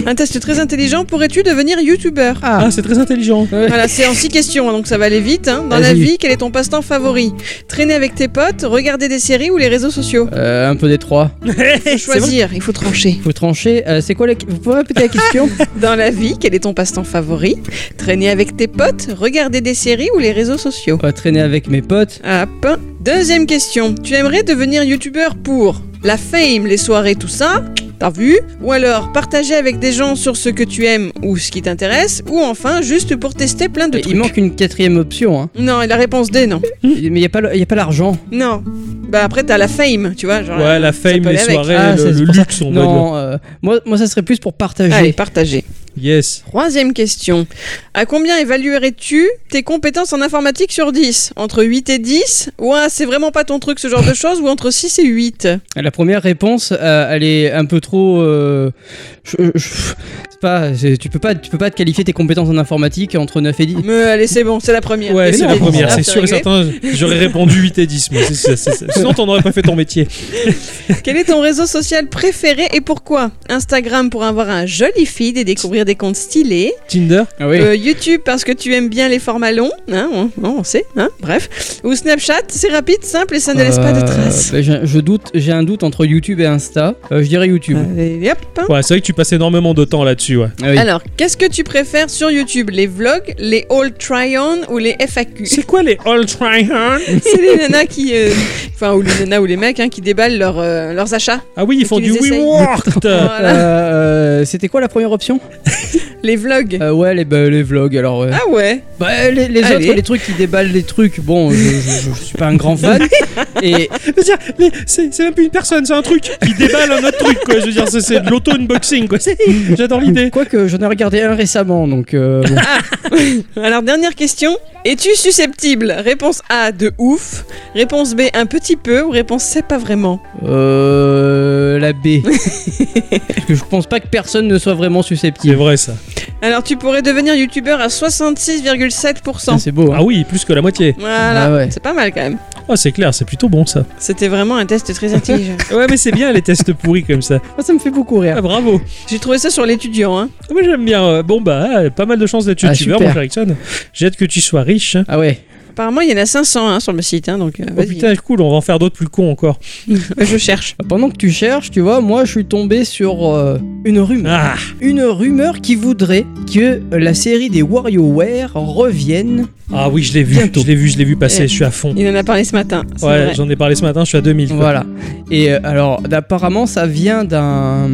S6: un test très intelligent. Pourrais-tu devenir youtubeur
S5: Ah, c'est très intelligent.
S6: Voilà, c'est en six questions, donc ça va aller vite. hein. Dans la
S11: Vas-y.
S6: vie, quel est ton passe-temps favori Traîner avec tes potes, regarder des séries ou les réseaux sociaux
S11: Euh, un peu des trois.
S5: C'est vrai.
S6: Choisir, il faut trancher.
S11: Faut trancher. Euh, c'est quoi la... Vous pouvez répéter la question
S6: Dans la vie, quel est ton passe-temps favori Traîner avec tes potes, regarder des séries ou les réseaux sociaux
S11: On va traîner avec mes potes.
S6: Hop. Deuxième question. Tu aimerais devenir youtubeur pour la fame, les soirées, tout ça T'as vu Ou alors partager avec des gens sur ce que tu aimes ou ce qui t'intéresse Ou enfin juste pour tester plein de
S11: Mais
S6: trucs
S11: Il manque une quatrième option. Hein.
S6: Non, et la réponse D, non.
S11: Mais il n'y a pas le- y a pas l'argent.
S6: Non. Bah après, t'as la fame, tu vois. Genre, euh,
S5: Ouais, la
S6: ça
S5: fame,
S6: peut
S5: les
S6: aller avec.
S5: soirées,
S11: Ah,
S5: le,
S11: c'est
S5: le
S11: pour ça.
S5: luxe, on va dire.
S11: Non, euh, moi, moi ça serait plus pour partager.
S6: Allez, partager.
S5: Yes.
S6: Troisième question. À combien évaluerais-tu tes compétences en informatique sur 10 Entre 8 et 10 Ouais, c'est vraiment pas ton truc ce genre de choses, ou entre 6 et 8
S11: La première réponse, euh, elle est un peu trop. euh, je- je- c'est pas, c'est- tu peux pas, tu peux pas te qualifier tes compétences en informatique entre 9 et 10.
S6: Mais allez, c'est bon, c'est la première.
S5: Ouais,
S6: Mais
S5: c'est
S11: non,
S5: la
S11: mais
S5: première,
S11: ça,
S5: c'est
S6: c'est
S5: sûr et
S6: réglé.
S5: certain. J'aurais répondu 8 et 10, moi. c'est- c'est- c'est- Sinon, t'en aurais pas fait ton métier.
S6: Quel est ton réseau social préféré et pourquoi Instagram pour avoir un joli feed et découvrir des comptes stylés.
S5: Tinder
S11: Ah oui.
S6: Euh, YouTube parce que tu aimes bien les formats longs. Hein, on, on- on sait, hein, bref. Ou Snapchat, c'est rapide, simple et ça ne laisse pas de
S11: Euh,
S6: traces.
S11: ben, j'ai- je doute, j'ai un doute entre YouTube et Insta. Euh, je dirais YouTube.
S6: Allez, Bah, hop. hein.
S5: Ouais, c'est vrai que tu passes énormément de temps là-dessus, ouais.
S11: Ah oui.
S6: Alors, qu'est-ce que tu préfères sur YouTube Les vlogs, les all try-on ou les FAQ
S5: C'est quoi les All Try Hard
S6: C'est les nanas qui. euh, Enfin, ou les nanas ou les mecs hein, qui déballent leurs, euh, leurs achats.
S5: Ah oui, ils
S6: Et
S5: font
S6: qui
S5: du
S6: les essayent.
S5: WeWorked
S6: Voilà.
S11: Euh, euh, C'était quoi la première option
S6: Les vlogs.
S11: Euh, Ouais, les, ben, les vlogs. Alors, ouais.
S6: Ah ouais
S11: Bah, les, les
S6: Allez.
S11: autres, les trucs qui déballent les trucs. Bon, je, je- je suis pas un grand fan. et
S5: Je veux dire, les- c'est c'est même plus une personne, c'est un truc qui déballe un autre truc, quoi. Je veux dire, c'est- c'est de l'auto-unboxing, quoi. C'est- J'adore l'idée.
S11: quoique, j'en ai regardé un récemment, donc euh, bon.
S6: Alors, dernière question. Es-tu susceptible Réponse A, de ouf. Réponse B, un petit peu. Ou réponse C, pas vraiment.
S11: Euh, la B. Parce que je pense pas que personne ne soit vraiment
S5: C'est
S11: susceptible.
S5: vrai, ça.
S6: Alors, tu pourrais devenir youtubeur à 66,7%.
S11: Putain, C'est beau. hein.
S5: Ah oui, plus que la moitié.
S6: Voilà,
S11: Ah ouais.
S6: c'est pas mal quand même.
S5: Ah, c'est clair, c'est plutôt bon, ça.
S6: C'était vraiment un test très intelligent.
S5: Ouais, mais c'est bien les tests pourris comme ça.
S11: Ah, ça me fait beaucoup rire.
S5: Ah, bravo.
S6: J'ai trouvé ça sur l'étudiant. Hein.
S5: Moi, j'aime bien. euh, Bon, bah, ah, pas mal de chance d'être
S11: Ah,
S5: youtubeur,
S11: super.
S5: mon cher Ericsson. J'ai hâte que tu sois riche. hein.
S11: Ah ouais.
S6: Apparemment, il y en a 500 hein, sur le site. Hein, donc, euh,
S5: Oh
S6: vas-y.
S5: putain, cool, on va en faire d'autres plus cons encore.
S6: Je cherche.
S11: Pendant que tu cherches, tu vois, moi je suis tombé sur euh, une rumeur.
S5: Ah,
S11: Une rumeur qui voudrait que euh, la série des WarioWare revienne.
S5: ah oui, je l'ai vu,
S11: Bientôt.
S5: je l'ai vu, je l'ai vu passer,
S6: Eh.
S5: je suis à fond.
S6: Il en a parlé ce matin. c'est
S5: Ouais,
S6: vrai.
S5: j'en ai parlé ce matin, je suis à 2000. quoi.
S11: Voilà. Et euh, alors, apparemment, ça vient d'un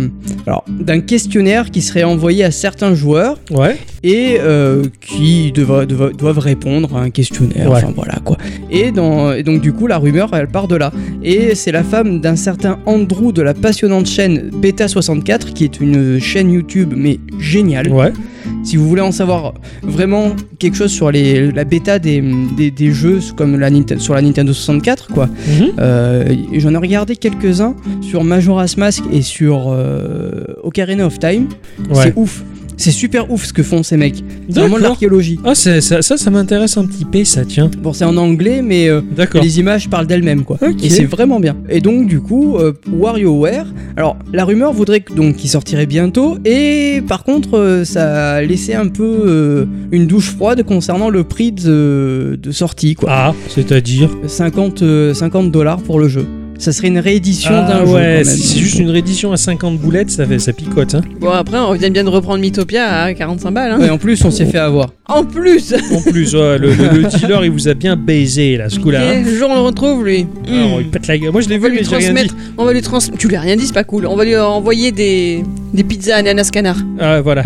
S11: alors, d'un questionnaire qui serait envoyé à certains joueurs
S5: Ouais.
S11: et euh, qui deva- deva- doivent répondre à un questionnaire.
S5: Ouais.
S11: Enfin voilà quoi. Et, dans- et donc du coup la rumeur elle part de là. Et c'est la femme d'un certain Andrew de la passionnante chaîne Beta64 qui est une chaîne YouTube mais géniale.
S5: Ouais.
S11: Si vous voulez en savoir vraiment quelque chose sur les, la bêta des, des- des jeux comme la Ninte- sur la Nintendo 64 quoi.
S5: Mhm.
S11: Euh, J'en ai regardé quelques-uns sur Majora's Mask et sur euh, Ocarina of Time.
S5: Ouais.
S11: C'est ouf. C'est super ouf ce que font ces mecs. C'est vraiment de
S5: D'accord.
S11: l'archéologie.
S5: Ah, c'est- ça, ça, ça m'intéresse un petit peu, ça, tiens.
S11: Bon, c'est en anglais, mais euh,
S5: D'accord.
S11: les images parlent d'elles-mêmes, quoi.
S5: Ok.
S11: Et c'est vraiment bien. Et donc, du coup, euh, WarioWare. Alors, la rumeur voudrait que- donc qu'il sortirait bientôt, et par contre, euh, ça a laissé un peu euh, une douche froide concernant le prix de, de sortie, quoi.
S5: Ah, c'est-à-dire
S11: 50 euh, 50 dollars pour le jeu. Ça serait une réédition
S5: Ah
S11: d'un jeu. quand
S5: ouais,
S11: même.
S5: si c'est juste une réédition à 50 boulettes, ça, fait, ça picote. Hein.
S6: Bon, après, on vient bien de reprendre Mythopia à 45 balles. Hein.
S11: Ouais, en plus, on s'est fait avoir.
S6: En plus,
S5: En plus, ouais, le, le- le dealer, il vous a bien baisé, là, ce coup-là. hein.
S6: quel jour on le retrouve, lui
S5: Alors,
S6: Hmm.
S5: il pète la gueule. Moi, je l'ai
S6: On va
S5: vu,
S6: lui
S5: mais j'ai rien dit.
S6: transmettre. On va lui transmettre. Tu lui as rien dit, c'est pas cool. On va lui euh, envoyer des, des pizzas ananas canard.
S5: Ah, voilà.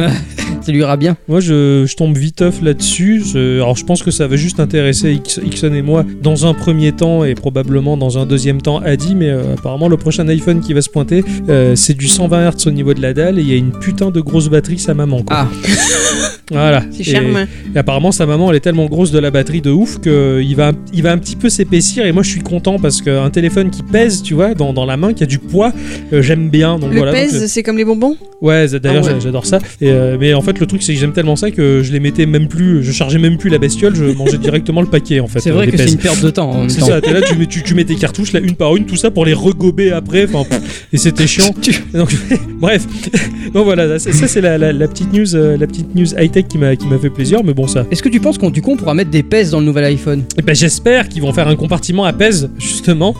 S11: Ça lui ira bien.
S5: Moi, je, je tombe viteuf là-dessus. Je- Alors, je pense que ça va juste intéresser Ix- Ixon et moi dans un premier temps et probablement dans un deuxième temps Adi. Mais euh, apparemment, le prochain iPhone qui va se pointer, euh, c'est du 120 Hz au niveau de la dalle et il y a une putain de grosse batterie, sa maman. Quoi.
S11: Ah.
S5: voilà.
S6: C'est
S5: Et-
S6: charmant.
S5: Et apparemment, sa maman, elle est tellement grosse de la batterie de ouf que il va, il va un petit peu s'épaissir. Et moi, je suis content parce qu'un téléphone qui pèse, tu vois, dans, dans la main, qui a du poids, euh, j'aime bien. Donc
S6: Le
S5: voilà. donc, euh,
S6: pèse, c'est comme les bonbons
S5: je- ouais, z- d'ailleurs,
S6: Ah ouais.
S5: j'a- j'adore ça. Et, euh, mais en fait, le truc, c'est que j'aime tellement ça que je les mettais même plus, je chargeais même plus la bestiole, je mangeais directement le paquet en fait.
S11: C'est
S5: euh,
S11: vrai
S5: des
S11: que c'est
S5: pèses.
S11: une perte de temps en même
S5: C'est
S11: temps.
S5: ça, t'es là, tu mets, tu, tu mets tes cartouches là une par une, tout ça pour les regober après, enfin, pff, et c'était chiant. Et donc, bref, donc voilà, là, c'est- ça c'est la, la- la petite news, euh, la petite news high tech qui m'a qui m'a fait plaisir, mais bon ça,
S11: Est-ce que tu penses qu'on du coup on pourra mettre des pèses dans le nouvel iPhone
S5: Eh ben, j'espère qu'ils vont faire un compartiment à pèse justement.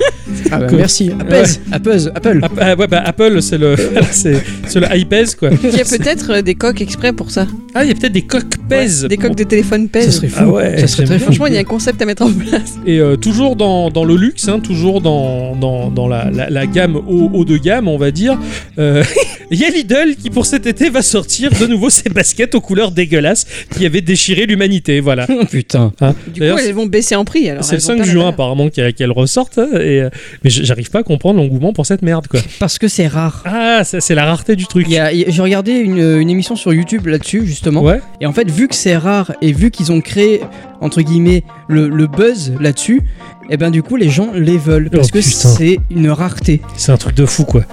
S11: Ah bah,
S5: Que-
S11: merci. À pèse, à pèse, Apple.
S5: App- ah ouais, bah, Apple, c'est le, c'est c'est le iPèse quoi.
S6: Il y a peut-être euh, des coques exprès pour ça.
S5: Ah, il y a peut-être des coques pèse.
S6: Des coques de téléphone
S11: Ça
S6: pèse.
S11: serait fou.
S5: Ah ouais,
S11: ça
S5: j'aime
S11: serait très
S5: bien.
S11: fou.
S6: Franchement, il y a un concept à mettre en place.
S5: Et euh, toujours dans, dans le luxe, hein, toujours dans, dans, dans la, la- la gamme haut, haut de gamme, on va dire, euh, il y a Lidl qui pour cet été va sortir de nouveau ses baskets aux couleurs dégueulasses qui avaient déchiré l'humanité. Voilà.
S11: Oh, putain.
S5: Hein.
S6: Du coup,
S5: D'ailleurs,
S6: elles vont baisser en prix. alors.
S5: c'est le
S6: Elles vont
S5: 5
S6: perdre
S5: juin
S6: la valeur.
S5: apparemment qu'elle- qu'elle ressorte, hein, et, euh, mais j- j'arrive pas à comprendre l'engouement pour cette merde quoi.
S11: Parce que c'est rare.
S5: Ah, ça, c'est la rareté du truc.
S11: Il y a- il- J'ai regardé une, une émission sur YouTube là-dessus justement.
S5: Ouais.
S11: Et en fait, vu que c'est rare et vu qu'ils ont créé entre guillemets le, le buzz là-dessus, et ben du coup les gens les veulent parce
S5: Oh,
S11: que
S5: putain.
S11: c'est une rareté.
S5: C'est un truc de fou, quoi.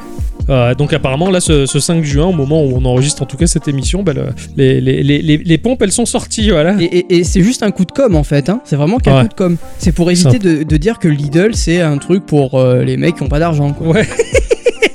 S5: Euh, donc apparemment là ce, ce 5 juin au moment où on enregistre en tout cas cette émission bah, le- les, les- les- les- les pompes elles sont sorties voilà
S11: Et, et- et c'est juste un coup de com en fait. hein. C'est vraiment qu'un
S5: Ouais.
S11: coup de com. C'est pour éviter de, de dire que Lidl c'est un truc pour euh, les mecs qui ont pas d'argent. quoi.
S5: ouais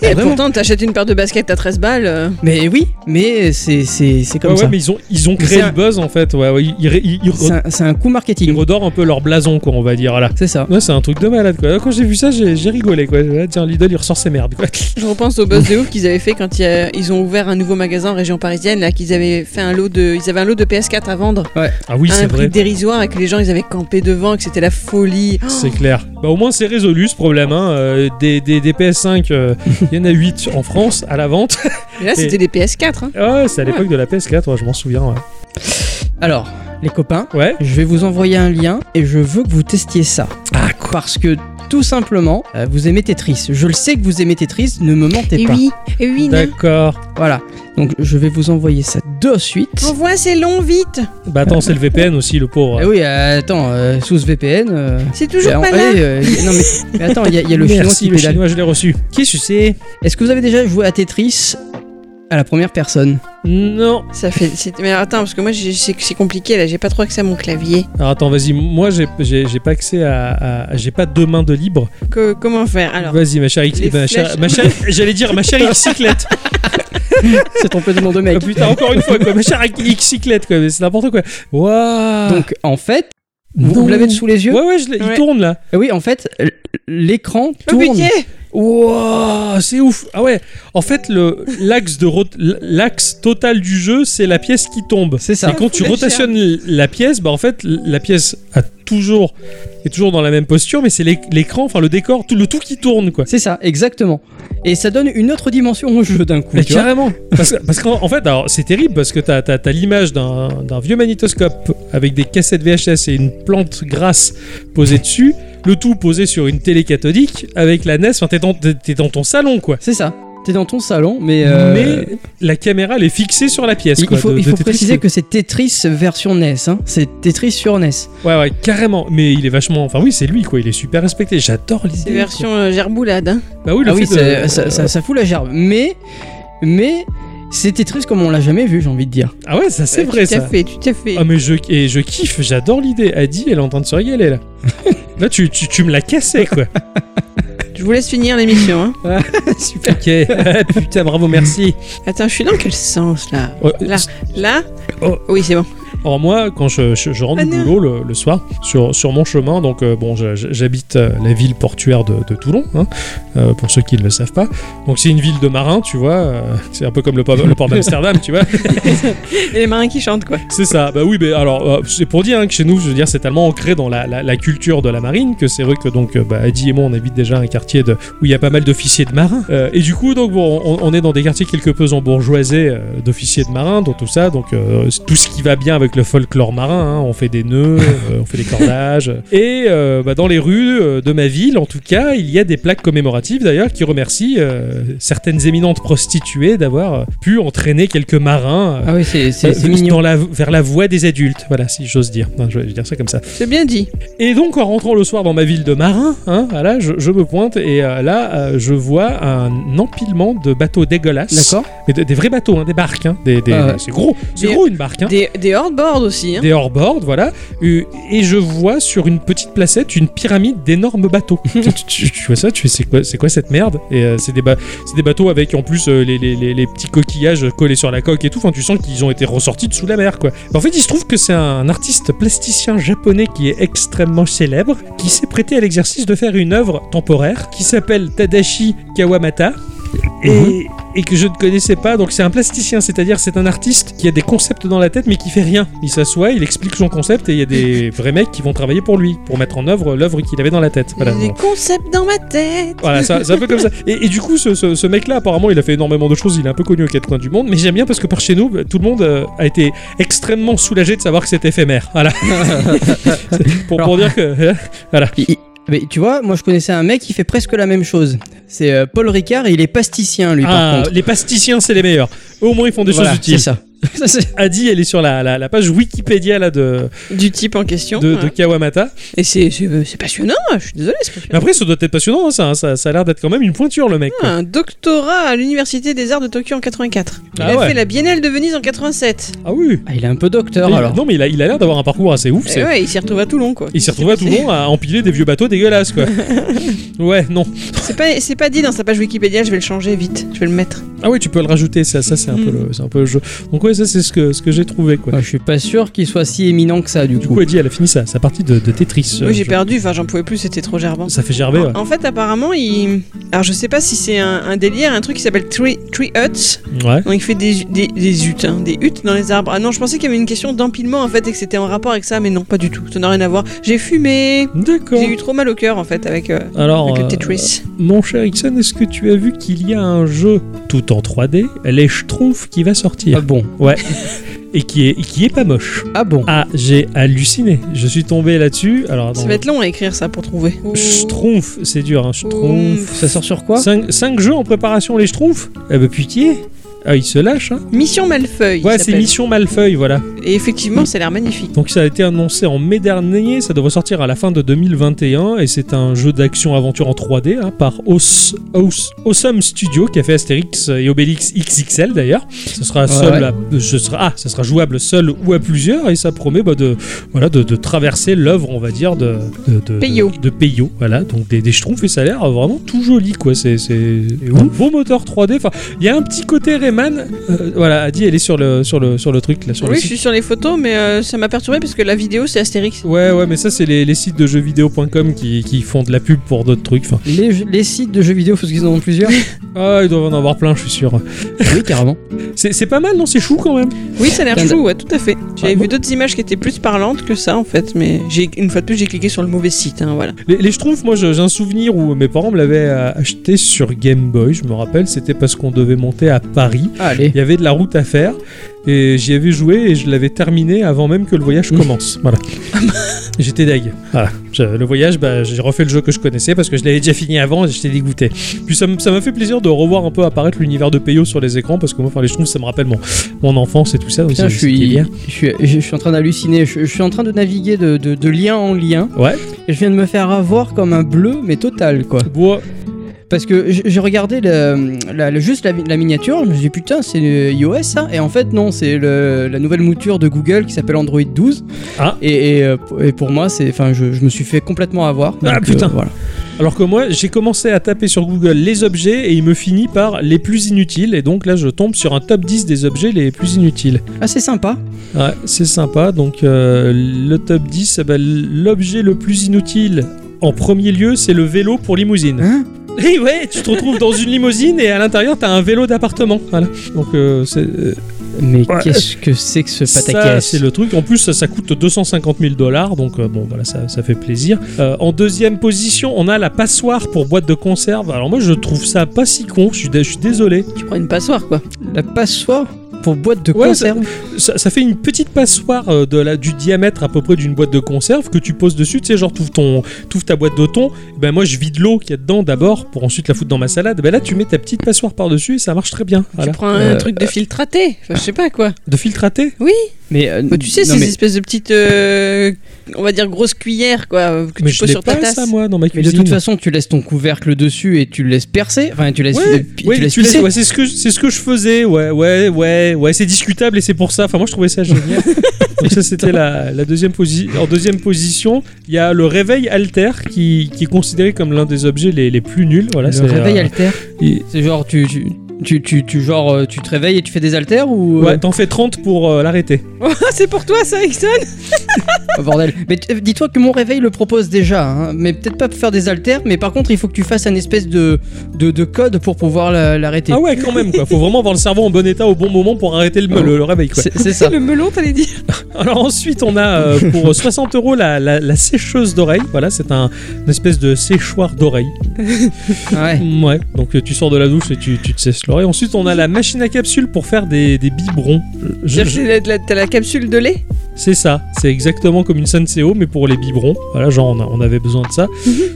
S6: Et
S11: Vraiment.
S6: pourtant, t'achètes une paire de baskets à 13 balles. euh,
S11: Mais oui, mais c'est c'est- c'est comme
S5: Ouais, ouais,
S11: ça.
S5: mais ils ont ils ont
S11: Mais
S5: créé
S11: c'est
S5: le
S11: un-
S5: buzz en fait ouais, ouais, ils, ils- ils- ils-
S11: C'est un- c'est un, coup
S5: ils
S11: marketing.
S5: redorent un peu leur blason quoi on va dire voilà
S11: C'est ça.
S5: ouais c'est un truc de malade quoi quand j'ai vu ça j'ai j'ai rigolé quoi Ah, tiens Lidl il ressort ses merdes quoi
S6: Je repense au buzz de ouf qu'ils avaient fait quand il y a- ils ont ouvert un nouveau magasin en région parisienne. Là, qu'ils avaient fait un lot de, ils avaient un lot de PS4 à vendre
S5: ah oui
S6: à
S5: c'est
S6: un prix
S5: vrai
S6: dérisoire et que les gens ils avaient campé devant, et que c'était la folie.
S5: c'est clair bah au moins c'est résolu ce problème hein. Euh, des, des, des PS5 euh, il y en a 8 en France à la vente
S6: Et là, c'était des PS4. hein.
S5: ouais c'est à l'époque de la PS4 ouais, je m'en souviens ouais.
S11: Alors, les copains,
S5: ouais
S11: je vais vous envoyer un lien et je veux que vous testiez ça.
S5: Ah,
S11: Parce que tout simplement, euh, vous aimez Tetris. Je le sais que vous aimez Tetris, ne me mentez
S6: Et
S11: pas.
S6: Eh oui, et oui, non.
S5: d'accord
S11: Voilà. Donc je vais vous envoyer ça de suite.
S5: Oh.
S6: Envoie c'est long vite.
S5: Bah attends, c'est le VPN aussi, le pauvre.
S11: Eh oui, euh, attends, euh, sous ce VPN. euh,
S6: C'est toujours
S5: Ben,
S11: eh,
S6: pas
S11: eh,
S6: là.
S11: euh, y- non mais, mais attends, il y, a- il y a le chinois
S5: Merci,
S11: qui
S5: le
S11: pédale.
S5: chinois, je l'ai reçu. Qui sucé
S11: Est-ce que vous avez déjà joué à Tetris à la première personne
S5: Non.
S6: Ça fait. c'est- Mais attends, parce que moi, j'ai- c'est c'est compliqué là. J'ai pas trop accès à mon clavier.
S5: Alors attends, vas-y, moi j'ai- j'ai j'ai pas accès à. à- j'ai pas deux mains de libre.
S6: Que- comment faire Alors,
S5: Vas-y, ma chère.
S6: les
S5: ma chère-
S6: flèches.
S5: ma chère- J'allais dire ma chère bicyclette.
S11: C'est trompé de nom de
S5: Oh
S11: mec.
S5: putain, encore une fois, quoi. Ma chère bicyclette, quoi. mais C'est n'importe quoi. Waouh.
S11: Donc en fait, vous, vous l'avez sous les yeux
S5: Ouais, ouais, je l'ai- il
S6: Ouais.
S5: tourne là.
S11: Eh Oui, en fait, l- l'écran
S6: le
S11: tourne.
S6: budget.
S5: Waouh, c'est ouf. Ah ouais, en fait, le- l'axe de rot- l'axe total du jeu, c'est la pièce qui tombe.
S11: C'est ça.
S5: Et quand tu
S6: Fou la
S5: rotationnes la pièce, bah en fait, la pièce a toujours est toujours dans la même posture, mais c'est l'éc- l'écran, enfin le décor, tout le tout qui tourne quoi.
S11: C'est ça, exactement. Et ça donne une autre dimension au jeu d'un coup.
S5: Mais
S11: tu vois.
S5: carrément Parce, que- parce qu'en en fait, alors c'est terrible parce que t'as as, l'image d'un d'un vieux magnétoscope avec des cassettes VHS et une plante grasse posée dessus, le tout posé sur une télé cathodique avec la NES, enfin t'es dans, t'es- t'es dans ton salon quoi.
S11: C'est ça. T'es dans ton salon, mais. euh,
S5: Mais la caméra, elle est fixée sur la pièce.
S11: Il,
S5: quoi,
S11: il faut,
S5: de-
S11: il
S5: de
S11: faut
S5: Tetris,
S11: préciser
S5: quoi.
S11: que c'est Tetris version NES. hein. C'est Tetris sur E NES.
S5: Ouais, ouais, carrément. Mais il est vachement. Enfin, oui, c'est lui, quoi. Il est super respecté. J'adore l'idée.
S6: C'est version euh, gerboulade. hein.
S5: quoi. Bah oui, le
S11: Ah oui,
S5: fait
S11: c'est-
S5: de-
S11: ça, ça- ça fout la gerbe. Mais. Mais. C'est Tetris comme on l'a jamais vu, j'ai envie de dire.
S5: Ah ouais, ça, c'est
S6: Euh,
S5: vrai,
S6: Tu t'as
S5: ça.
S6: fait, tu t'as fait.
S5: Ah, mais je, et je kiffe, j'adore l'idée. Adi, elle est en train de se régaler, là. là, tu, tu, tu me l'as cassé, quoi.
S6: Je vous laisse finir l'émission. hein.
S11: Super.
S5: ok. Putain, bravo, merci.
S6: Attends, je suis dans quel sens là
S5: Oh,
S6: Là. Là
S5: Oh.
S6: Oui, c'est bon.
S5: Or moi, quand je, je- je rentre
S6: Ah
S5: du
S6: non.
S5: boulot le, le soir, sur, sur mon chemin, donc euh, bon, je- je- j'habite euh, la ville portuaire de, de Toulon, hein, euh, pour ceux qui ne le savent pas. Donc c'est une ville de marins, tu vois. euh, c'est un peu comme le, port- le port d'Amsterdam, tu vois.
S6: Et les marins qui chantent, quoi.
S5: C'est ça. Bah oui, mais alors euh, c'est pour dire hein, que chez nous, je veux dire, c'est tellement ancré dans la, la- la culture de la marine que c'est vrai que donc euh, bah, Adi et moi, on habite déjà un quartier de, où il y a pas mal d'officiers de marins. Euh, et du coup, donc bon, on, on est dans des quartiers quelque peu embourgeoisés euh, d'officiers de marins, dont tout ça, donc euh, c'est tout ce qui va bien avec le folklore marin. hein. on fait des nœuds, euh, on fait des cordages. Et euh, bah, dans les rues euh, de ma ville, en tout cas, il y a des plaques commémoratives d'ailleurs qui remercient euh, certaines éminentes prostituées d'avoir euh, pu entraîner quelques marins. euh,
S11: Ah oui, c'est c'est-
S5: euh,
S11: c'est
S5: dans
S11: mignon.
S5: la- vers la voie des adultes, voilà, si j'ose dire. Enfin, je vais dire ça comme ça.
S6: C'est bien dit.
S5: Et donc, en rentrant le soir dans ma ville de Marin, hein, voilà, je, je me pointe et euh, là, euh, je vois un empilement de bateaux dégueulasses.
S11: D'accord.
S5: Mais de- des vrais bateaux, hein, des barques. hein, des, des-
S11: Ah ouais.
S5: C'est gros, c'est
S6: Des-
S5: gros une barque. hein.
S6: Des, des hors-board aussi, hein.
S5: Des hors-board, voilà. Euh, Et je vois sur une petite placette une pyramide d'énormes bateaux. tu, tu- tu vois ça Tu fais c'est quoi, c'est quoi cette merde Et euh, c'est des, ba- c'est des bateaux avec en plus euh, les, les- les- les petits coquillages collés sur la coque et tout. Enfin, tu sens qu'ils ont été ressortis de sous la mer, quoi. En fait, il se trouve que c'est un artiste plasticien japonais qui est extrêmement célèbre, qui s'est prêté à l'exercice de faire une œuvre temporaire qui s'appelle Tadashi Kawamata.
S11: Mhm.
S5: Et, et que je ne connaissais pas. Donc c'est un plasticien, c'est-à-dire c'est un artiste qui a des concepts dans la tête mais qui fait rien. Il s'assoit, il explique son concept et il y a des vrais mecs qui vont travailler pour lui, pour mettre en œuvre l'œuvre qu'il avait dans la tête. Voilà,
S6: Des
S5: bon.
S6: concepts dans ma tête.
S5: Voilà, ça- c'est un peu comme ça. Et, et du coup, ce, ce- ce mec-là, apparemment, il a fait énormément de choses. Il est un peu connu aux quatre coins du monde. Mais j'aime bien parce que par chez nous, bah, tout le monde euh, a été extrêmement soulagé de savoir que c'est éphémère. Voilà. pour, pour dire que. hein,
S11: Il- il- Mais tu vois, moi je connaissais un mec qui fait presque la même chose. C'est euh, Paul Ricard et il est plasticien lui par
S5: Ah,
S11: contre.
S5: les pasticiens, c'est les meilleurs. Au moins, ils font des
S11: Voilà,
S5: choses utiles.
S11: C'est ça. Ça, c'est-
S5: Adi, elle est sur la, la- la page Wikipédia là, de,
S6: Du type en question.
S5: de, de
S6: hein.
S5: Kawamata.
S6: Et c'est, euh, c'est, c'est passionnant, je suis désolé, c'est passionnant.
S5: Mais après, ça doit être passionnant, hein, ça, hein. ça. Ça a l'air d'être quand même une pointure, le mec. quoi.
S6: Ah, Un doctorat à l'Université des Arts de Tokyo en 84. Il
S5: Ah
S6: a
S5: ouais.
S6: fait la Biennale de Venise en 87.
S5: Ah oui.
S11: Ah, il est un peu docteur
S5: Mais-
S11: alors.
S5: Non, mais il a il a l'air d'avoir un parcours assez ouf.
S6: Et
S5: c'est-
S6: Eh ouais, il s'y retrouve à Toulon, quoi.
S5: Il s'est retrouvé à
S6: C'est-
S5: Toulon à empiler des vieux bateaux dégueulasses, quoi. ouais, non.
S6: C'est pas, c'est pas dit dans sa page Wikipédia, je vais le changer vite, je vais le mettre.
S5: Ah oui, tu peux le rajouter, ça, ça c'est un, peu
S6: Hmm.
S5: le- c'est un peu le jeu. Donc ouais, ça c'est ce que, ce que j'ai trouvé, quoi.
S11: Ouais, je suis pas sûr qu'il soit si éminent que ça du
S5: Du
S11: coup.
S5: coup, elle dit, elle a fini sa, sa partie de, de Tetris. euh,
S6: Oui, j'ai
S5: je-
S6: perdu, enfin j'en pouvais plus, c'était trop gerbant.
S5: Ça fait gerber, ouais.
S6: En fait, apparemment, il. Alors, je sais pas si c'est un, un délire, un truc qui s'appelle Tree, tree Huts.
S5: Ouais.
S6: Donc, il fait des, des, des huttes, hein, des huttes dans les arbres. Ah non, je pensais qu'il y avait une question d'empilement en fait et que c'était en rapport avec ça, mais non, pas du tout. Ça n'a rien à voir. J'ai fumé
S5: D'accord.
S6: J'ai eu trop mal au cœur en fait avec, euh,
S5: Alors,
S6: avec le
S5: euh,
S6: Tetris.
S5: mon cher Ixon, est-ce que tu as vu qu'il y a un jeu tout en 3D, les Schtroumpfs, qui va
S11: Ah
S5: sortir
S11: bon.
S5: et qui est, et qui est pas moche
S11: Ah bon.
S5: Ah, j'ai halluciné. Je suis tombé là-dessus. Alors,
S6: Ça
S5: attends.
S6: va être long à écrire ça pour trouver.
S5: Schtroumpf, c'est dur, hein. Schtroumpf.
S11: Ça sort sur quoi
S5: 5 jeux en préparation, les Schtroumpfs Eh ben, pitié. Ah, ils se lâchent, hein.
S6: Mission Malfeuille. il
S5: Ouais, c'est
S6: s'appelle.
S5: Mission Malfeuille, voilà.
S6: Et effectivement, ça a l'air magnifique.
S5: Donc ça a été annoncé en mai dernier, ça devrait sortir à la fin de 2021 et c'est un jeu d'action-aventure en 3D hein, par Os- Os- Awesome Studio qui a fait Astérix et Obélix XXL d'ailleurs. Ce sera seul,
S11: ouais.
S5: à- euh, ce sera ah, ça sera jouable seul ou à plusieurs et ça promet bah, de voilà de, de traverser l'œuvre on va dire de de, de
S6: Peyo.
S5: de- de Peyo, voilà donc des, des schtroumpfs et ça a l'air vraiment tout joli quoi. C'est c'est et bon, bon moteur 3D. Enfin il y a un petit côté Rayman. Euh, voilà Adi elle est sur le sur le sur le truc là sur le
S6: Oui,
S5: site.
S6: je suis sur les photos, mais euh, ça m'a perturbé parce que la vidéo c'est Astérix.
S5: Ouais, ouais, mais ça, c'est les, les sites de jeuxvideo.com qui, qui font de la pub pour d'autres trucs. Enfin,
S11: les, jeux- les sites de jeux vidéo, faut qu'ils en ont plusieurs.
S5: ah, ils doivent en avoir plein, je suis sûr.
S11: oui, carrément.
S5: C'est c'est pas mal, non C'est chou quand même.
S6: Oui, ça a l'air
S11: Tiens,
S6: chou, ouais, tout à fait. J'avais
S5: Ah, bon.
S6: vu d'autres images qui étaient plus parlantes que ça en fait, mais j'ai une fois de plus j'ai cliqué sur le mauvais site, hein, voilà.
S5: Les, les Schtroumpfs, moi, je- j'ai un souvenir où mes parents me l'avaient euh, acheté sur Game Boy, je me rappelle. C'était parce qu'on devait monter à Paris.
S11: Ah, Allez.
S5: Il y avait de la route à faire. Et j'y avais joué et je l'avais terminé avant même que le voyage commence. Voilà. J'étais deg. Voilà. Je- le voyage, bah, j'ai refait le jeu que je connaissais parce que je l'avais déjà fini avant et j'étais dégoûté. Puis ça m- ça m'a fait plaisir de revoir un peu apparaître l'univers de Peyo sur les écrans parce que moi, enfin, les trouve ça me rappelle mon, mon enfance et tout ça.
S11: Putain,
S5: aussi,
S11: je suis,
S5: c'était hier.
S11: je suis, je suis en train d'halluciner. Je, je suis en train de naviguer de, de, de lien en lien.
S5: Ouais.
S11: Et je viens de me faire avoir comme un bleu, mais total, quoi.
S5: Bois.
S11: Parce que j- j'ai regardé le, la- le- juste la, mi- la miniature, je me suis dit putain, c'est le iOS ça Et en fait, non, c'est le- la nouvelle mouture de Google qui s'appelle Android 12.
S5: Ah.
S11: Et, et, euh, p- et pour moi, c'est, enfin, je, je me suis fait complètement avoir.
S5: Ah,
S11: Donc,
S5: putain.
S11: voilà.
S5: Ah, Alors que moi, j'ai commencé à taper sur Google les objets et il me finit par les plus inutiles. Et donc là, je tombe sur un top 10 des objets les plus inutiles.
S11: Ah, c'est sympa.
S5: Ouais, c'est sympa. Donc euh, le top 10, eh ben, l'objet le plus inutile en premier lieu, c'est le vélo pour limousine.
S11: Hein
S5: Et ouais, tu te retrouves dans une limousine et à l'intérieur, t'as un vélo d'appartement. Voilà. Donc euh, c'est euh,
S14: Mais
S5: Ouais.
S14: qu'est-ce que c'est que ce
S5: ça,
S14: pataquès
S5: c'est le truc. En plus, ça, ça coûte 250 000 dollars, donc euh, bon, voilà, ça, ça fait plaisir. Euh, en deuxième position, on a la passoire pour boîte de conserve. Alors moi, je trouve ça pas si con. Je suis, dé- je suis désolé.
S6: Tu prends une passoire, quoi.
S14: La passoire pour boîte de
S5: Ouais,
S14: conserve.
S5: Ça, ça fait une petite passoire euh, de la, du diamètre à peu près d'une boîte de conserve que tu poses dessus. Tu sais, genre, tu ton, t'ouvres ta boîte de thon. Ben moi, je vide l'eau qu'il y a dedans d'abord pour ensuite la foutre dans ma salade. Ben là, tu mets ta petite passoire par dessus et ça marche très bien. Voilà.
S6: Tu prends un
S14: Euh,
S6: truc de filtre à thé. Enfin, je sais pas, quoi.
S5: De filtre à thé
S6: Oui.
S14: Mais euh,
S6: Bah, tu sais,
S14: non,
S6: ces
S14: mais-
S6: espèces de petites, euh, on va dire, grosses cuillères, quoi, que
S5: Mais
S6: tu
S5: je
S6: poses
S5: n'ai
S6: sur ta
S5: pas
S6: tasse.
S5: ça moi dans ma
S11: Mais
S5: cuisine.
S11: de toute façon, tu laisses ton couvercle dessus et tu le laisses percer. Enfin, tu laisses,
S5: Ouais,
S11: pi-
S5: ouais,
S11: tu laisses
S5: tu laisses-
S11: pisser.
S5: ouais, c'est ce que c'est ce que je faisais. Ouais, ouais, ouais, ouais. C'est discutable et c'est pour ça. Enfin, moi, je trouvais ça génial. Donc ça, c'était la, la deuxième position. En deuxième position, il y a le réveil alter qui, qui est considéré comme l'un des objets les, les plus nuls. Voilà,
S11: le
S5: c'est,
S11: réveil
S5: euh,
S11: altère.
S5: il-
S11: C'est genre, tu, tu, tu, tu, tu- genre, euh, tu te réveilles et tu fais des haltères ou. euh,
S5: Ouais, t'en fais 30 pour euh, l'arrêter.
S6: c'est pour toi, ça, Ixon
S11: oh, bordel. Mais t- dis-toi que mon réveil le propose déjà. hein. Mais peut-être pas pour faire des haltères, mais par contre, il faut que tu fasses un espèce de, de, de code pour pouvoir la- l'arrêter.
S5: Ah ouais, quand même quoi. Faut vraiment avoir le cerveau en bon état au bon moment pour arrêter le, le- le réveil quoi.
S11: C'est c'est ça.
S6: Le melon, t'allais dire.
S5: Alors ensuite, on a euh, pour 60 euros la, la- la sécheuse d'oreille. Voilà, c'est un une espèce de séchoir d'oreille.
S11: Ouais.
S5: Mm, Ouais, donc euh, tu sors de la douche et tu, tu te sèches l'oreille. Ensuite, on a la machine à capsule pour faire des, des biberons. Je-
S6: T'as
S5: je-
S6: la, t'as la capsule de lait
S5: c'est ça, c'est exactement comme une Senseo, mais pour les biberons. Voilà, genre on, a- on avait besoin de ça.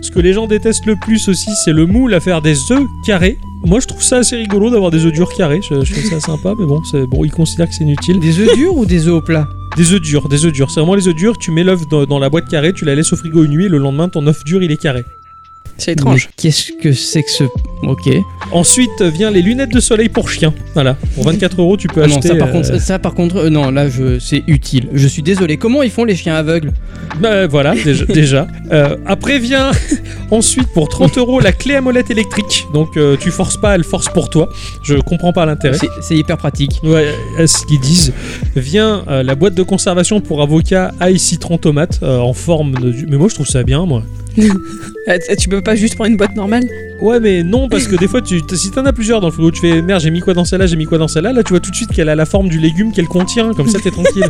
S5: Ce que les gens détestent le plus aussi, c'est le moule à faire des œufs carrés. Moi, je trouve ça assez rigolo d'avoir des œufs durs carrés. Je, je trouve ça sympa, mais bon, c'est bon, ils considèrent que c'est inutile.
S11: Des œufs durs ou des œufs au plat
S5: Des œufs durs, des œufs durs. C'est vraiment les œufs durs. Tu mets l'œuf dans, dans la boîte carrée, tu la laisses au frigo une nuit, et le lendemain, ton œuf dur, il est carré.
S6: C'est
S5: Mm.
S6: étrange.
S11: Mais Qu'est-ce que c'est que ce. Ok.
S5: Ensuite euh, vient les lunettes de soleil pour chien. Voilà, pour 24 euros, tu peux
S11: Ah non,
S5: acheter.
S11: ça par
S5: euh,
S11: contre, ça par contre, euh, non, là, je, c'est utile. Je suis désolé. Comment ils font les chiens aveugles
S5: Bah voilà, déjà. déjà. Euh, après vient ensuite pour 30 euros la clé à molette électrique. Donc euh, tu forces pas, elle force pour toi. Je comprends pas l'intérêt.
S11: C'est- C'est hyper pratique.
S5: Ouais, à ce qu'ils disent. Vient euh, la boîte de conservation pour avocat ail citron tomate euh, en forme de. du- Mais moi je trouve ça bien, moi.
S6: Euh, t- tu peux pas juste prendre une boîte normale
S5: Ouais, mais non, parce que des fois, tu, si t'en as plusieurs dans le frigo, tu fais merde, j'ai mis quoi dans celle-là, j'ai mis quoi dans celle-là, là tu vois tout de suite qu'elle a la forme du légume qu'elle contient, comme ça t'es tranquille.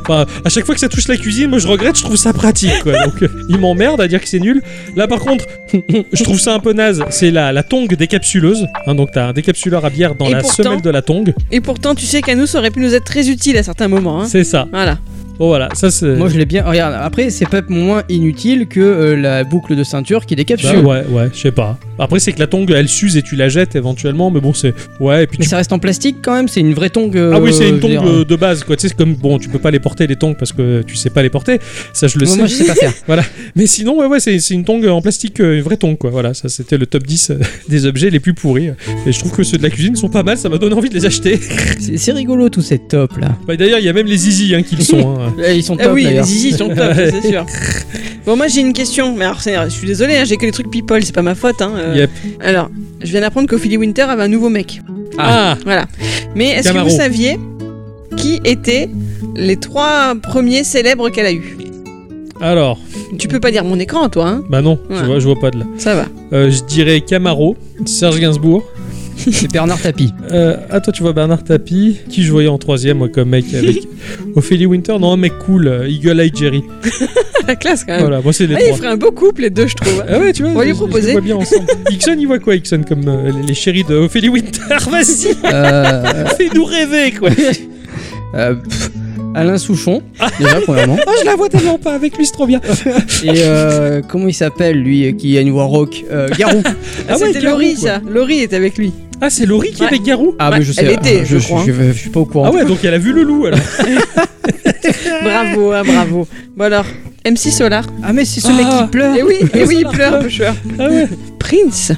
S5: Enfin, à chaque fois que ça touche la cuisine, moi je regrette, je trouve ça pratique quoi. Donc, euh, il m'emmerde à dire que c'est nul. Là par contre, je trouve ça un peu naze, c'est la, la tongue décapsuleuse. Hein, donc t'as un décapsuleur à bière dans
S6: Et
S5: la
S6: pourtant-
S5: semelle de la tongue.
S6: Et pourtant, tu sais qu'à nous, ça aurait pu nous être très utile à certains moments. Hein.
S5: C'est ça.
S6: Voilà.
S5: Bon voilà, ça c'est.
S11: Moi, je l'ai bien. Regarde, après, c'est pas moins inutile que euh, la boucle de ceinture qui
S5: Bah,
S11: décapsule.
S5: ouais, ouais, je sais pas. Après, c'est que la tongue elle s'use et tu la jettes éventuellement, mais bon, c'est. Ouais, et puis
S11: Mais
S5: tu
S11: ça reste en plastique quand même, c'est une vraie tongue.
S5: Ah oui, c'est une
S11: tombe
S5: tongue euh, de base, quoi. Tu sais, c'est comme bon, tu peux pas les porter les tongs parce que tu sais pas les porter. Ça, je le sais.
S11: moi, je sais pas faire.
S5: Mais sinon, ouais, ouais, c'est c'est une tongue en plastique, euh, une vraie tongue, quoi. Voilà, ça, c'était le top 10 euh, des objets les plus pourris. Et je trouve que ceux de la cuisine sont pas mal. Ça m'a donné envie de les acheter.
S11: C'est c'est rigolo tous ces tops là.
S5: Bah, D'ailleurs, il y a même les zizi hein, qui le sont. hein.
S11: Eh, Ils sont
S6: Ah
S11: top
S6: oui, les
S11: d'ailleurs.
S6: zizi sont top, c'est sûr. Bon, moi, j'ai une question. Mais alors, c'est- je suis désolée, hein, j'ai que les trucs people, c'est pas ma faute. Hein, euh.
S5: Yep.
S6: Alors, je viens d'apprendre qu'Ophélie Winter avait un nouveau mec.
S5: Ah,
S6: Voilà. Mais est-ce que
S5: Camaro.
S6: vous saviez qui étaient les trois premiers célèbres qu'elle a eu
S5: Ah, alors,
S6: Tu peux pas dire mon écran, toi, hein
S5: bah non, je,
S6: Ouais.
S5: vois, je vois pas de là.
S6: Ça va.
S5: Euh, je dirais Camaro, Serge Gainsbourg.
S11: C'est Bernard Tapie.
S5: Euh, ah, toi, tu vois Bernard Tapie, qui je voyais en troisième, moi, comme mec avec Ophélie Winter. Non, un mec cool, euh, Eagle Eye Jerry.
S6: La classe, quand même.
S5: Voilà, moi, c'est les
S6: Ah,
S5: trois.
S6: ils feraient un beau couple, les deux, je trouve.
S5: Ah ouais, tu vois,
S6: On va lui
S5: je- je-
S6: proposer.
S5: Je les vois bien ensemble. Ixon, il voit quoi, Ixon, comme euh, les- les chéris de Ophélie Winter Vas-y,
S11: Euh,
S5: fais-nous rêver, quoi.
S11: euh, pff, Alain Souchon, déjà premièrement.
S5: Ah, je la vois tellement pas avec lui, c'est trop
S6: Ah,
S5: bien. Ah
S11: Et euh, comment il s'appelle lui euh, qui a une voix rock Euh, Garou.
S5: Ah ouais,
S6: C'était
S5: Garou,
S6: Laurie,
S5: quoi.
S6: ça. Laurie est avec lui.
S5: Ah, c'est Laurie qui est
S6: Ouais.
S5: avec Garou
S11: Ah
S6: Ouais,
S11: mais je sais.
S6: elle était,
S11: ah,
S6: je crois,
S11: je suis pas au courant.
S5: Ah ouais, donc elle a vu le loup, alors.
S6: Bravo, hein, bravo. Bon alors, MC Solar.
S11: Ah, mais c'est ce
S5: Ah.
S11: mec qui pleure.
S6: Et Eh oui, et oui, il pleure, pêcheur.
S5: Ah ouais.
S6: Prince,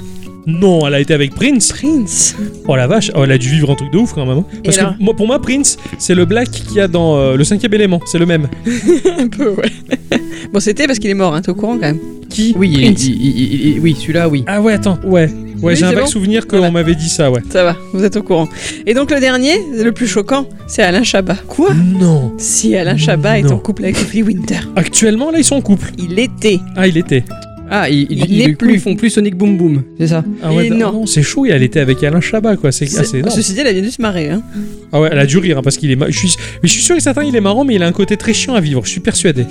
S5: Non, elle a été avec Prince.
S6: Prince.
S5: Oh la vache, oh, elle a dû vivre un truc de ouf, quand même. hein. Parce
S6: alors
S5: que moi, pour moi, Prince, c'est le black qu'il y a dans euh, le cinquième élément, c'est le même.
S6: Un peu, ouais. Bon, c'était parce qu'il est mort, hein, t'es au courant quand même.
S5: qui
S11: Oui, il-
S5: Prince.
S11: il- il- il- oui, celui-là, oui.
S5: Ah ouais, attends, ouais. Ouais,
S6: Oui,
S5: j'ai un
S6: c'est
S5: vague
S6: bon.
S5: souvenir qu'on
S6: Voilà.
S5: m'avait dit ça, ouais.
S6: Ça va, vous êtes au courant. Et donc le dernier, le plus choquant, c'est Alain Chabat. Quoi
S5: Non.
S6: Si Alain Chabat est
S5: Non.
S6: en couple avec Free Winter.
S5: Actuellement, là, ils sont en couple.
S6: Il était.
S5: Ah, il était.
S11: Ah, ils, ils-
S6: Il l'est
S11: du coup,
S6: plus.
S11: ils font plus Sonic Boom Boom, c'est ça
S5: Ah ouais,
S6: Et
S5: d-
S6: non.
S5: c'est chaud, et elle était avec Alain Chabat, quoi. C'est ah, c'est
S6: C'est-
S5: énorme.
S6: Ceci dit, elle a bien dû se marrer. Hein.
S5: Ah ouais, elle a dû rire, hein, parce qu'il est. ma- Je suis... Mais je suis sûr et certain, il est marrant, mais il a un côté très chiant à vivre, je suis persuadé.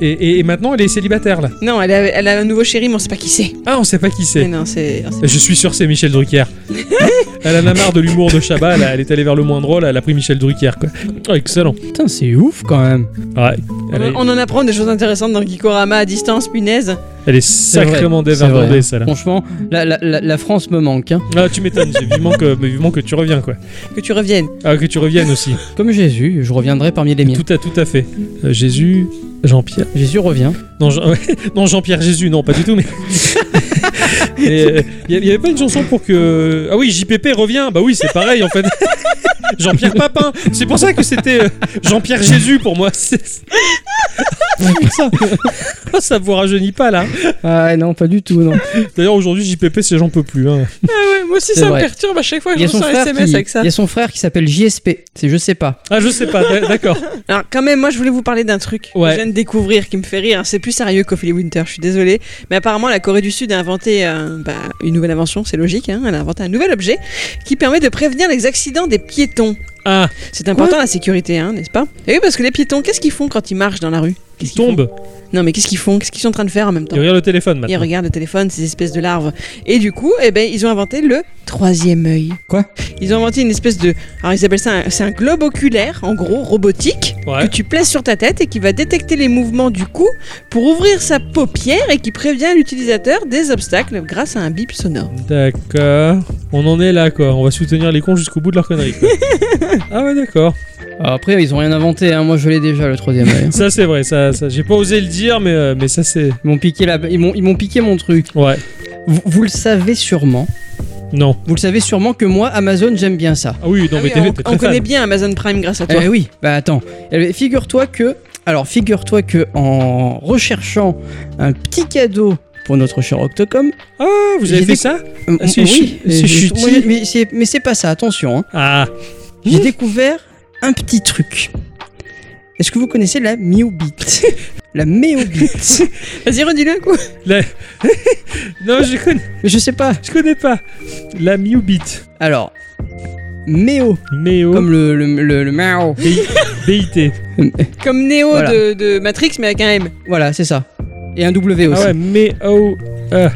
S5: et, et- et maintenant, elle est célibataire, là.
S6: Non, elle a, elle a un nouveau chéri, mais on sait pas qui c'est.
S5: Ah, on sait pas qui
S6: Mais
S5: c'est.
S6: non, c'est.
S5: Je suis sûr, c'est Michel Drucker. elle en a marre de l'humour de Chabat, elle, a- elle est allée vers le moins drôle, elle a pris Michel Drucker, quoi. Ah, excellent.
S11: Putain, c'est ouf quand même.
S5: Ouais, elle est,
S6: On, on en apprend des choses intéressantes dans Gikorama à distance, punaise.
S5: elle est
S11: C'est vrai,
S5: sacrément
S11: c'est vrai.
S5: dévergondée, celle-là.
S11: Franchement, la, la- la- la France me manque. hein.
S5: Ah, tu m'étonnes, j'ai vivement que, mais vivement que tu reviens, quoi.
S6: Que tu reviennes.
S5: Ah, que tu reviennes aussi.
S11: Comme Jésus, je reviendrai parmi les miens.
S5: Tout à, tout à fait. Euh, Jésus, Jean-Pierre.
S11: Jésus revient.
S5: Non, Jean- ouais, non, Jean-Pierre Jésus, non, pas du tout, mais. euh, Il n'y avait pas une chanson pour que. Ah oui, JPP revient. Bah oui, c'est pareil en fait. Jean-Pierre Papin. C'est pour ça que c'était euh, Jean-Pierre Jésus pour moi. C'est- ça, ça vous rajeunit pas là.
S11: Ah non, pas du tout, non.
S5: D'ailleurs, aujourd'hui, JPP, c'est j'en peux plus. hein.
S6: moi aussi,
S11: C'est
S6: ça
S11: vrai.
S6: me perturbe à chaque fois que
S11: Il
S6: je
S11: y, a son
S6: reçois un
S11: frère
S6: SMS
S11: qui,
S6: avec ça.
S11: il y a son frère qui s'appelle JSP. C'est je sais pas.
S5: Ah, je sais pas, d'a- d'accord.
S6: Alors, quand même, moi, je voulais vous parler d'un truc
S5: Ouais.
S6: que je viens de découvrir qui me fait rire. C'est plus sérieux qu'Ophélie Winter, je suis désolée. Mais apparemment, la Corée du Sud a inventé euh, bah, une nouvelle invention, c'est logique. hein. Elle a inventé un nouvel objet qui permet de prévenir les accidents des piétons.
S5: Ah,
S6: C'est important la sécurité, hein, n'est-ce pas Et oui, parce que les piétons, qu'est-ce qu'ils font quand ils marchent dans la rue Qu'est-ce
S5: il
S6: qu'ils
S5: tombe.
S6: font Non, mais qu'est-ce qu'ils font Qu'est-ce qu'ils sont en train de faire en même temps
S5: Il regarde le téléphone
S6: Ils
S5: maintenant.
S6: regardent le téléphone, ces espèces de larves. Et du coup, eh ben, ils ont inventé le troisième œil.
S11: Quoi
S6: Ils ont inventé une espèce de. Alors, ils appellent ça un, c'est un globe oculaire, en gros, robotique,
S5: Ouais.
S6: que tu places sur ta tête et qui va détecter les mouvements du cou pour ouvrir sa paupière et qui prévient l'utilisateur des obstacles grâce à un bip sonore.
S5: D'accord. On en est là, quoi. On va soutenir les cons jusqu'au bout de leur connerie. quoi. ah ouais, d'accord.
S11: Alors après, ils ont rien inventé. hein. Moi, je l'ai déjà le troisième œil.
S5: Ça c'est vrai, ça, ça j'ai pas osé le dire, mais, euh, mais ça c'est.
S11: Ils m'ont piqué la, ils m'ont, ils m'ont piqué mon truc.
S5: Ouais.
S11: Vous, vous le savez sûrement.
S5: Non.
S11: Vous le savez sûrement que moi, Amazon, j'aime bien ça.
S5: Ah oui, non,
S6: Ah
S5: mais
S6: oui,
S5: t'es,
S6: on
S5: t'es
S6: on
S5: très fan.
S6: connaît bien Amazon Prime grâce à toi.
S11: Eh oui, bah attends. Eh, Figure-toi que, alors figure-toi que en recherchant un petit cadeau pour notre cher Octocom,
S5: Ah, vous avez
S11: J'ai
S5: fait
S11: des-
S5: ça
S11: euh,
S5: Ah, c'est chi-
S11: euh,
S5: c'est
S11: j'ai-
S5: chutty.
S11: moi, j'ai- mais c'est, mais c'est pas ça, attention. hein.
S5: Ah,
S11: J'ai découvert un petit truc. Est-ce que vous connaissez la Meowbit La Meowbit
S6: Vas-y, redis-le un coup.
S5: non, je connais,
S11: Je sais pas.
S5: je connais pas. La Mewbit.
S11: Alors, Méo,
S5: Méo.
S11: comme le, le, le, le Meow.
S5: BIT.
S6: Comme Neo
S11: Voilà.
S6: de, de Matrix, mais avec un M.
S11: Voilà, c'est ça. Et un W
S5: Ah
S11: aussi.
S5: ouais, Méo. euh,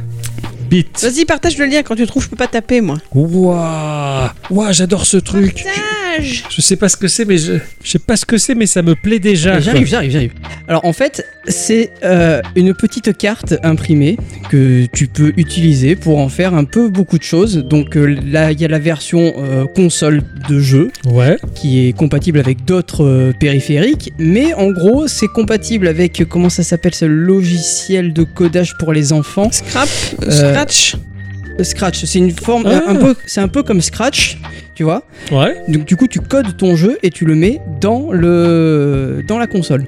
S5: Bit.
S6: Vas-y, partage le lien quand tu trouves, je peux pas taper moi.
S5: Waouh, waouh, j'adore ce truc.
S6: Oh, Partage
S5: Je sais pas ce que c'est, mais je, je sais pas ce que c'est, mais ça me plaît déjà.
S11: Mais
S5: quoi.
S11: J'arrive, j'arrive, j'arrive. Alors en fait, c'est euh, une petite carte imprimée que tu peux utiliser pour en faire un peu beaucoup de choses. Donc euh, là, il y a la version euh, console de jeu
S5: Ouais.
S11: qui est compatible avec d'autres euh, périphériques, mais en gros, c'est compatible avec euh, comment ça s'appelle ce logiciel de codage pour les enfants.
S6: Scrap, euh,
S11: Euh,
S6: Scratch.
S11: Euh, Scratch, c'est une forme
S5: Ah.
S11: un peu, c'est un peu comme Scratch, tu vois.
S5: Ouais.
S11: Donc du coup, tu codes ton jeu et tu le mets dans le dans la console.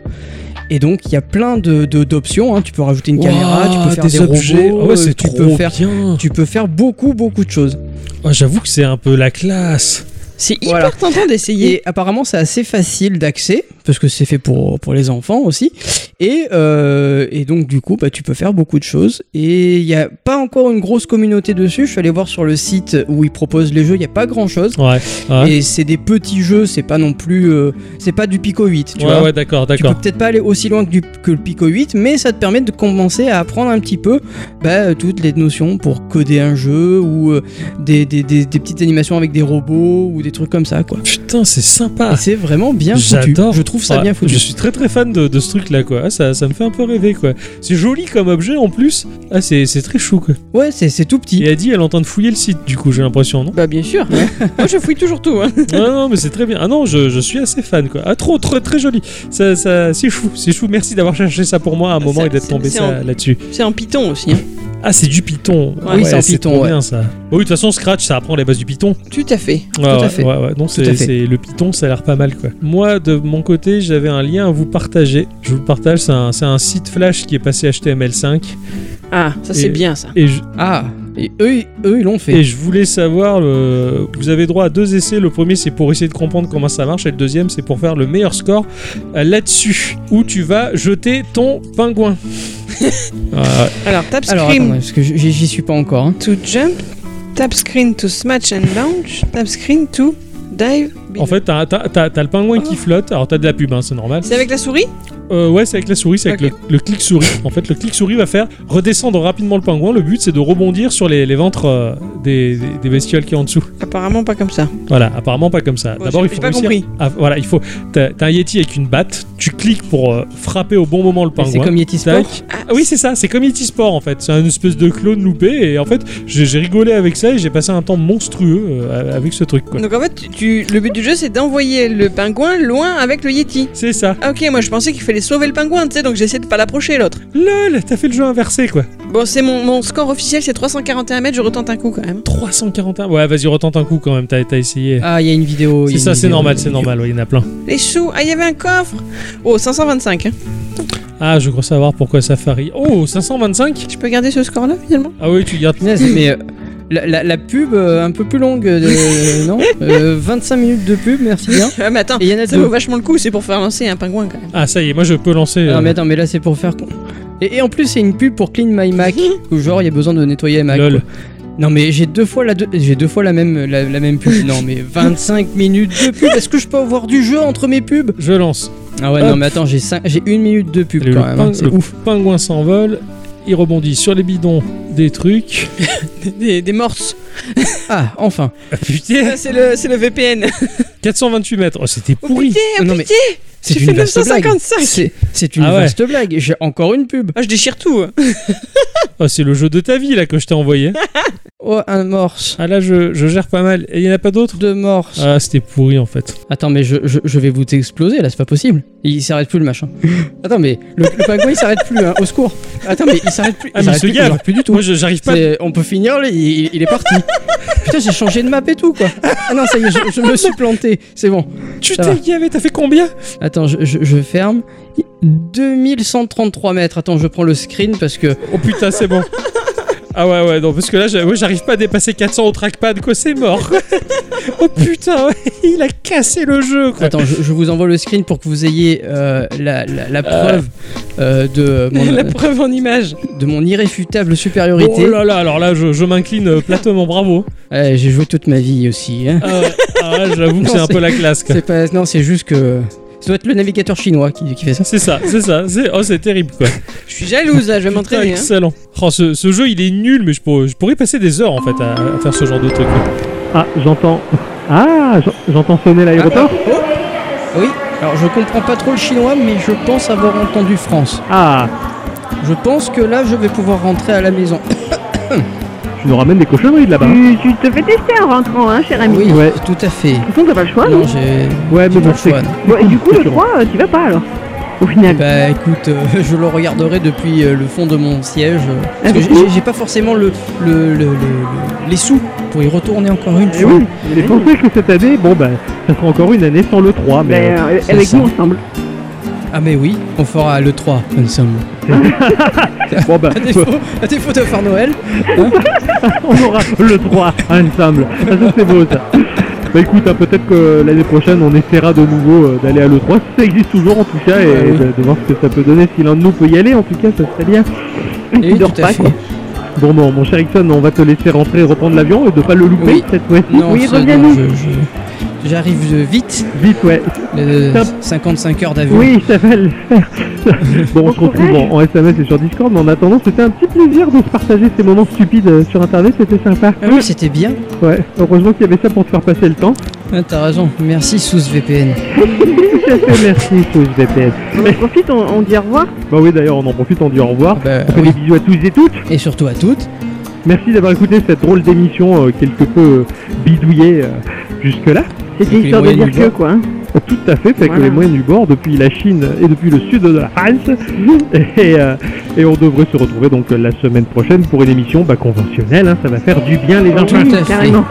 S11: Et donc il y a plein de de- d'options. hein. Tu peux rajouter une caméra, tu peux faire des,
S5: objets.
S11: robots,
S5: Ah ouais, c'est
S11: euh, tu
S5: trop
S11: peux faire
S5: bien.
S11: tu peux faire beaucoup beaucoup de choses.
S5: Ah, j'avoue que c'est un peu la classe.
S6: C'est hyper
S11: voilà.
S6: tentant d'essayer.
S11: Et apparemment c'est assez facile d'accès parce que c'est fait pour pour les enfants aussi. Et euh, et donc du coup bah tu peux faire beaucoup de choses. Et il y a pas encore une grosse communauté dessus. Je suis allé voir sur le site où ils proposent les jeux. Il y a pas grand chose.
S5: Ouais. Ouais,
S11: Et c'est des petits jeux. C'est pas non plus euh, c'est pas du Pico 8. Tu
S5: ouais,
S11: vois.
S5: ouais, d'accord,
S11: Tu peux
S5: d'accord.
S11: peut-être pas aller aussi loin que, du- que le Pico 8, mais ça te permet de commencer à apprendre un petit peu bah, euh, toutes les notions pour coder un jeu ou euh, des, des- des- des petites animations avec des robots ou des trucs comme ça. quoi.
S5: Putain, c'est sympa.
S11: Et c'est vraiment bien foutu.
S5: Ah. J'adore.
S11: Je trouve ça
S5: Ouais,
S11: bien foutu.
S5: Je suis très très fan de, de ce truc là quoi. Ah, ça, ça me fait un peu rêver quoi. C'est joli comme objet en plus. Ah c'est, c'est très chou quoi.
S11: Ouais, c'est c'est tout petit.
S5: Et Adi elle est en train de fouiller le site du coup j'ai l'impression non
S6: Bah bien sûr. Moi je fouille toujours tout. Hein.
S5: Ah non mais c'est très bien. Ah non je, je suis assez fan quoi. Ah trop très très joli. Ça,
S11: Ah,
S5: ça, c'est chou c'est chou. Merci d'avoir cherché ça pour moi à un moment
S6: Ça-
S5: et d'être
S6: c'est-
S5: tombé
S6: c'est
S5: ça,
S6: en-
S5: là-dessus.
S6: C'est en Python aussi. hein.
S5: Ah, c'est du Python.
S11: Oui, c'est en Python,
S5: trop
S11: ouais.
S5: bien ça. Bon, oui, de toute façon, Scratch, ça apprend les bases du Python.
S6: Tout à fait.
S5: Ouais,
S11: à
S5: ouais,
S11: fait.
S5: ouais, ouais. Non,
S11: Tout à
S5: c'est-
S11: fait.
S5: c'est- le Python, ça a l'air pas mal quoi. Moi, de mon côté, j'avais un lien à vous partager. Je vous le partage, c'est un, c'est un site Flash qui est passé HTML5.
S6: Ah, ça c'est
S5: Et-
S6: bien ça.
S5: Et je,
S11: Ah, et eux, eux ils l'ont fait.
S5: et je voulais savoir, euh, vous avez droit à deux essais. Le premier, c'est pour essayer de comprendre comment ça marche, et le deuxième, c'est pour faire le meilleur score euh, là-dessus, où tu vas jeter ton pingouin. Ah,
S6: Alors, tape
S11: Alors
S6: screen
S11: attends, parce que j'y j'y suis pas encore. hein.
S6: to jump, tap screen to smash and launch, tap screen to dive.
S5: en fait, t'as t'as- t'as- t'as le pingouin
S11: Oh.
S5: qui flotte. Alors, t'as de la pub, hein, c'est normal.
S6: c'est avec la souris
S5: Euh, ouais, c'est avec la souris, c'est avec
S6: Ok.
S5: le, le clic souris. En fait, le clic souris va faire redescendre rapidement le pingouin. Le but, c'est de rebondir sur les, les ventres euh, des, des- des bestioles qui est en dessous.
S6: Apparemment pas comme ça.
S5: Voilà, apparemment pas comme ça.
S6: Bon,
S5: D'abord,
S6: j'ai-
S5: il faut
S6: j'ai pas compris.
S5: réussir à- voilà, il faut. T'as t'as un yeti avec une batte. Tu cliques pour euh, frapper au bon moment le
S11: Mais
S5: pingouin.
S11: C'est comme Yeti
S5: Tac.
S11: Sport.
S5: Ah oui, c'est ça, c'est comme E.T. Sport en fait. C'est une espèce de clone loupé. Et en fait, j'ai j'ai rigolé avec ça et j'ai passé un temps monstrueux euh, avec ce truc. quoi.
S6: Donc en fait, tu, tu- le but du jeu c'est d'envoyer le pingouin loin avec le Yeti.
S5: C'est ça.
S6: Ah ok, moi je pensais qu'il fallait sauver le pingouin, tu sais, donc j'essaie de pas l'approcher l'autre.
S5: Lol, t'as fait le jeu inversé quoi.
S6: Bon, c'est mon, mon score officiel, c'est 341 mètres, je retente un coup quand même.
S5: 341. Ouais, vas-y, retente un coup quand même. T'as t'as essayé.
S11: Ah, il y a une vidéo. il y a
S5: C'est
S11: une
S5: ça, c'est
S11: vidéo.
S5: normal, c'est normal, ouais, il y en a plein.
S6: Les choux, ah il y avait un coffre Oh, 525. hein.
S5: Ah, je crois savoir pourquoi Safari. Oh, 525
S6: Je peux garder ce score là finalement
S5: Ah oui, tu gardes.
S11: Punaise, mais euh, la, la- la pub euh, un peu plus longue, de- non Euh, 25 minutes de pub, merci bien.
S6: Ah mais attends,
S11: Et il y en a
S6: ça
S11: deux.
S6: vaut vachement le coup, c'est pour faire lancer un pingouin quand même.
S5: Ah, ça y est, moi je peux lancer. euh,
S11: Non Ah, mais attends, mais là c'est pour faire con. Et, et en plus c'est une pub pour Clean My Mac. où genre il y a besoin de nettoyer ma Mac.
S5: Lol.
S11: quoi. Non mais j'ai deux fois la deux- j'ai deux fois la même la, la même pub. Non mais 25 minutes de pub. Est-ce que je peux avoir du jeu entre mes pubs
S5: Je lance.
S11: Ah ouais
S5: Hop.
S11: non mais attends j'ai cinq- j'ai une minute de pub
S5: Le,
S11: quand même. hein,
S5: ping-
S11: C'est
S5: le
S11: ouf.
S5: pingouin s'envole, il rebondit sur les bidons des trucs.
S6: Des, des morses.
S11: Ah enfin.
S5: Ah, putain
S6: Ah, c'est le, c'est le VPN.
S5: 428 mètres. Oh, c'était
S6: Oh
S5: pourri.
S6: putain,
S11: Euh, Non,
S6: oh,
S11: mais
S6: putain
S11: C'est
S6: J'ai
S11: une
S6: fait
S11: vaste blague.
S6: 955.
S11: C'est c'est une
S5: Ah ouais.
S11: vaste blague. J'ai encore une pub.
S6: Ah, je déchire tout
S5: Oh, c'est le jeu de ta vie là que je t'ai envoyé.
S11: Oh un morse.
S5: Ah là, je, je gère pas mal. Et il y en a pas d'autres
S11: Deux morses.
S5: Ah, c'était pourri en fait.
S11: Attends, mais je, je, je vais vous exploser là, c'est pas possible. Il s'arrête plus le machin. Attends, mais le, le pingouin il s'arrête plus, hein, au secours. Attends, mais il s'arrête plus.
S5: Ah,
S11: il
S5: mais
S11: s'arrête
S5: ce
S11: plus,
S5: gars-
S11: il s'arrête plus du tout.
S5: Moi, je- j'arrive pas.
S11: C'est- On peut finir, là, il, il est parti. Putain, j'ai changé de map et tout quoi. Ah non, ça y est, je, je me suis planté, c'est bon.
S5: Tu
S11: ça va.
S5: t'es gavé, t'as fait combien
S11: Attends, je, je, je ferme. 2133 mètres. Attends, je prends le screen parce que.
S5: Oh putain, c'est bon. Ah ouais, ouais, non, parce que là, j'a- ouais, j'arrive pas à dépasser 400 au trackpad, quoi, c'est mort. oh putain, ouais, il a cassé le jeu, quoi.
S11: Attends, je, je vous envoie le screen pour que vous ayez euh, la, la, la preuve euh, de, mon,
S6: La preuve en image.
S11: de mon irréfutable supériorité.
S5: Oh là là, alors là, je, je m'incline euh, platement, bravo.
S11: Ouais, j'ai joué toute ma vie aussi. Hein.
S5: Ah, ouais, ah ouais, j'avoue que
S11: Non,
S5: c'est un
S11: c'est-
S5: peu la classe,
S6: Ah.
S5: quoi.
S11: C'est pas... Non, c'est juste que. Ça doit être le navigateur chinois qui, qui fait ça.
S5: C'est ça, c'est ça, c'est... Oh, c'est terrible, quoi.
S6: Je suis jalouse là, je vais
S5: Putain,
S6: m'entraîner. hein.
S5: excellent. Oh, ce, ce jeu, il est nul, mais je pourrais, je pourrais passer des heures, en fait, à, à faire ce genre de truc. quoi.
S8: Ah, j'entends. Ah, j'en- j'entends sonner
S6: hein.
S8: l'aéroport.
S11: Oh. Oui, alors je comprends pas trop le chinois, mais je pense avoir entendu France.
S8: Ah,
S11: Je pense que là, je vais pouvoir rentrer à la maison.
S8: tu nous ramènes des cochonneries de là-bas.
S9: Tu, tu te fais tester en rentrant, hein, cher ami. De
S11: Oui,
S8: ouais. Ah,
S11: tout à fait.
S9: toute façon, t'as pas le choix, non
S11: non, j'ai.
S8: Ouais,
S11: j'ai
S8: mais
S11: pas
S8: bon,
S11: le
S8: c'est.
S11: choix, non.
S9: Bon, et du coup, le
S8: Concurrent.
S9: 3, euh, tu vas pas alors Au final.
S8: Eh ben,
S11: Bah écoute, euh, je le regarderai depuis euh, le fond de mon siège. euh,
S9: Ah,
S11: parce que j'ai- j'ai- j'ai pas forcément le, le, le- le- le- les sous pour y retourner encore une
S9: Eh
S11: fois.
S9: oui,
S8: C'est pour ça que cette année, bon, bah, ça sera encore une année sans le
S11: Ah,
S8: 3,
S9: bah,
S11: ben,
S8: mais. euh,
S9: euh,
S11: c'est
S9: avec
S11: ça.
S9: nous ensemble.
S11: Ah, mais oui, on fera le 3, ensemble.
S8: bon, bah,
S11: À défaut, à défaut de faire Noël,
S8: on aura le 3 ensemble. Ça, ça, c'est beau, ça. Bah écoute, hein, peut-être que l'année prochaine on essaiera de nouveau euh, d'aller à l'E3, si ça existe toujours en tout cas, et
S11: Ouais, oui.
S8: de, de voir ce que ça peut donner. Si l'un de nous peut y aller, en tout cas, ça serait bien.
S11: et
S9: dors
S11: tout à
S9: pas,
S11: fait.
S9: quoi.
S8: Bon, non, mon cher Ixon, on va te laisser rentrer et reprendre l'avion et de pas le louper
S11: Oui.
S8: cette fois-ci.
S11: Non,
S9: Oui,
S11: ça,
S9: reviens-nous.
S11: non, je- je- j'arrive euh, vite.
S8: Vite, ouais.
S11: Euh,
S8: Top.
S11: 55 heures d'avion.
S8: Oui, ça va le faire. bon, on se retrouve en, en SMS et sur Discord, mais en attendant, c'était un petit plaisir de se partager ces moments stupides euh, sur Internet, c'était sympa.
S11: Ah oui, c'était bien.
S8: Ouais, heureusement qu'il y avait ça pour te faire passer le temps.
S11: Ah, T'as raison. Merci sous VPN.
S8: Tout à fait, merci, tous VPN.
S9: On en profite, on, on dit au revoir.
S8: Bah oui, d'ailleurs, on en profite, on dit au revoir.
S11: Bah,
S8: On fait
S11: oui.
S8: des bisous à tous et toutes.
S11: Et surtout à toutes.
S8: Merci d'avoir écouté cette drôle d'émission euh, quelque peu euh, bidouillée euh, jusque-là.
S9: C'était
S11: les
S9: histoire de
S11: moyens
S9: dire
S11: du
S9: que,
S11: bord.
S9: quoi. hein.
S8: Tout à fait, fait que
S9: Voilà.
S8: les moyens du bord, depuis la Chine et depuis le sud de la France, et, euh, et on devrait se retrouver donc la semaine prochaine pour une émission bah, conventionnelle, hein, ça va faire du bien les
S9: Oui,
S8: enfants.
S9: carrément.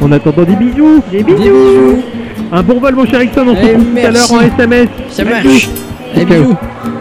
S8: En attendant des bisous Des bisous, Un bon vol mon cher Ixon, on se
S9: Et
S8: retrouve tout à l'heure en
S9: merci.
S8: SMS
S9: Ça
S8: Salut.
S9: marche. Des
S8: Ciao.
S9: bisous.